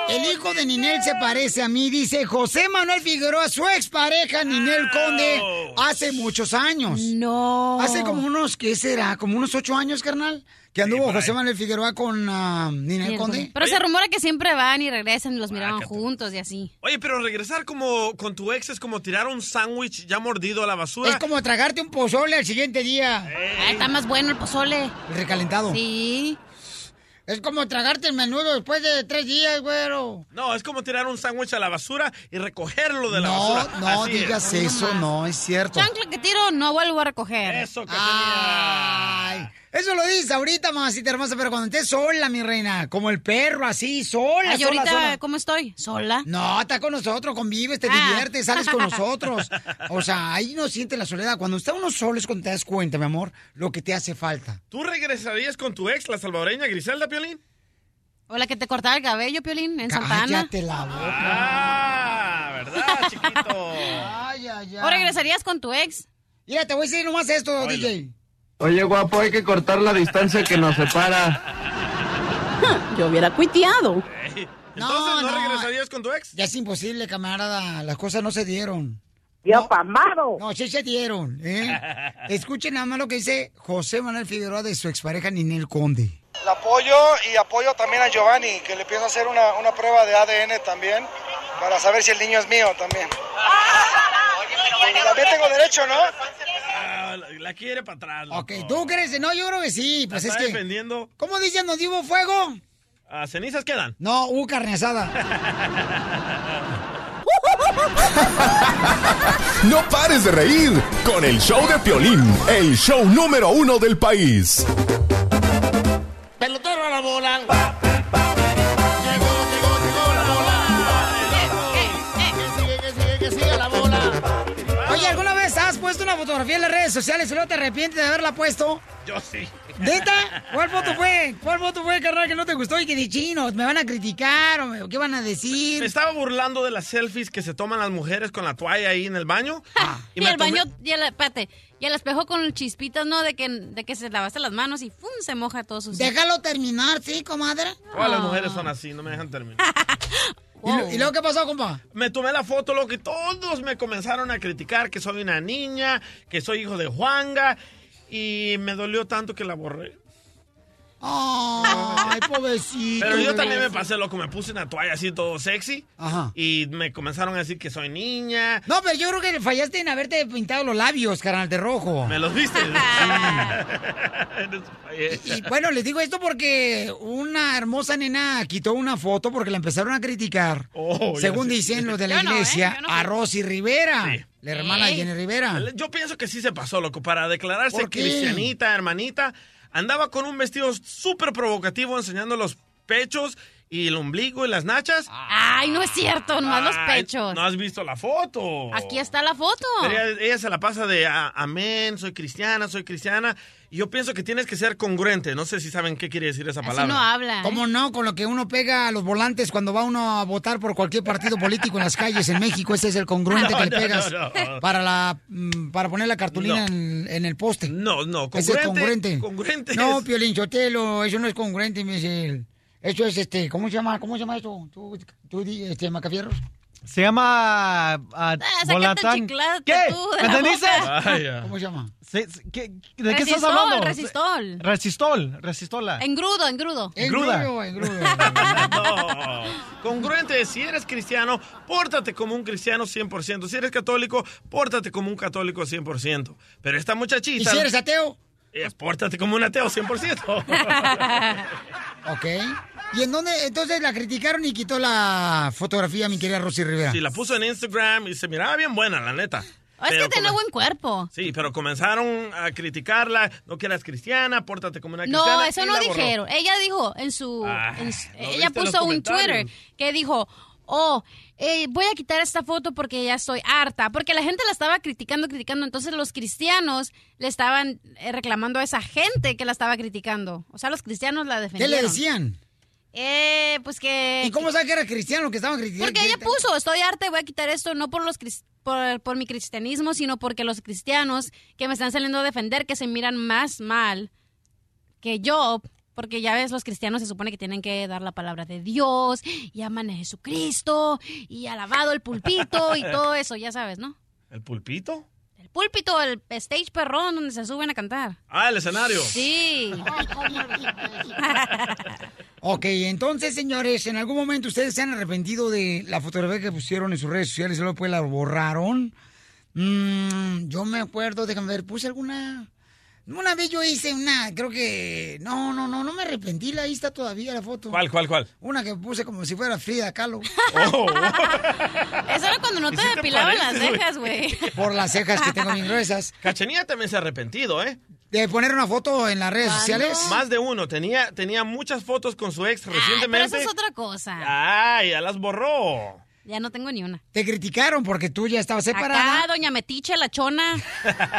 [SPEAKER 2] El hijo de Ninel se parece a mí, dice José Manuel Figueroa, su expareja Ninel Conde, hace muchos años.
[SPEAKER 4] No.
[SPEAKER 2] Hace como unos, ¿qué será? Como unos ocho años, carnal, que anduvo José Manuel Figueroa con ah, Ninel Conde.
[SPEAKER 4] Pero se rumora que siempre van y regresan y
[SPEAKER 3] Ah,
[SPEAKER 4] los miraban juntos y así.
[SPEAKER 3] Oye, pero regresar como con tu ex es como tirar un sándwich ya mordido a la basura.
[SPEAKER 2] Es como tragarte un pozole al siguiente día.
[SPEAKER 4] Ah, está más bueno el pozole.
[SPEAKER 2] Recalentado.
[SPEAKER 4] Sí.
[SPEAKER 2] Es como tragarte el menudo después de tres días, güero.
[SPEAKER 3] No, es como tirar un sándwich a la basura y recogerlo de la
[SPEAKER 2] No,
[SPEAKER 3] basura.
[SPEAKER 2] no
[SPEAKER 3] Así es.
[SPEAKER 2] digas eso, no es cierto.
[SPEAKER 4] Chancla que tiro, no vuelvo a recoger. Eso
[SPEAKER 3] que
[SPEAKER 2] Ah, Ay, eso lo dices ahorita, mamacita hermosa, pero cuando estés sola, mi reina, como el perro, así, sola,
[SPEAKER 4] Ay,
[SPEAKER 2] sola,
[SPEAKER 4] ahorita,
[SPEAKER 2] sola.
[SPEAKER 4] ¿cómo estoy? ¿Sola?
[SPEAKER 2] No, está con nosotros, convives, te
[SPEAKER 4] Ah.
[SPEAKER 2] diviertes, sales con nosotros. O sea, ahí no siente la soledad. Cuando está uno solo es cuando te das cuenta, mi amor, lo que te hace falta.
[SPEAKER 3] ¿Tú regresarías con tu ex, la salvadoreña Griselda Piolín?
[SPEAKER 4] O la que te cortaba el cabello, Piolín, en Santana.
[SPEAKER 2] Cállate la boca.
[SPEAKER 3] Ah, ¿verdad, chiquito?
[SPEAKER 2] Ay, ay, ay.
[SPEAKER 4] ¿O regresarías con tu ex?
[SPEAKER 2] Mira, te voy a decir nomás esto, DJ.
[SPEAKER 12] Oye, guapo, hay que cortar la distancia que nos separa.
[SPEAKER 11] Yo hubiera cuiteado.
[SPEAKER 3] Entonces, ¿no regresarías con tu ex?
[SPEAKER 2] Ya es imposible, camarada. Las cosas no se dieron.
[SPEAKER 12] ¡Dios
[SPEAKER 2] pamado! No, sí se dieron. ¿eh? Escuchen nada más lo que dice José Manuel Figueroa de su expareja Ninel Conde.
[SPEAKER 28] La apoyo y apoyo también a Giovanni, que le pienso hacer una, una prueba de ADN también, para saber si el niño es mío también. También tengo derecho, ¿no?
[SPEAKER 3] Ah, la, la quiere para atrás.
[SPEAKER 2] Ok, ¿tú crees? No, yo creo que sí. Pues es
[SPEAKER 3] está
[SPEAKER 2] que.
[SPEAKER 3] defendiendo.
[SPEAKER 2] ¿Cómo dicen? ¿Nos dimos fuego?
[SPEAKER 3] Ah, cenizas quedan.
[SPEAKER 2] No, uh, carne asada.
[SPEAKER 8] No pares de reír con el show de Piolín, el show número uno del país.
[SPEAKER 10] Pelotero a la bola.
[SPEAKER 2] Oye, ¿alguna vez has puesto una fotografía en las redes sociales y luego te arrepientes de haberla puesto?
[SPEAKER 3] Yo sí.
[SPEAKER 2] ¿Neta? ¿Cuál foto fue? ¿Cuál foto fue, carnal, que no te gustó y que di chinos? ¿Me van a criticar o me- o qué van a decir?
[SPEAKER 3] Me estaba burlando de las selfies que se toman las mujeres con la toalla ahí en el baño.
[SPEAKER 2] Ah.
[SPEAKER 4] Y,
[SPEAKER 3] me
[SPEAKER 4] el
[SPEAKER 3] tomé-
[SPEAKER 4] baño, y el, espérate, y el espejo con el chispito, ¿no? De que, de que se lavaste las manos y ¡fum! se moja todo su
[SPEAKER 2] Déjalo terminar, ¿sí, comadre?
[SPEAKER 3] Todas las mujeres son así, no me dejan terminar.
[SPEAKER 2] ¿Y, lo- y luego qué pasó, compa?
[SPEAKER 3] Me tomé la foto, loco, y todos me comenzaron a criticar que soy una niña, que soy hijo de Juanga, y me dolió tanto que la borré.
[SPEAKER 2] Ay, pobrecito.
[SPEAKER 3] Pero yo también me pasé, loco, me puse una toalla así todo sexy,
[SPEAKER 2] Ajá.
[SPEAKER 3] y me comenzaron a decir que soy niña.
[SPEAKER 2] No, pero yo creo que fallaste en haberte pintado los labios, carnal, de rojo.
[SPEAKER 3] Me los viste.
[SPEAKER 2] Y bueno, les digo esto porque una hermosa nena quitó una foto porque la empezaron a criticar.
[SPEAKER 3] Oh, ya
[SPEAKER 2] según
[SPEAKER 3] sé.
[SPEAKER 2] dicen los de la
[SPEAKER 3] Yo no, ¿eh?
[SPEAKER 2] iglesia,
[SPEAKER 3] Yo no
[SPEAKER 2] a Rosy Rivera,
[SPEAKER 3] Sí.
[SPEAKER 2] la hermana de Jenny Rivera.
[SPEAKER 3] Yo pienso que sí se pasó, loco, para declararse
[SPEAKER 2] ¿Por qué?
[SPEAKER 3] cristianita, hermanita. Andaba con un vestido súper provocativo enseñando los pechos y el ombligo y las nachas.
[SPEAKER 4] Ay, no es cierto, nomás los
[SPEAKER 3] Ay,
[SPEAKER 4] pechos.
[SPEAKER 3] No has visto la foto.
[SPEAKER 4] Aquí está la foto.
[SPEAKER 3] Pero Ella, ella se la pasa de "Ah, amén, soy cristiana, soy cristiana. Y yo pienso que tienes que ser congruente. No sé si saben qué quiere decir esa palabra. ¿eh?
[SPEAKER 2] ¿Cómo no? Con lo que uno pega a los volantes cuando va uno a votar por cualquier partido político en las calles en México. Ese es el congruente
[SPEAKER 3] No,
[SPEAKER 2] que le
[SPEAKER 3] no,
[SPEAKER 2] pegas
[SPEAKER 3] no, no.
[SPEAKER 2] Para, la, mm, para poner la cartulina
[SPEAKER 3] No.
[SPEAKER 2] en, en el poste.
[SPEAKER 3] No, no,
[SPEAKER 2] Ese es congruente.
[SPEAKER 3] congruente. congruente
[SPEAKER 2] No,
[SPEAKER 3] es-
[SPEAKER 2] Piolín Chotelo, eso no es congruente, Michel. Eso es este, ¿cómo se llama? ¿Cómo se llama eso? ¿Tú, tú di- este, Macafierros?
[SPEAKER 5] Se llama... ah, volatán. ¿Qué? ¿Me entendiste?
[SPEAKER 2] ¿Cómo se llama?
[SPEAKER 5] Se- se- ¿qué- ¿De qué estás
[SPEAKER 4] Resistol,
[SPEAKER 5] hablando?
[SPEAKER 4] resistol.
[SPEAKER 5] Resistol, resistola.
[SPEAKER 4] Engrudo, engrudo.
[SPEAKER 5] Engruda. Engrudo,
[SPEAKER 4] Ah,
[SPEAKER 3] No. Congruente, si eres cristiano, pórtate como un cristiano 100%. Si eres católico, pórtate como un católico 100%. Pero esta
[SPEAKER 2] ¿Y
[SPEAKER 3] muchachita...
[SPEAKER 2] si eres ateo?
[SPEAKER 3] eh, pórtate como un ateo 100%.
[SPEAKER 2] ok. ¿Y en dónde? Entonces la criticaron y quitó la fotografía, mi querida Rosy Rivera.
[SPEAKER 3] Sí, la puso en Instagram y se miraba bien buena, la neta.
[SPEAKER 4] Oh, es
[SPEAKER 3] Pero
[SPEAKER 4] que tiene
[SPEAKER 3] comen-
[SPEAKER 4] buen cuerpo.
[SPEAKER 3] Sí, pero comenzaron a criticarla. No que eras cristiana, pórtate como una cristiana.
[SPEAKER 4] No,
[SPEAKER 3] y
[SPEAKER 4] eso no
[SPEAKER 3] la borró.
[SPEAKER 4] dijeron. Ella dijo en su...
[SPEAKER 3] Ah,
[SPEAKER 4] en su-
[SPEAKER 3] ¿no
[SPEAKER 4] ella
[SPEAKER 3] viste los
[SPEAKER 4] puso un
[SPEAKER 3] comentarios?
[SPEAKER 4] Twitter que dijo, oh, eh, voy a quitar esta foto porque ya estoy harta. Porque la gente la estaba criticando, criticando. Entonces los cristianos le estaban eh, reclamando a esa gente que la estaba criticando. O sea, los cristianos la
[SPEAKER 2] ¿Qué
[SPEAKER 4] defendieron.
[SPEAKER 2] le decían?
[SPEAKER 4] Eh, pues que...
[SPEAKER 2] ¿Y cómo sabe que era cristiano lo que estaban criticando?
[SPEAKER 4] Porque ella puso, estoy harta y voy a quitar esto no por los cris- por, por mi cristianismo, sino porque los cristianos que me están saliendo a defender que se miran más mal que yo, porque ya ves, los cristianos se supone que tienen que dar la palabra de Dios y aman a Jesucristo y alabado el pulpito y todo eso, ya sabes, ¿no?
[SPEAKER 3] ¿El pulpito?
[SPEAKER 4] El púlpito, el stage perrón donde se suben a cantar.
[SPEAKER 3] Ah, el escenario.
[SPEAKER 4] Sí.
[SPEAKER 2] Ok, entonces, señores, ¿en algún momento ustedes se han arrepentido de la fotografía que pusieron en sus redes sociales y luego pues la borraron? Mm, yo me acuerdo, déjame ver, puse alguna... Una vez yo hice una, creo que. No, no, no, no me arrepentí. Ahí está todavía la foto.
[SPEAKER 3] ¿Cuál, cuál, cuál?
[SPEAKER 2] Una que puse como si fuera Frida Kahlo.
[SPEAKER 4] Eso era cuando no te
[SPEAKER 3] ¿Y si te
[SPEAKER 4] depilaban las
[SPEAKER 3] parece, güey?
[SPEAKER 4] cejas, güey.
[SPEAKER 2] Por las cejas que tengo bien gruesas.
[SPEAKER 3] Cachanilla también se ha arrepentido, ¿eh?
[SPEAKER 2] De poner una foto en las redes sociales.
[SPEAKER 3] Más de uno. Tenía, tenía muchas fotos con su ex
[SPEAKER 4] Ah, Pero eso
[SPEAKER 3] recientemente.
[SPEAKER 4] es otra cosa.
[SPEAKER 3] Ay, ya las borró.
[SPEAKER 4] Ya no tengo ni una.
[SPEAKER 2] Te criticaron porque tú ya estabas separada.
[SPEAKER 4] Acá, doña Metiche, la chona,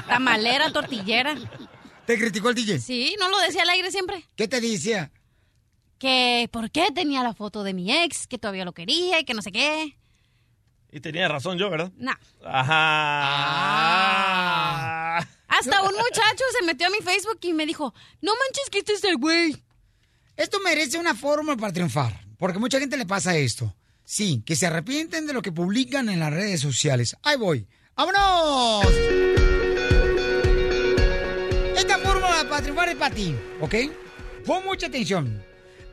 [SPEAKER 4] tamalera, tortillera.
[SPEAKER 2] ¿Te criticó el DJ?
[SPEAKER 4] Sí, no lo decía al aire siempre.
[SPEAKER 2] ¿Qué te decía?
[SPEAKER 4] Que por qué tenía la foto de mi ex, que todavía lo quería y que no sé qué.
[SPEAKER 3] Y tenía razón yo, ¿verdad?
[SPEAKER 4] No.
[SPEAKER 3] Ajá.
[SPEAKER 2] Ah.
[SPEAKER 4] Hasta un muchacho se metió a mi Facebook y me dijo, no manches que este es el güey.
[SPEAKER 2] Esto merece una fórmula para triunfar, porque mucha gente le pasa esto. Sí, que se arrepienten de lo que publican en las redes sociales. Ahí voy. ¡Vámonos! Esta fórmula para triunfar es para ti, ¿ok? Pon mucha atención.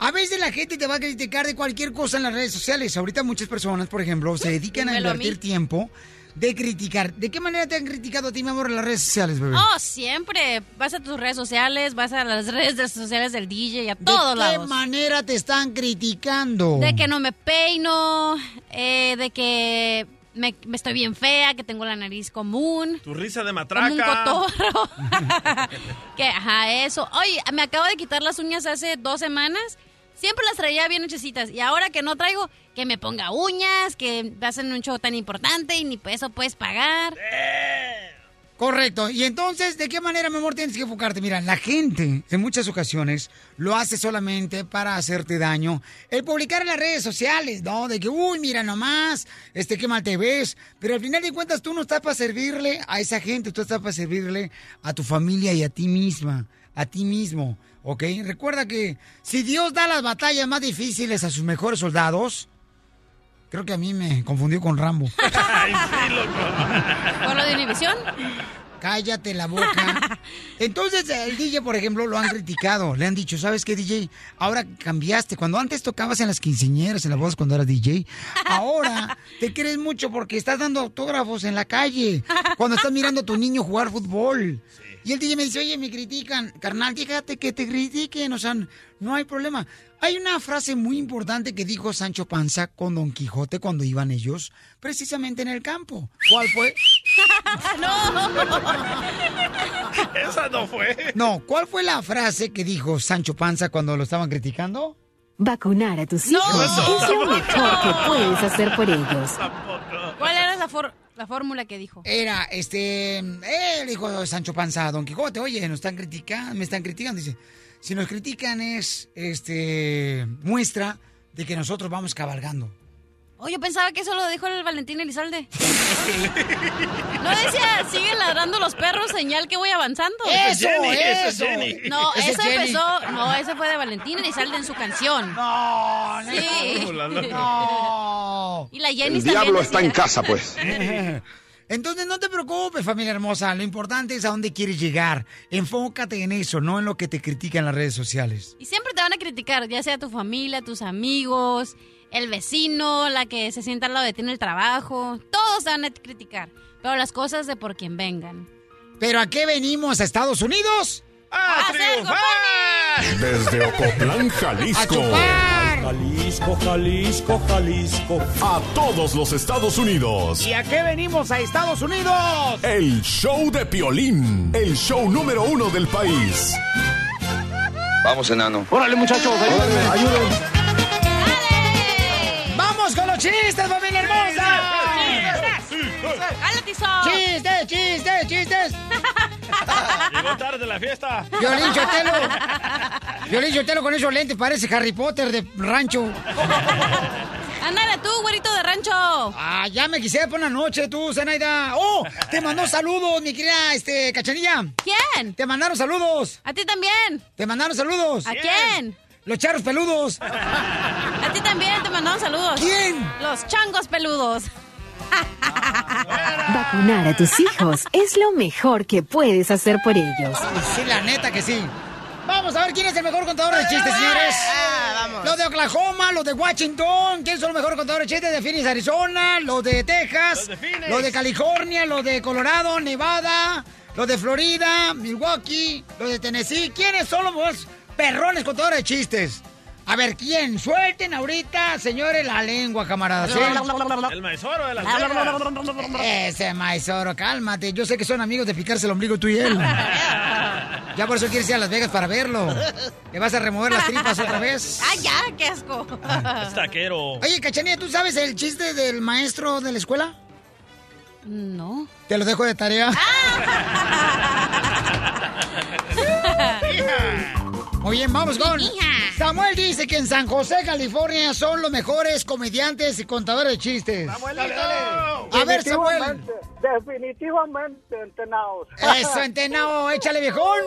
[SPEAKER 2] A veces la gente te va a criticar de cualquier cosa en las redes sociales. Ahorita muchas personas, por ejemplo, se dedican a
[SPEAKER 4] Dímelo a mí.
[SPEAKER 2] invertir tiempo de criticar. ¿De qué manera te han criticado a ti, mi amor, en las redes sociales, bebé?
[SPEAKER 4] Oh, siempre. Vas a tus redes sociales, vas a las redes sociales del DJ y a todos
[SPEAKER 2] ¿De qué
[SPEAKER 4] lados.
[SPEAKER 2] manera te están criticando?
[SPEAKER 4] De que no me peino, eh, de que me, me estoy bien fea, que tengo la nariz común.
[SPEAKER 3] Tu risa
[SPEAKER 4] Como
[SPEAKER 3] de
[SPEAKER 4] un
[SPEAKER 3] matraca.
[SPEAKER 4] cotorro. que, ajá, eso. Oye, me acabo de quitar las uñas hace dos semanas. Siempre las traía bien hechecitas. Y ahora que no traigo, que me ponga uñas, que hacen un show tan importante y ni eso puedes pagar.
[SPEAKER 2] Correcto. Y entonces, ¿de qué manera, mi amor, tienes que enfocarte? Mira, la gente en muchas ocasiones lo hace solamente para hacerte daño. El publicar en las redes sociales, ¿no? De que, uy, mira nomás, este, qué mal te ves. Pero al final de cuentas, tú no estás para servirle a esa gente, tú estás para servirle a tu familia y a ti misma, a ti mismo, ¿ok? Recuerda que si Dios da las batallas más difíciles a sus mejores soldados, creo que a mí me confundió con Rambo.
[SPEAKER 3] Ay, sí, loco.
[SPEAKER 4] ¿Con lo de Univisión?
[SPEAKER 2] Cállate la boca. Entonces, el DJ, por ejemplo, lo han criticado. Le han dicho, ¿sabes qué, DJ? Ahora cambiaste. Cuando antes tocabas en las quinceñeras, en las bodas cuando eras DJ, ahora te crees mucho porque estás dando autógrafos en la calle, cuando estás mirando a tu niño jugar fútbol. Y el DJ me dice, oye, me critican. Carnal, fíjate que te critiquen, o sea, no hay problema. Hay una frase muy importante que dijo Sancho Panza con Don Quijote cuando iban ellos precisamente en el campo. ¿Cuál fue?
[SPEAKER 3] Esa no fue.
[SPEAKER 2] No, ¿cuál fue la frase que dijo Sancho Panza cuando lo estaban criticando?
[SPEAKER 11] Vacunar a tus hijos es lo mejor que puedes hacer por ellos.
[SPEAKER 4] ¿Cuál era la, for- la fórmula que dijo?
[SPEAKER 2] Era, este, él dijo Sancho Panza a Don Quijote, oye, nos están criticando, me están criticando, dice, si nos critican es, este, muestra de que nosotros vamos cabalgando.
[SPEAKER 4] Oh, yo pensaba que eso lo dijo el Valentín Elizalde. No decía, siguen ladrando los perros, señal que voy avanzando.
[SPEAKER 2] Eso, Jenny, eso es eso. Jenny.
[SPEAKER 4] No,
[SPEAKER 2] Ese es
[SPEAKER 4] eso
[SPEAKER 2] Jenny.
[SPEAKER 4] empezó, no, eso fue de Valentín Elizalde en su canción.
[SPEAKER 2] No,
[SPEAKER 4] no. Sí.
[SPEAKER 2] No.
[SPEAKER 4] Y la Jenny
[SPEAKER 18] El diablo
[SPEAKER 4] también
[SPEAKER 18] está en
[SPEAKER 4] decía.
[SPEAKER 18] casa, pues.
[SPEAKER 2] Entonces no te preocupes, familia hermosa, lo importante es a dónde quieres llegar. Enfócate en eso, no en lo que te critican las redes sociales.
[SPEAKER 4] Y siempre te van a criticar, ya sea tu familia, tus amigos, el vecino, la que se sienta al lado de ti en el trabajo. Todos te van a criticar, pero las cosas de por quien vengan.
[SPEAKER 2] ¿Pero a qué venimos a Estados Unidos?
[SPEAKER 4] ¡A
[SPEAKER 8] Desde Ocotlán, Jalisco.
[SPEAKER 10] Jalisco, Jalisco, Jalisco.
[SPEAKER 8] A todos los Estados Unidos.
[SPEAKER 2] a qué venimos a Estados Unidos?
[SPEAKER 8] El show de Piolín. El show número uno del país.
[SPEAKER 18] Vamos, enano. Órale, muchachos, ayúdenme.
[SPEAKER 2] ¡Vamos con los chistes, familia hermosa!
[SPEAKER 4] ¡Hala, tizo!
[SPEAKER 2] ¡Chistes, chistes, chistes!
[SPEAKER 3] Llegó tarde la fiesta.
[SPEAKER 2] Violín Chotelo. Violín Chotelo con esos lentes parece Harry Potter de rancho.
[SPEAKER 4] Ándale tú, güerito de rancho.
[SPEAKER 2] Ah, ya me quisiera por la noche tú, Zenaida. ¡Oh! Te mandó saludos, mi querida este, Cachanilla.
[SPEAKER 4] ¿Quién?
[SPEAKER 2] Te mandaron saludos.
[SPEAKER 4] A ti también.
[SPEAKER 2] Te mandaron saludos.
[SPEAKER 4] ¿A quién?
[SPEAKER 2] Los charros peludos.
[SPEAKER 4] A ti también te mandaron saludos.
[SPEAKER 2] ¿Quién?
[SPEAKER 4] Los changos peludos.
[SPEAKER 11] Vacunar a tus hijos es lo mejor que puedes hacer por ellos.
[SPEAKER 2] Sí, la neta que sí. Vamos a ver quién es el mejor contador de chistes, señores. Ah, vamos. Los de Oklahoma, los de Washington. ¿Quién son los mejores contadores de chistes? De Phoenix, Arizona, los de Texas,
[SPEAKER 3] Los de Phoenix.
[SPEAKER 2] los de California, los de Colorado, Nevada, los de Florida, Milwaukee, los de Tennessee. ¿Quiénes son los perrones contadores de chistes? A ver, ¿quién? Suelten ahorita, señores, la lengua, camaradas. Ah, ¿sí?
[SPEAKER 3] El maizoro de las Vegas.
[SPEAKER 2] Ese maizoro, cálmate. Yo sé que son amigos de picarse el ombligo tú y él. Ya por eso quieres ir a Las Vegas para verlo. ¿Le vas a remover las tripas otra vez?
[SPEAKER 4] ¡Ah, ya! ¡Qué asco!
[SPEAKER 13] Ah.
[SPEAKER 3] Es taquero.
[SPEAKER 2] Oye, Cachanilla, ¿tú sabes el chiste del maestro de la escuela?
[SPEAKER 4] No.
[SPEAKER 2] Te lo dejo de tarea. Muy bien, vamos con. Samuel dice que en San José, California, son los mejores comediantes y contadores de chistes. A ver, Samuel.
[SPEAKER 17] Definitivamente, Definitivamente, entenados.
[SPEAKER 2] Eso, entenao, échale viejón.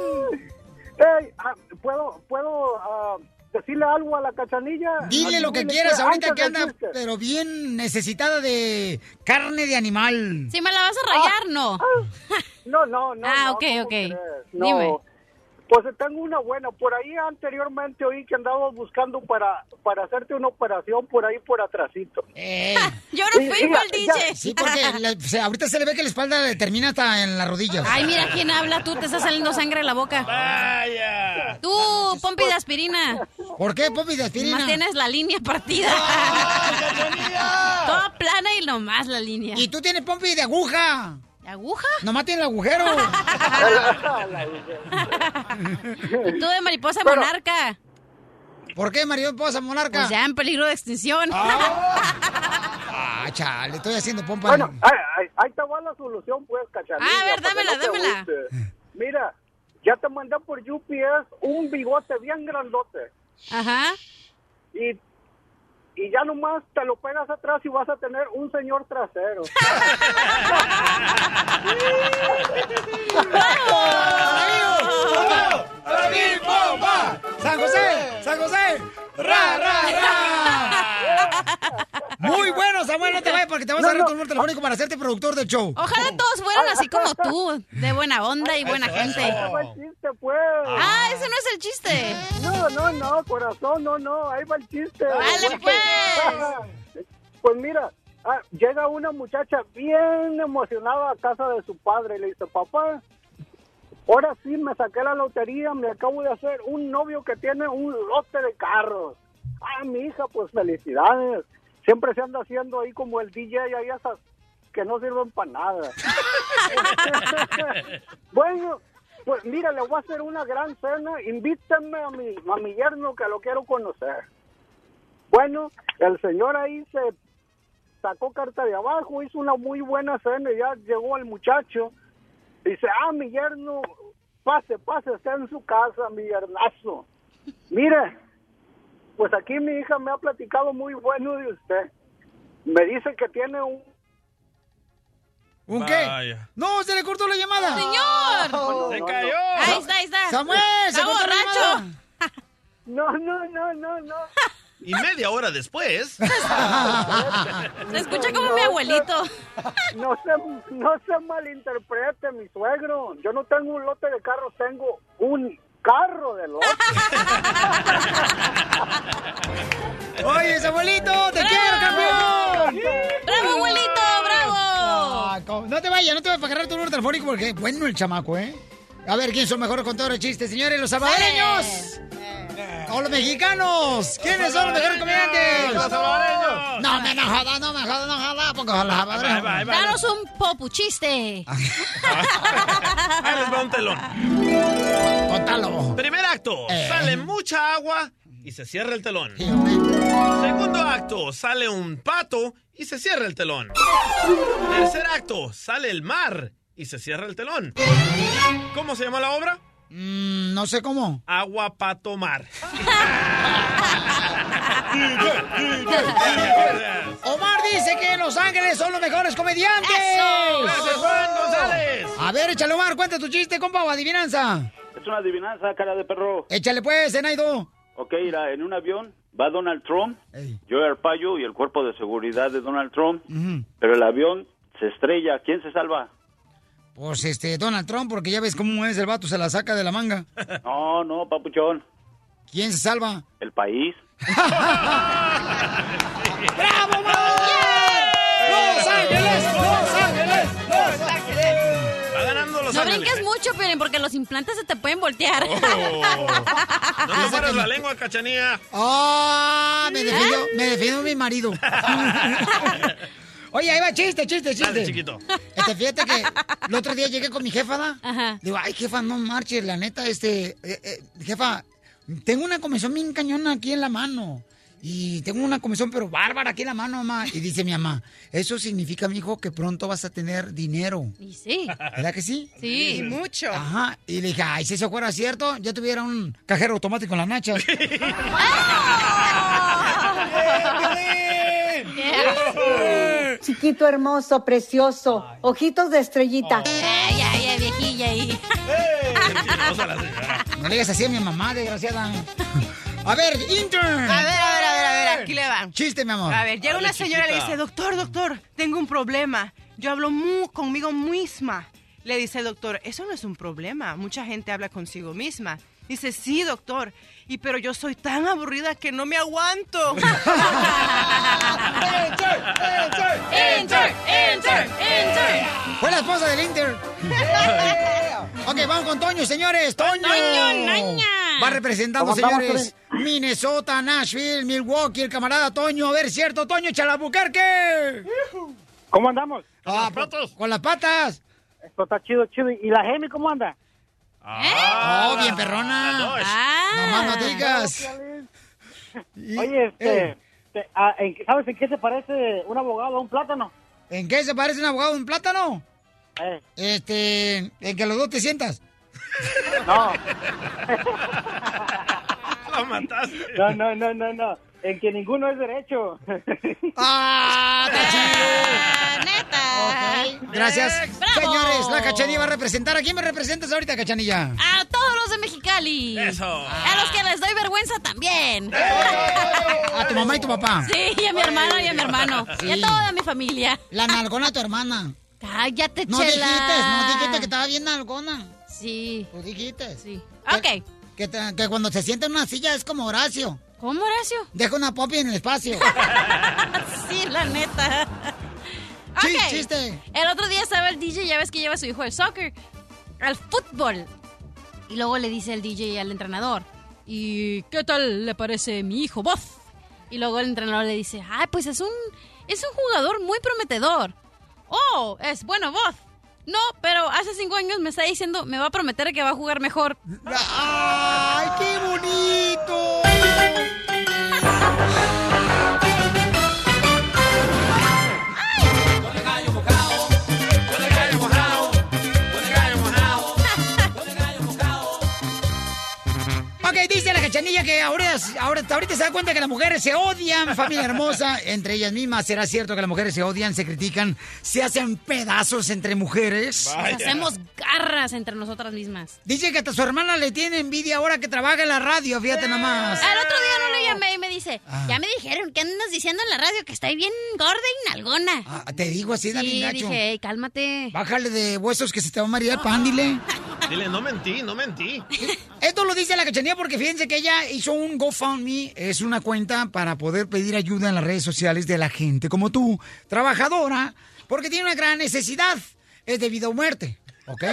[SPEAKER 17] Ey, ah, ¿Puedo, puedo ah, decirle algo a la cachanilla?
[SPEAKER 2] Dile lo que
[SPEAKER 17] Adivine
[SPEAKER 2] quieras
[SPEAKER 17] qué,
[SPEAKER 2] ahorita
[SPEAKER 17] antes
[SPEAKER 2] que
[SPEAKER 17] del
[SPEAKER 2] anda,
[SPEAKER 17] chiste.
[SPEAKER 2] pero bien necesitada de carne de animal.
[SPEAKER 4] Si me la vas a rayar, no.
[SPEAKER 17] No, no, no.
[SPEAKER 4] Ah,
[SPEAKER 17] no,
[SPEAKER 4] ok,
[SPEAKER 17] ¿cómo
[SPEAKER 4] ok.
[SPEAKER 17] crees? No.
[SPEAKER 4] Dime.
[SPEAKER 17] Pues tengo una buena. Por ahí anteriormente oí que andabas buscando para, para hacerte una operación por ahí por atrasito.
[SPEAKER 2] Eh,
[SPEAKER 4] Yo no fui
[SPEAKER 17] para
[SPEAKER 4] pa'l DJ.
[SPEAKER 2] Sí, porque la- se- ahorita se le ve que la espalda le termina hasta en las rodillas.
[SPEAKER 4] Ay, mira quién habla tú, te está saliendo sangre de la boca. ¡Vaya! Tú, pompi de aspirina.
[SPEAKER 2] ¿Por qué, pompi de aspirina?
[SPEAKER 4] Más tienes la línea partida. Toda plana y nomás la línea.
[SPEAKER 2] Y tú tienes pompi de aguja.
[SPEAKER 4] ¿De aguja?
[SPEAKER 2] Nomás tiene el agujero.
[SPEAKER 4] Tú de mariposa
[SPEAKER 2] Pero-
[SPEAKER 4] monarca.
[SPEAKER 2] ¿Por qué mariposa monarca?
[SPEAKER 4] Pues ya en peligro de extinción.
[SPEAKER 2] Ah, chale, estoy haciendo pompa.
[SPEAKER 17] Bueno, ahí, ahí- ahí te va la solución, pues, cachanilla.
[SPEAKER 4] A ver,
[SPEAKER 17] para que
[SPEAKER 4] dámela,
[SPEAKER 17] no te
[SPEAKER 4] dámela.
[SPEAKER 17] agüites. Mira, ya te mandé por UPS un bigote bien grandote.
[SPEAKER 4] Ajá.
[SPEAKER 17] Y, y ya nomás te lo pegas atrás y vas a tener un señor trasero.
[SPEAKER 4] Ah,
[SPEAKER 2] ¡San José! ¡San José! ¡Ra, ra, ra! Muy bueno, Samuel, no te vayas porque te vas a dar tu número telefónico para hacerte productor del show.
[SPEAKER 4] Ojalá todos fueran así como tú, de buena onda y buena gente.
[SPEAKER 17] pues.
[SPEAKER 4] Ah, ese no es el chiste.
[SPEAKER 17] No, no, no, corazón, no, no, ahí va el chiste.
[SPEAKER 4] Dale,
[SPEAKER 17] pues. pues mira, ah, llega una muchacha bien emocionada a casa de su padre y le dice, papá, ahora sí me saqué la lotería, me acabo de hacer un novio que tiene un lote de carros. Ah, mi hija, pues felicidades. Siempre se anda haciendo ahí como el DJ, ahí esas que no sirven para nada. Bueno, pues mira, le voy a hacer una gran cena. Invítenme a mi, a mi yerno que lo quiero conocer. Bueno, el señor ahí se sacó carta de abajo, hizo una muy buena cena. y Ya llegó el muchacho. Dice, ah, mi yerno, pase, pase, está en su casa, mi yernazo. Mire, pues aquí mi hija me ha platicado muy bueno de usted. Me dice que tiene un...
[SPEAKER 2] ¿Un qué? ¡No, se le cortó la llamada!
[SPEAKER 17] Ah,
[SPEAKER 4] ¡Señor!
[SPEAKER 17] Se cayó.
[SPEAKER 4] Ahí está, ahí está.
[SPEAKER 2] ¡Samuel, se
[SPEAKER 4] Está
[SPEAKER 2] cortó la
[SPEAKER 4] borracho.
[SPEAKER 2] llamada!
[SPEAKER 17] No, no, no, no, no.
[SPEAKER 3] Y media hora después.
[SPEAKER 4] Se escucha como mi abuelito.
[SPEAKER 17] No se, no se malinterprete, mi suegro. Yo no tengo un lote de carros, tengo un carro de lote.
[SPEAKER 2] Oye, Samuelito, te quiero, campeón.
[SPEAKER 4] ¡Bravo, abuelito! ¡Bravo!
[SPEAKER 2] Ah, co- no te vayas, no te vayas a agarrar tu número telefónico porque bueno el chamaco, ¿eh? A ver, ¿quién son mejores contadores de chistes, señores? ¿Los salvadoreños? ¿O los mexicanos? ¿Quiénes son los mejores comediantes?
[SPEAKER 10] Eh. Los salvadoreños.
[SPEAKER 2] No, me no jodas, no me jodas, no jodas, porque los
[SPEAKER 3] Ahí va, ahí va, ahí va.
[SPEAKER 2] salvadoreños.
[SPEAKER 4] Danos un popuchiste.
[SPEAKER 3] Ahí les va un telón.
[SPEAKER 2] Contalo. Eh.
[SPEAKER 3] Primer acto, sale mucha agua y se cierra el telón. Segundo acto, sale un pato y se cierra el telón. Tercer acto, sale el mar y se cierra el telón. ¿Cómo se llama la obra?
[SPEAKER 2] Mm, no sé cómo.
[SPEAKER 3] Agua pato mar.
[SPEAKER 2] Omar dice que Los Ángeles son los mejores comediantes.
[SPEAKER 10] ¡Eso! Gracias, Juan González.
[SPEAKER 2] A ver, échale, Omar, cuenta tu chiste, compa, o adivinanza.
[SPEAKER 7] Es una adivinanza, cara de perro.
[SPEAKER 2] Échale, pues, Zenaido.
[SPEAKER 7] Ok, irá, en un avión va Donald Trump, yo el payo y el cuerpo de seguridad de Donald Trump, pero el avión se estrella. ¿Quién se salva?
[SPEAKER 2] Pues este, Donald Trump, porque ya ves cómo es el vato, se la saca de la manga.
[SPEAKER 7] No, no, papuchón.
[SPEAKER 2] ¿Quién se salva?
[SPEAKER 7] El país.
[SPEAKER 2] ¡Bravo, Los Ángeles, Los Ángeles, Los Ángeles.
[SPEAKER 3] Va ganando Los
[SPEAKER 4] No
[SPEAKER 3] Ángeles.
[SPEAKER 4] brinques mucho, Piolín, porque los implantes se te pueden voltear.
[SPEAKER 3] No me pares la lengua, cachanía.
[SPEAKER 2] ¡Ah!
[SPEAKER 4] ¿Eh?
[SPEAKER 2] me defiendo, me defiendo mi marido. Oye, ahí va chiste, chiste, chiste.
[SPEAKER 3] Dale, chiquito.
[SPEAKER 2] Este, fíjate que el otro día llegué con mi jefa, ¿da? Digo, ay, jefa, no marches, la neta, este, eh, eh, jefa, tengo una comezón bien cañona aquí en la mano. Y tengo una comezón, pero bárbara aquí en la mano, mamá. Y dice mi mamá, eso significa, mi hijo, que pronto vas a tener dinero.
[SPEAKER 4] Y sí.
[SPEAKER 2] ¿Verdad que sí?
[SPEAKER 4] Sí. Y mucho.
[SPEAKER 2] Ajá. Y le dije, ay, si eso fuera cierto, ya tuviera un cajero automático en las nachas.
[SPEAKER 24] Chiquito, hermoso, precioso, ojitos de estrellita.
[SPEAKER 4] Ay, ay, ay, viejilla ahí.
[SPEAKER 2] No le digas así a mi mamá, desgraciada. A ver, intern.
[SPEAKER 1] A ver, a ver, a ver, a ver, aquí le van.
[SPEAKER 2] Chiste, mi amor.
[SPEAKER 1] A ver, llega una señora y le dice, doctor, doctor, tengo un problema. Yo hablo mu conmigo misma. Le dice el doctor, eso no es un problema. Mucha gente habla consigo misma. Dice, sí, doctor. Y pero yo soy tan aburrida que no me aguanto.
[SPEAKER 10] Intern, intern, intern.
[SPEAKER 2] Fue la esposa del Inter. ok, vamos con Toño, señores. Toño.
[SPEAKER 10] Toño, naña.
[SPEAKER 2] Va representando,
[SPEAKER 10] ¿Cómo andamos,
[SPEAKER 2] señores. Minnesota, Nashville, Milwaukee, el camarada Toño. A ver, cierto, Toño Chalabuquerque.
[SPEAKER 21] ¿Cómo andamos?
[SPEAKER 2] Ah,
[SPEAKER 21] Con las
[SPEAKER 2] po- Con las patas.
[SPEAKER 21] Esto está chido, chido. ¿Y la Gemi cómo anda?
[SPEAKER 2] Oh, bien perrona. No más no digas.
[SPEAKER 21] Oye, este,
[SPEAKER 2] eh.
[SPEAKER 21] te- ah, ¿en qué- ¿sabes en qué se parece un abogado a un plátano? Eh.
[SPEAKER 2] ¿En qué se parece un abogado a un plátano? Este, en que los dos te sientas.
[SPEAKER 21] No.
[SPEAKER 3] Lo mataste.
[SPEAKER 21] No, no, no, no, no. En que ninguno es derecho.
[SPEAKER 2] ¡Ah, está chido! Gracias.
[SPEAKER 4] Eh, ¡Bravo!
[SPEAKER 2] Señores, la cachanilla va a representar. ¿A quién me representas ahorita, cachanilla?
[SPEAKER 4] A todos los de Mexicali.
[SPEAKER 2] Eso.
[SPEAKER 4] A los que les doy vergüenza también.
[SPEAKER 2] A tu mamá y tu papá.
[SPEAKER 4] Sí, y a mi hermana y a mi hermano. Y a toda mi familia.
[SPEAKER 2] La nalgona a tu hermana.
[SPEAKER 4] Cállate,
[SPEAKER 2] No
[SPEAKER 4] chela.
[SPEAKER 2] dijiste, no dijiste que estaba bien nalgona.
[SPEAKER 4] Sí.
[SPEAKER 2] Tú dijiste.
[SPEAKER 4] Sí.
[SPEAKER 2] ok. Que, te- que cuando se sienta en una silla es como Horacio.
[SPEAKER 4] ¿Cómo Horacio?
[SPEAKER 2] Deja una popi en el espacio.
[SPEAKER 4] sí, la neta.
[SPEAKER 2] Sí,
[SPEAKER 4] Ok.
[SPEAKER 2] chiste.
[SPEAKER 4] El otro día estaba el DJ, ya ves que lleva a su hijo al soccer, al fútbol. Y luego le dice el DJ al entrenador, ¿y qué tal le parece mi hijo, Bob? Y luego el entrenador le dice, ah, pues es un, es un jugador muy prometedor. Oh, es bueno, Bob. No, pero hace cinco años me está diciendo, me va a prometer que va a jugar mejor.
[SPEAKER 2] ¡Ay, qué bonito! Ok, dice la cachanilla que ahora, ahora, ahorita se da cuenta que las mujeres se odian, familia hermosa, entre ellas mismas. ¿Será cierto que las mujeres se odian, se critican, se hacen pedazos entre mujeres?
[SPEAKER 4] Nos hacemos garras entre nosotras mismas.
[SPEAKER 2] Dice que hasta su hermana le tiene envidia ahora que trabaja en la radio,
[SPEAKER 4] Ah.
[SPEAKER 2] fíjate nomás.
[SPEAKER 4] Al otro día no le llamé y me dice,
[SPEAKER 2] Ah.
[SPEAKER 4] ya me dijeron que andas diciendo en la radio que estoy bien gorda y nalgona.
[SPEAKER 2] Ah, Te digo así, dale
[SPEAKER 4] sí,
[SPEAKER 2] gacho.
[SPEAKER 4] dije, "Ey, cálmate.
[SPEAKER 2] Bájale de huesos que se te va a marear el pan, dile.
[SPEAKER 3] Dile, no mentí, no mentí.
[SPEAKER 2] Esto lo dice la cachanilla porque fíjense que ella hizo un GoFundMe, es una cuenta para poder pedir ayuda en las redes sociales de la gente como tú, trabajadora, porque tiene una gran necesidad, es de vida o muerte, ¿ok?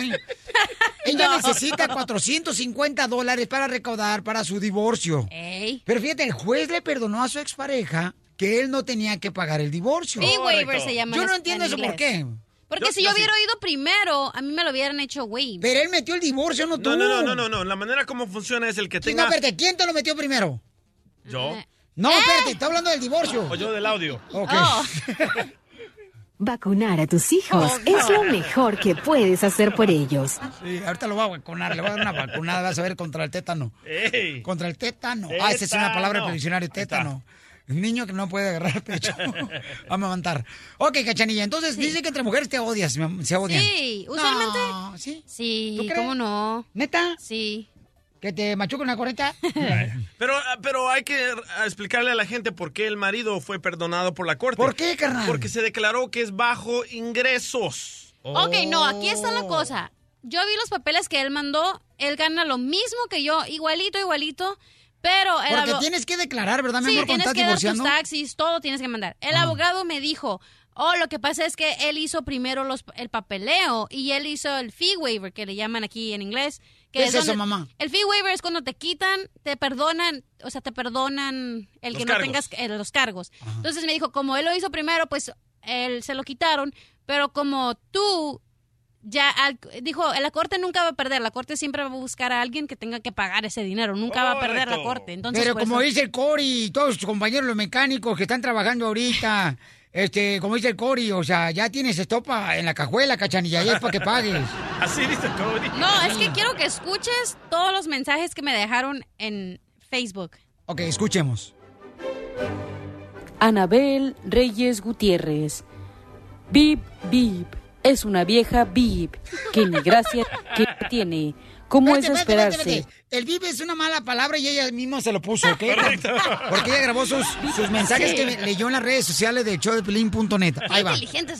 [SPEAKER 2] Ella
[SPEAKER 10] No.
[SPEAKER 2] necesita 450 dólares para recaudar para su divorcio. Pero fíjate, el juez le perdonó a su expareja que él no tenía que pagar el divorcio.
[SPEAKER 4] Fee waiver se llama.
[SPEAKER 2] Yo
[SPEAKER 4] en
[SPEAKER 2] no
[SPEAKER 4] es-
[SPEAKER 2] entiendo
[SPEAKER 4] en
[SPEAKER 2] eso por
[SPEAKER 4] inglés.
[SPEAKER 2] qué.
[SPEAKER 4] Porque si yo hubiera oído primero, a mí me lo hubieran hecho waiver.
[SPEAKER 2] Pero él metió el divorcio, no tú.
[SPEAKER 3] No, no, no, no, no, no. La manera como funciona es el que
[SPEAKER 2] Sí, no,
[SPEAKER 3] tenga.
[SPEAKER 2] espérate, ¿quién te lo metió primero?
[SPEAKER 3] Yo.
[SPEAKER 2] No,
[SPEAKER 4] ¡Eh!
[SPEAKER 2] espérate, está hablando del divorcio.
[SPEAKER 3] O yo del audio.
[SPEAKER 2] Ok.
[SPEAKER 4] Oh.
[SPEAKER 11] Vacunar a tus hijos
[SPEAKER 2] Oh,
[SPEAKER 11] es lo mejor que puedes hacer por ellos.
[SPEAKER 2] Sí, ahorita lo voy a vacunar, le voy a dar una vacunada, vas a ver contra el tétano. Contra el tétano. Ah, esa es una palabra del
[SPEAKER 10] Tétano.
[SPEAKER 2] diccionario, tétano. Un niño que no puede agarrar pecho. Vamos a levantar. Ok, cachanilla, entonces dice que entre mujeres te odias, mi am- se odian.
[SPEAKER 4] Sí, usualmente.
[SPEAKER 2] ¿sí?
[SPEAKER 4] Sí,
[SPEAKER 2] ¿Tú crees?
[SPEAKER 4] ¿cómo no?
[SPEAKER 2] ¿Neta?
[SPEAKER 4] Sí.
[SPEAKER 2] ¿Que te machuca una corneta?
[SPEAKER 3] Pero, ah, pero hay que ah, explicarle a la gente por qué el marido fue perdonado por la corte. ¿Por
[SPEAKER 2] qué, carnal?
[SPEAKER 3] Porque se declaró que es bajo ingresos.
[SPEAKER 4] Ok, no, aquí está
[SPEAKER 2] Oh.
[SPEAKER 4] la cosa. Yo vi los papeles que él mandó, él gana lo mismo que yo, igualito, igualito, Pero el
[SPEAKER 2] Porque
[SPEAKER 4] abo-
[SPEAKER 2] tienes que declarar, ¿verdad, mi
[SPEAKER 4] Sí,
[SPEAKER 2] amor, cuando
[SPEAKER 4] tienes
[SPEAKER 2] estás
[SPEAKER 4] que dar tus
[SPEAKER 2] divorciando? Ah.
[SPEAKER 4] taxis, todo tienes que mandar. El abogado me dijo, oh, lo que pasa es que él hizo primero los, el papeleo y él hizo el fee waiver, que le llaman aquí en inglés. Que
[SPEAKER 2] ¿Qué es eso,
[SPEAKER 4] donde-
[SPEAKER 2] mamá?
[SPEAKER 4] El fee waiver es cuando te quitan, te perdonan, o sea, te perdonan el
[SPEAKER 29] Los
[SPEAKER 4] que
[SPEAKER 29] cargos.
[SPEAKER 4] no tengas eh, los cargos. Entonces me dijo, como él lo hizo primero, pues él se lo quitaron, pero como tú ya al- dijo, la corte nunca va a perder, la corte siempre va a buscar a alguien que tenga que pagar ese dinero, nunca va a perder la
[SPEAKER 2] Correcto.
[SPEAKER 4] corte. Entonces, pues,
[SPEAKER 2] Pero
[SPEAKER 4] por
[SPEAKER 2] como
[SPEAKER 4] eso-
[SPEAKER 2] dice el Cori y todos sus compañeros los mecánicos que están trabajando ahorita, este, como dice el Cori, o sea, ya tienes estopa en la cajuela, cachanilla, y es para que pagues.
[SPEAKER 3] Así dice Cody.
[SPEAKER 4] No, es que quiero que escuches todos los mensajes que me dejaron en Facebook.
[SPEAKER 2] Ok, escuchemos.
[SPEAKER 10] Anabel Reyes Gutiérrez. Bip, bip. Es una vieja bip. Que ni gracia que tiene. ¿Cómo
[SPEAKER 2] Vete,
[SPEAKER 10] es de
[SPEAKER 2] vete, vete,
[SPEAKER 10] esperarse?
[SPEAKER 2] vete. El vive es una mala palabra y ella misma se lo puso, ¿ok? Porque ella grabó sus, sus mensajes
[SPEAKER 10] Sí.
[SPEAKER 2] que me- leyó en las redes sociales de showdepelín.net. Ahí va.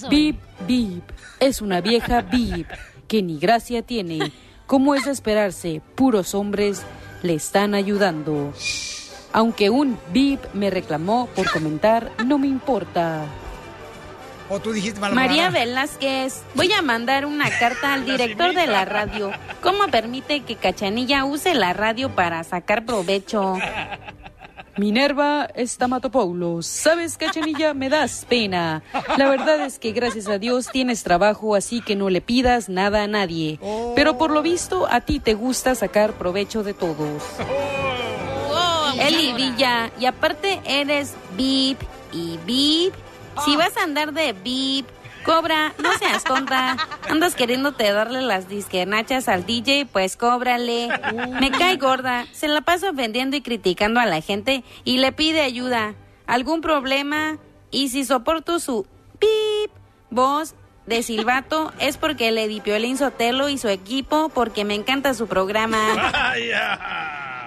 [SPEAKER 10] Bip, bip. Es una vieja bip. Que ni gracia tiene. ¿Cómo es de esperarse? Puros hombres le están ayudando. Aunque un bip me reclamó por comentar, no me importa.
[SPEAKER 2] O tú dijiste mala
[SPEAKER 9] María
[SPEAKER 2] palabra.
[SPEAKER 9] Velázquez, voy a mandar una carta al director de la radio. ¿Cómo permite que Cachanilla use la radio para sacar provecho?
[SPEAKER 10] Minerva Stamatopoulos, sabes, Cachanilla, me das pena. La verdad es que gracias a Dios tienes trabajo, así que no le pidas nada a nadie. Pero por lo visto, a ti te gusta sacar provecho de todos.
[SPEAKER 9] Eli Villa, y aparte eres VIP y VIP. Si vas a andar de VIP, cobra, no seas tonta. Andas queriéndote darle las disquenachas al DJ, pues cóbrale. Me cae gorda, se la pasa ofendiendo y criticando a la gente y le pide ayuda. ¿Algún problema? Y si soporto su pip, voz de silbato, es porque le di Piolín Sotelo y su equipo porque me encanta su programa.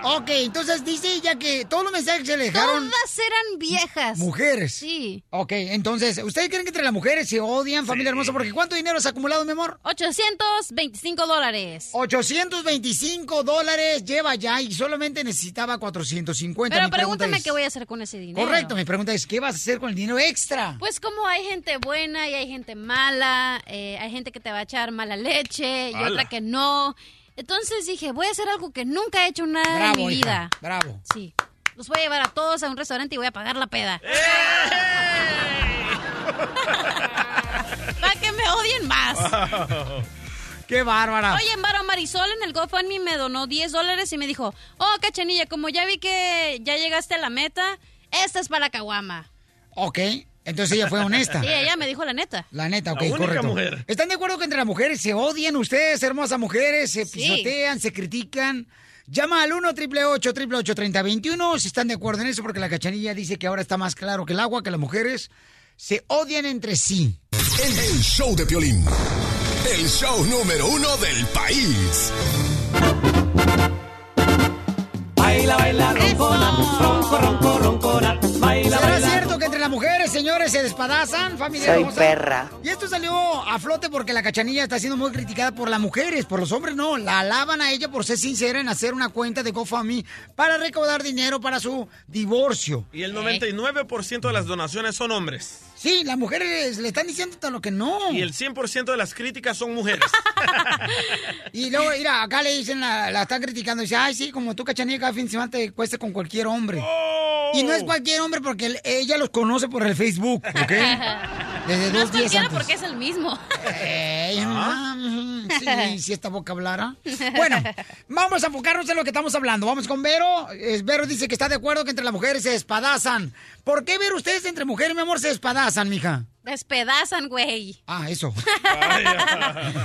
[SPEAKER 2] Ok, entonces dice ella que todos los mensajes que le dejaron...
[SPEAKER 4] Todas eran viejas.
[SPEAKER 2] Mujeres.
[SPEAKER 4] Sí.
[SPEAKER 2] Ok, entonces, ¿ustedes creen que entre las mujeres se odian, familia hermosa? Porque ¿cuánto dinero has acumulado, mi amor?
[SPEAKER 4] 825 dólares.
[SPEAKER 2] 825 dólares lleva ya y solamente necesitaba 450.
[SPEAKER 4] Pero
[SPEAKER 2] Mi pregunta
[SPEAKER 4] pregúntame
[SPEAKER 2] es-
[SPEAKER 4] qué voy a hacer con ese dinero.
[SPEAKER 2] Correcto, mi pregunta es, ¿qué vas a hacer con el dinero extra?
[SPEAKER 4] Pues como hay gente buena y hay gente mala, eh, hay gente que te va a echar mala leche y
[SPEAKER 2] Ala.
[SPEAKER 4] otra que no. Entonces dije, voy a hacer algo que nunca he hecho nada en
[SPEAKER 2] bravo,
[SPEAKER 4] mi
[SPEAKER 2] hija,
[SPEAKER 4] vida.
[SPEAKER 2] bravo.
[SPEAKER 4] Sí. Los voy a llevar a todos a un restaurante y voy a pagar la peda. Para que me odien más.
[SPEAKER 2] Qué bárbara.
[SPEAKER 4] Oye, Varo Marisol en el GoFundMe me donó 10 dólares y me dijo, oh, Cachanilla, como ya vi que ya llegaste a la meta, esta es para Caguama.
[SPEAKER 2] Ok, entonces ella fue honesta.
[SPEAKER 4] Sí, ella me dijo la neta.
[SPEAKER 2] La neta, ok,
[SPEAKER 4] La única
[SPEAKER 2] correcto.
[SPEAKER 4] mujer.
[SPEAKER 2] ¿Están de acuerdo que entre las mujeres se odian ustedes, hermosas mujeres? Se pisotean, se critican. Llama al 1 888 3021 si están de acuerdo en eso, porque la cachanilla dice que ahora está más claro que el agua, que las mujeres se odian entre sí.
[SPEAKER 8] El, el show de Piolín. El show número uno del país.
[SPEAKER 13] Baila, baila, roncona, ronco, ronco, roncona. Baila,
[SPEAKER 2] ¿Será
[SPEAKER 13] baila.
[SPEAKER 2] cierto que entre las mujeres, señores, se despadazan, familia?
[SPEAKER 13] Soy
[SPEAKER 2] hermosa?
[SPEAKER 13] perra.
[SPEAKER 2] Y esto salió a flote porque la cachanilla está siendo muy criticada por las mujeres, por los hombres no. La alaban a ella por ser sincera en hacer una cuenta de GoFundMe para recaudar dinero para su divorcio.
[SPEAKER 3] Y el 99% de las donaciones son hombres.
[SPEAKER 2] Sí, las mujeres le están diciendo hasta lo que no.
[SPEAKER 3] Y el 100% de las críticas son mujeres.
[SPEAKER 2] Y luego, mira, acá le dicen, la, la están criticando. Dice, ay, sí, como tú, cachanilla, cada fin de semana te cuesta con cualquier hombre.
[SPEAKER 4] Oh.
[SPEAKER 2] Y no es cualquier hombre porque el- ella los conoce por el Facebook, ¿ok? Desde
[SPEAKER 4] no
[SPEAKER 2] dos días
[SPEAKER 4] es cualquiera
[SPEAKER 2] antes.
[SPEAKER 4] porque es el mismo.
[SPEAKER 2] Ey, ah, mm, sí, si esta boca hablara. Bueno, vamos a enfocarnos en lo que estamos hablando. Vamos con Vero. Eh, Vero dice que está de acuerdo que entre las mujeres se espadazan. ¿Por qué, Vero, ustedes entre mujeres, mi amor, se espadazan, mija?
[SPEAKER 4] Despedazan, güey.
[SPEAKER 2] Ah, eso.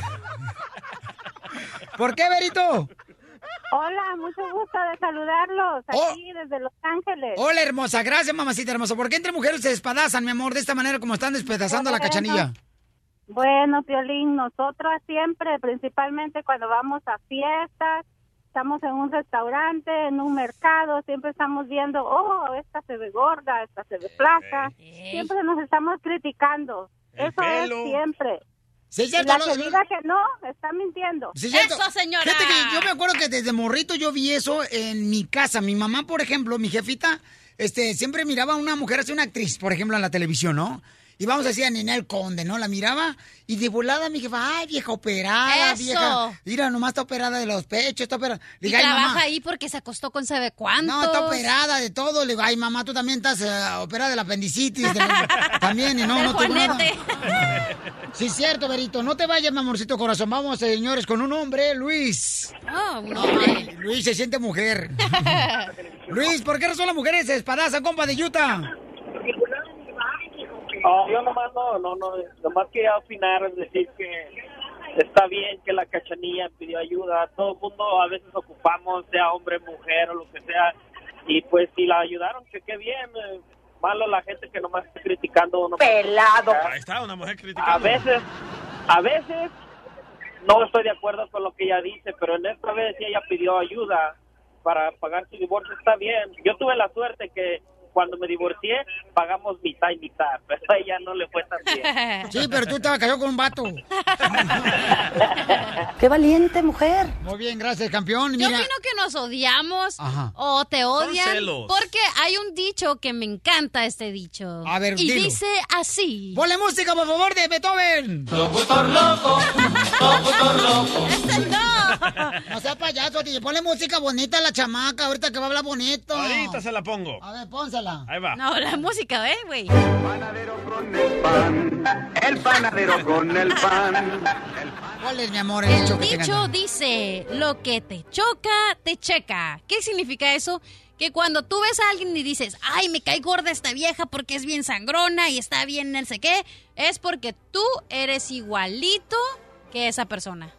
[SPEAKER 2] ¿Por qué, Verito?
[SPEAKER 9] Hola, mucho gusto de saludarlos aquí desde Los Ángeles.
[SPEAKER 2] Oh. Hola, hermosa. Gracias, mamacita hermosa. ¿Por qué entre mujeres se espadazan, mi amor, de esta manera como están despedazando a la cachanilla?
[SPEAKER 9] Bueno, Piolín, nosotras siempre, principalmente cuando vamos a fiestas, estamos en un restaurante, en un mercado, siempre estamos viendo, oh, esta se ve gorda, esta se ve flaca. Siempre nos estamos criticando. Eso
[SPEAKER 13] pelo.
[SPEAKER 9] es siempre.
[SPEAKER 2] Sí, es cierto,
[SPEAKER 23] la
[SPEAKER 2] lo-
[SPEAKER 23] que diga que no, está mintiendo.
[SPEAKER 2] Sí, es cierto. Fíjate que yo me acuerdo que desde morrito yo vi eso en mi casa. Mi mamá, por ejemplo, mi jefita, este, siempre miraba a una mujer, así una actriz, por ejemplo, en la televisión, ¿no? Y vamos así a Ninel Conde, ¿no? La miraba y de volada mi jefa, ay, vieja operada,
[SPEAKER 4] Eso.
[SPEAKER 2] vieja. Mira, nomás está operada de los pechos, está operada. Le
[SPEAKER 4] Y
[SPEAKER 2] digo, "Ay,
[SPEAKER 4] trabaja
[SPEAKER 2] mamá,
[SPEAKER 4] ahí porque se acostó con sabe cuánto.
[SPEAKER 2] No, está operada de todo. Le digo, ay, mamá, tú también estás eh, operada de la apendicitis. de la- También, y no,
[SPEAKER 4] Del
[SPEAKER 2] no tengo nada.
[SPEAKER 4] juanete.
[SPEAKER 2] Sí, cierto, Berito. No te vayas, mi amorcito corazón. Vamos, señores, con un hombre, Luis.
[SPEAKER 4] No, no.
[SPEAKER 2] Luis se siente mujer. Luis, ¿por qué razón las mujeres se espadazan, compa de Utah?
[SPEAKER 21] No, yo nomás no, no, no, nomás quería opinar, es decir que está bien que la cachanilla pidió ayuda, todo el mundo a veces ocupamos, sea hombre, mujer o lo que sea, y pues si la ayudaron, que qué bien, eh, malo la gente que nomás está criticando. a uno.
[SPEAKER 23] Pelado.
[SPEAKER 3] Ahí está, una mujer criticando.
[SPEAKER 21] A veces, a veces no estoy de acuerdo con lo que ella dice, pero en esta vez sí ella pidió ayuda para pagar su divorcio, está bien. Yo tuve la suerte que cuando me divorcié pagamos mitad y mitad, pero a ella no le fue tan bien.
[SPEAKER 2] Sí, pero tú estabas casado con un vato.
[SPEAKER 24] ¡Qué valiente mujer!
[SPEAKER 2] Muy bien, gracias, campeón.
[SPEAKER 4] Yo
[SPEAKER 2] Mira,
[SPEAKER 4] opino que nos odiamos
[SPEAKER 2] Ajá.
[SPEAKER 4] o te odian
[SPEAKER 2] celos.
[SPEAKER 4] porque hay un dicho que me encanta este dicho.
[SPEAKER 2] A ver,
[SPEAKER 4] y
[SPEAKER 2] dilo.
[SPEAKER 4] dice así.
[SPEAKER 2] Ponle música, por favor, de Beethoven.
[SPEAKER 10] Locutor loco, locutor loco.
[SPEAKER 2] no seas payaso, tío. Ponle música bonita a la chamaca, ahorita que va a hablar bonito.
[SPEAKER 3] Ahorita se la pongo.
[SPEAKER 2] A ver, pónsela.
[SPEAKER 3] Ahí va.
[SPEAKER 4] No, la música, ¿eh, güey?
[SPEAKER 12] El panadero con el pan.
[SPEAKER 2] ¿Cuál es, mi amor, el,
[SPEAKER 4] El
[SPEAKER 2] dicho que te
[SPEAKER 4] dicho
[SPEAKER 2] encanta?
[SPEAKER 4] dice, lo que te choca, te checa. ¿Qué significa eso? Que cuando tú ves a alguien y dices, ay, me cae gorda esta vieja porque es bien sangrona y está bien no sé qué, es porque tú eres igualito que esa persona.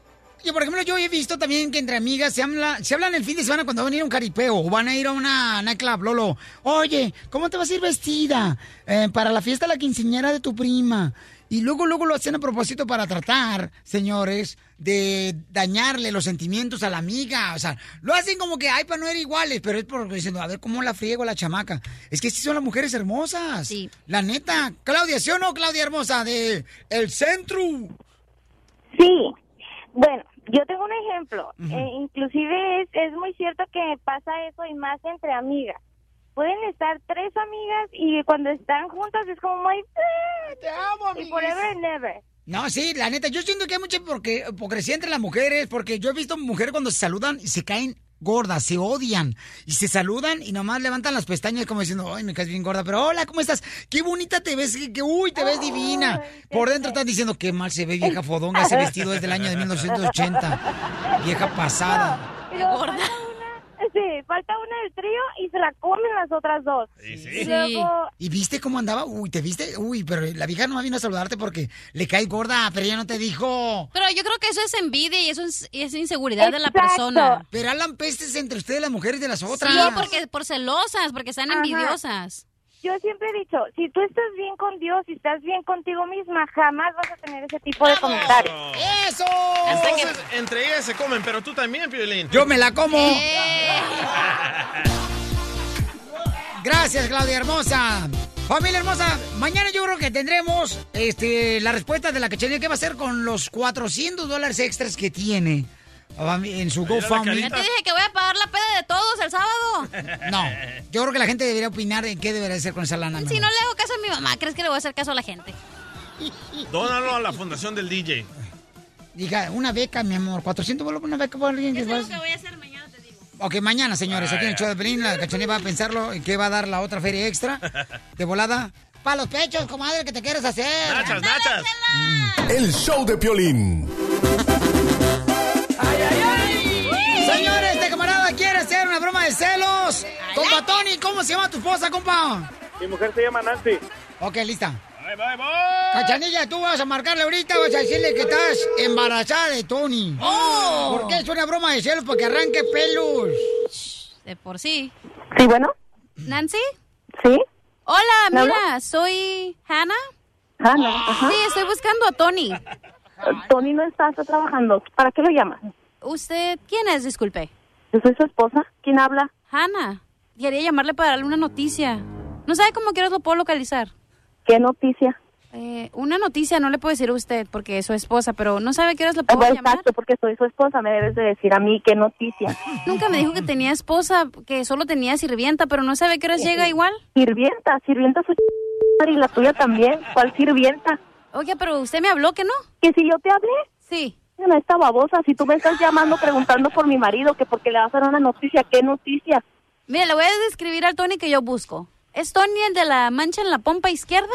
[SPEAKER 2] Yo, por ejemplo, yo he visto también que entre amigas se, habla, se hablan el fin de semana cuando van a ir a un caripeo o van a ir a una nightclub, Lolo. Oye, ¿cómo te vas a ir vestida? Eh, para la fiesta de la quinceañera de tu prima. Y luego, luego lo hacen a propósito para tratar, señores, de dañarle los sentimientos a la amiga. O sea, lo hacen como que, ay, para no ser iguales, pero es porque dicen, a ver cómo la friego la chamaca. Es que sí son las mujeres hermosas. Sí. La neta. Claudia, ¿sí o no, Claudia hermosa? De El Centro.
[SPEAKER 23] Sí. Bueno, yo tengo un ejemplo.
[SPEAKER 2] Ujú.
[SPEAKER 23] Eh, inclusive es, es muy cierto que pasa eso y más entre amigas. Pueden estar tres amigas y cuando están juntas es como muy... "Ah,
[SPEAKER 2] Te amo,
[SPEAKER 23] Y forever and never.
[SPEAKER 2] No, sí, la neta, yo siento que hay mucha porque, hipocresía entre las mujeres, porque yo he visto mujeres cuando se saludan y se caen gordas, se odian y se saludan y nomás levantan las pestañas como diciendo, ay, me caes bien gorda, pero hola, ¿cómo estás? Qué bonita te ves, que, que- uy, te ves divina. Por dentro están diciendo, qué mal se ve vieja fodonga, ese vestido es del año de 1980, vieja pasada.
[SPEAKER 23] Pero falta una, sí, falta una del trío y se la comen las otras dos. Y luego,
[SPEAKER 2] ¿Y viste cómo andaba? Uy, ¿te viste? Uy, pero la vieja no vino a saludarte porque le cae gorda, pero ella no te dijo.
[SPEAKER 4] Pero yo creo que eso es envidia y eso es, y es inseguridad de la persona.
[SPEAKER 2] Pero hablan pestes entre ustedes las mujeres de las otras.
[SPEAKER 4] Sí, porque por celosas, porque están
[SPEAKER 23] Ajá.
[SPEAKER 4] envidiosas.
[SPEAKER 23] yo siempre he dicho, si tú estás bien con Dios, si estás bien contigo misma, jamás vas a tener ese tipo de comentarios.
[SPEAKER 2] ¡Eso!
[SPEAKER 3] Entonces, entre ellas se comen, pero tú también, Piolín.
[SPEAKER 2] Yo me la como. Gracias, Claudia hermosa. Familia hermosa, mañana yo creo que tendremos este, la respuesta de la cachanilla. ¿Qué va a hacer con los 400 dólares extras que tiene ah, en su
[SPEAKER 4] Ya
[SPEAKER 2] GoFundMe?
[SPEAKER 4] te dije que voy a pagar la peda de todos el sábado.
[SPEAKER 2] No, yo creo que la gente debería opinar en qué debería hacer con esa lana.
[SPEAKER 4] Si no le hago caso a mi mamá, ¿crees que le voy a hacer caso a la gente?
[SPEAKER 3] Dónalo a la fundación del DJ.
[SPEAKER 2] Diga, una beca, mi amor, 400 bolos, una beca para alguien que va a-
[SPEAKER 4] voy a hacer mañana.
[SPEAKER 2] Ok, mañana, señores, aquí en el show de Pelín, la cachanilla va a pensarlo en qué va a dar la otra feria extra de volada. Para los pechos, comadre, que te quieres hacer.
[SPEAKER 3] Nachas, nachas.
[SPEAKER 8] El show de Piolín.
[SPEAKER 2] Señores, este camarada quiere hacer una broma de celos. Compa Tony, ¿cómo se llama tu esposa, compa?
[SPEAKER 21] Mi mujer se llama Nancy.
[SPEAKER 2] Ok, lista.
[SPEAKER 3] Ahí va, ahí va.
[SPEAKER 2] Cachanilla, tú vas a marcarle ahorita, vas a decirle que estás embarazada de Tony.
[SPEAKER 4] ¡Oh!
[SPEAKER 2] Porque es una broma de celos para que arranque pelos.
[SPEAKER 4] De por sí.
[SPEAKER 23] Sí, bueno.
[SPEAKER 4] ¿Nancy?
[SPEAKER 23] Sí.
[SPEAKER 4] Hola,
[SPEAKER 23] ¿Hola?
[SPEAKER 4] mira, soy Hannah.
[SPEAKER 23] Hannah, Ah, ajá.
[SPEAKER 4] Sí, estoy buscando a Tony.
[SPEAKER 23] Tony no está, está trabajando. ¿Para qué lo llamas?
[SPEAKER 4] ¿Usted quién es? Disculpe.
[SPEAKER 23] Yo soy su esposa. ¿Quién habla?
[SPEAKER 4] Hannah. Quería llamarle para darle una noticia. No sabe cómo quieres lo puedo localizar.
[SPEAKER 23] ¿Qué noticia?
[SPEAKER 4] eh, una noticia, no le puedo decir a usted porque es su esposa, pero no sabe a qué horas le puedo llamar.
[SPEAKER 23] Exacto, porque soy su esposa, me debes de decir a mí qué noticia.
[SPEAKER 4] Nunca me dijo que tenía esposa, que solo tenía sirvienta, pero no sabe a qué horas llega igual.
[SPEAKER 23] Sirvienta, sirvienta su madre y la tuya también. ¿Cuál sirvienta?
[SPEAKER 4] Oye, pero usted me habló que no.
[SPEAKER 23] ¿Que si yo te hablé?
[SPEAKER 4] Sí.
[SPEAKER 23] Mira, esta babosa, si tú me estás llamando preguntando por mi marido, que porque le vas a dar una noticia, ¿qué noticia?
[SPEAKER 4] Mire, le voy a describir al Tony que yo busco. ¿Es Tony el de la mancha en la pompa izquierda?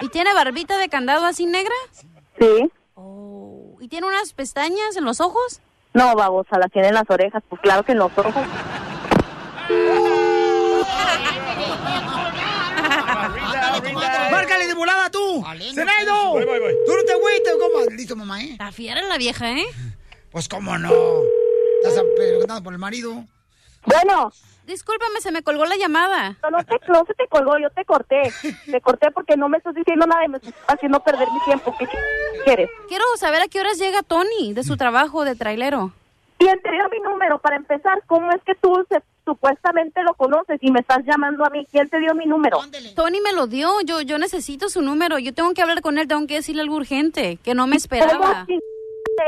[SPEAKER 4] ¿Y tiene barbita de candado así negra?
[SPEAKER 23] Sí.
[SPEAKER 4] Oh, ¿Y tiene unas pestañas en los ojos?
[SPEAKER 23] No, babosa, la tiene en las orejas, pues claro que en los ojos.
[SPEAKER 4] Ah.
[SPEAKER 2] ¡Márcale de volada tú!
[SPEAKER 30] Vale,
[SPEAKER 2] ¡Zenaido!
[SPEAKER 30] voy, voy, voy.
[SPEAKER 2] ¡Tú no te agüites! ¿Cómo? Listo, mamá, ¿eh?
[SPEAKER 4] La fiera la vieja, ¿eh?
[SPEAKER 2] Pues cómo no. Estás preguntando por el marido.
[SPEAKER 23] Bueno.
[SPEAKER 4] Discúlpame, se me colgó la llamada.
[SPEAKER 23] No, no, te, no se te colgó, yo te corté. Te corté porque no me estás diciendo nada y me estás haciendo perder mi tiempo. ¿Qué ch- quieres?
[SPEAKER 4] Quiero saber a qué horas llega Tony de su trabajo de trailero.
[SPEAKER 23] Y anterior mi número, para empezar, ¿cómo es que tú se- supuestamente lo conoces y me estás llamando a mí? ¿Quién te dio mi número?
[SPEAKER 4] Tony me lo dio, yo, yo necesito su número, yo tengo que hablar con él, tengo que decirle algo urgente, que no me esperaba.
[SPEAKER 23] ¿Cómo ching-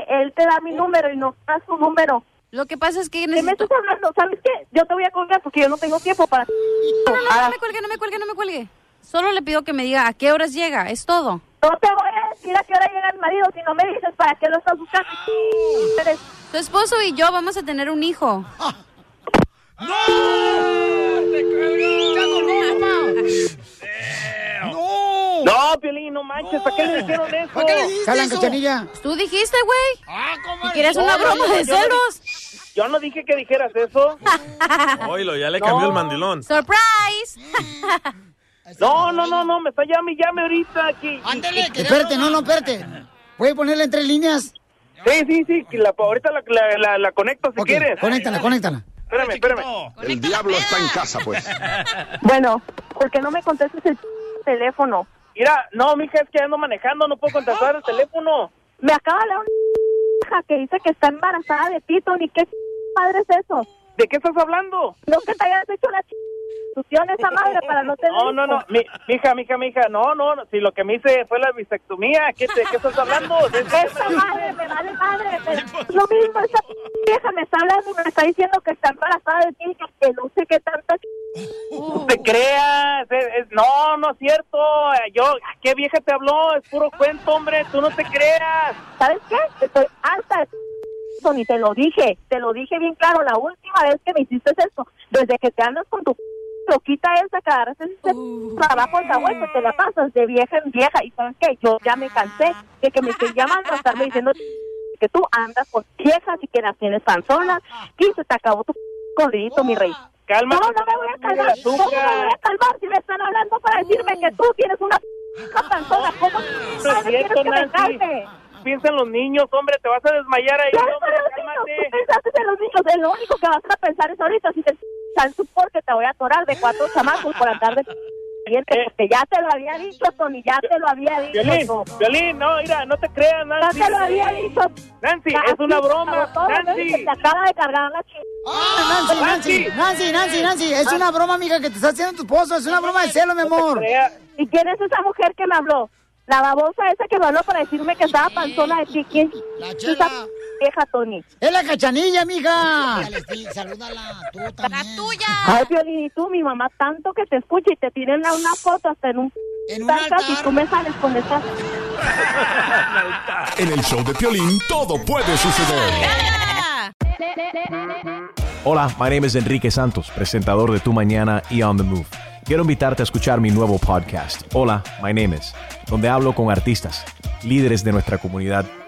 [SPEAKER 23] Él te da mi número y no da su número.
[SPEAKER 4] Lo que pasa es que
[SPEAKER 23] ¿Qué me
[SPEAKER 4] necesito...
[SPEAKER 23] estás hablando? ¿Sabes qué? Yo te voy a colgar porque yo no tengo tiempo para...
[SPEAKER 4] No, no, no,
[SPEAKER 23] Ah,
[SPEAKER 4] no me cuelgue, no me cuelgue, no me cuelgue. Solo le pido que me diga a qué horas llega, es todo.
[SPEAKER 23] No te voy a decir a qué hora llega el marido si no me dices para qué lo estás buscando. Eres-
[SPEAKER 4] Tu esposo y yo vamos a tener un hijo.
[SPEAKER 2] ¡No!
[SPEAKER 23] No, Piolín, no manches, ¿para qué le dijeron eso?
[SPEAKER 2] ¿Para qué le dijiste
[SPEAKER 23] Calan,
[SPEAKER 2] eso?
[SPEAKER 23] cachanilla.
[SPEAKER 4] Tú dijiste, güey.
[SPEAKER 2] Ah, ¿cómo?
[SPEAKER 4] ¿Y quieres una
[SPEAKER 23] No,
[SPEAKER 4] broma
[SPEAKER 23] no,
[SPEAKER 4] de
[SPEAKER 23] yo no di-
[SPEAKER 4] celos?
[SPEAKER 23] Yo no dije que dijeras eso.
[SPEAKER 3] Oilo, ya le cambió
[SPEAKER 23] No.
[SPEAKER 3] el mandilón.
[SPEAKER 4] ¡Surprise!
[SPEAKER 23] No, no, no, no, me está llame, y llame ahorita aquí.
[SPEAKER 2] Eh, Espérate, no, no, espérate. ¿Puede ponerla en tres líneas?
[SPEAKER 23] Sí, sí, sí, que la, ahorita la, la, la, la conecto si quieres.
[SPEAKER 2] Conéctala, conéctala.
[SPEAKER 23] Espérame, espérame.
[SPEAKER 31] El diablo está en casa, pues.
[SPEAKER 23] Bueno, ¿por qué no me contestas el teléfono? Mira, no, mija, es que ando manejando, no puedo contestar el teléfono. Me acaba de hablar una hija que dice que está embarazada de ti, Tony. ¿Qué madre es eso? ¿De qué estás hablando? No, que te hayas hecho la institución esa madre para no tener...
[SPEAKER 21] No, no, no, mi, mija, mija, mija, no, no, no, si lo que me hice fue la bisectomía, ¿qué, te- qué estás hablando?
[SPEAKER 23] Esa madre, me vale madre. pero es Lo mismo, esa vieja me está hablando y me está diciendo que está embarazada de ti, que no sé qué tanta...
[SPEAKER 21] No te creas, es- es- no, no es cierto, eh, yo, ¿qué vieja te habló? Es puro cuento, hombre, tú no te creas.
[SPEAKER 23] ¿Sabes qué? Estoy harta de Tony, te lo dije, te lo dije bien claro la última vez que me hiciste esto, desde que te andas con tu loquita esa que agarraste ese trabajo en la web, pues te la pasas de vieja en vieja y sabes qué, yo ya me cansé de que me estén llamando a estarme diciendo que tú andas con viejas y que las tienes panzonas y se te acabó tu corridito, mi rey.
[SPEAKER 21] Calma.
[SPEAKER 23] No, no me voy a calmar, ¿cómo me voy a calmar si me están hablando para decirme que tú tienes una panzona? ¿Cómo
[SPEAKER 21] No es
[SPEAKER 23] madre quieres
[SPEAKER 21] cierto,
[SPEAKER 23] que me
[SPEAKER 21] Nancy.
[SPEAKER 23] calme?
[SPEAKER 21] Piensa en los niños, hombre, te vas a desmayar ahí,
[SPEAKER 23] Ya
[SPEAKER 21] hombre,
[SPEAKER 23] son los niños,
[SPEAKER 21] cálmate.
[SPEAKER 23] tú pensaste en los niños, de lo único que vas a pensar es ahorita si te sal su porque te voy a atorar de cuatro chamacos por andar de cliente, porque ya te lo había dicho, Tony, ya te lo había dicho.
[SPEAKER 21] Eh. Violín,
[SPEAKER 23] no.
[SPEAKER 21] Violín, no, mira, no te creas,
[SPEAKER 23] Ya
[SPEAKER 21] Nancy.
[SPEAKER 23] te lo había dicho.
[SPEAKER 21] Nancy,
[SPEAKER 23] Ya,
[SPEAKER 21] es una
[SPEAKER 23] sí,
[SPEAKER 21] broma,
[SPEAKER 23] pero todo lo
[SPEAKER 21] Nancy.
[SPEAKER 23] que Te acaba de cargar la chingada.
[SPEAKER 2] Ah, Nancy, Nancy, Nancy, Nancy, Nancy, es una broma, amiga, que te está haciendo tu esposo, es una broma de celo, mi amor.
[SPEAKER 23] ¿Y quién es esa mujer que me habló? La babosa esa que me habló para decirme que estaba panzona de ti. ¿Quién? Esa vieja, Tony.
[SPEAKER 2] Es la cachanilla, mija.
[SPEAKER 13] Salúdala, tú
[SPEAKER 2] también.
[SPEAKER 23] Ay, Violín, y tú, mi mamá, tanto que te escucha y te tienen a una foto hasta en un...
[SPEAKER 2] En
[SPEAKER 23] y tú me sales con esas...
[SPEAKER 8] En el show de Piolín todo puede suceder.
[SPEAKER 32] Hola, my name is Enrique Santos, presentador de Tu Mañana y On the Move. Quiero invitarte a escuchar mi nuevo podcast, Hola, my name is, donde hablo con artistas, líderes de nuestra comunidad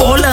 [SPEAKER 13] Hola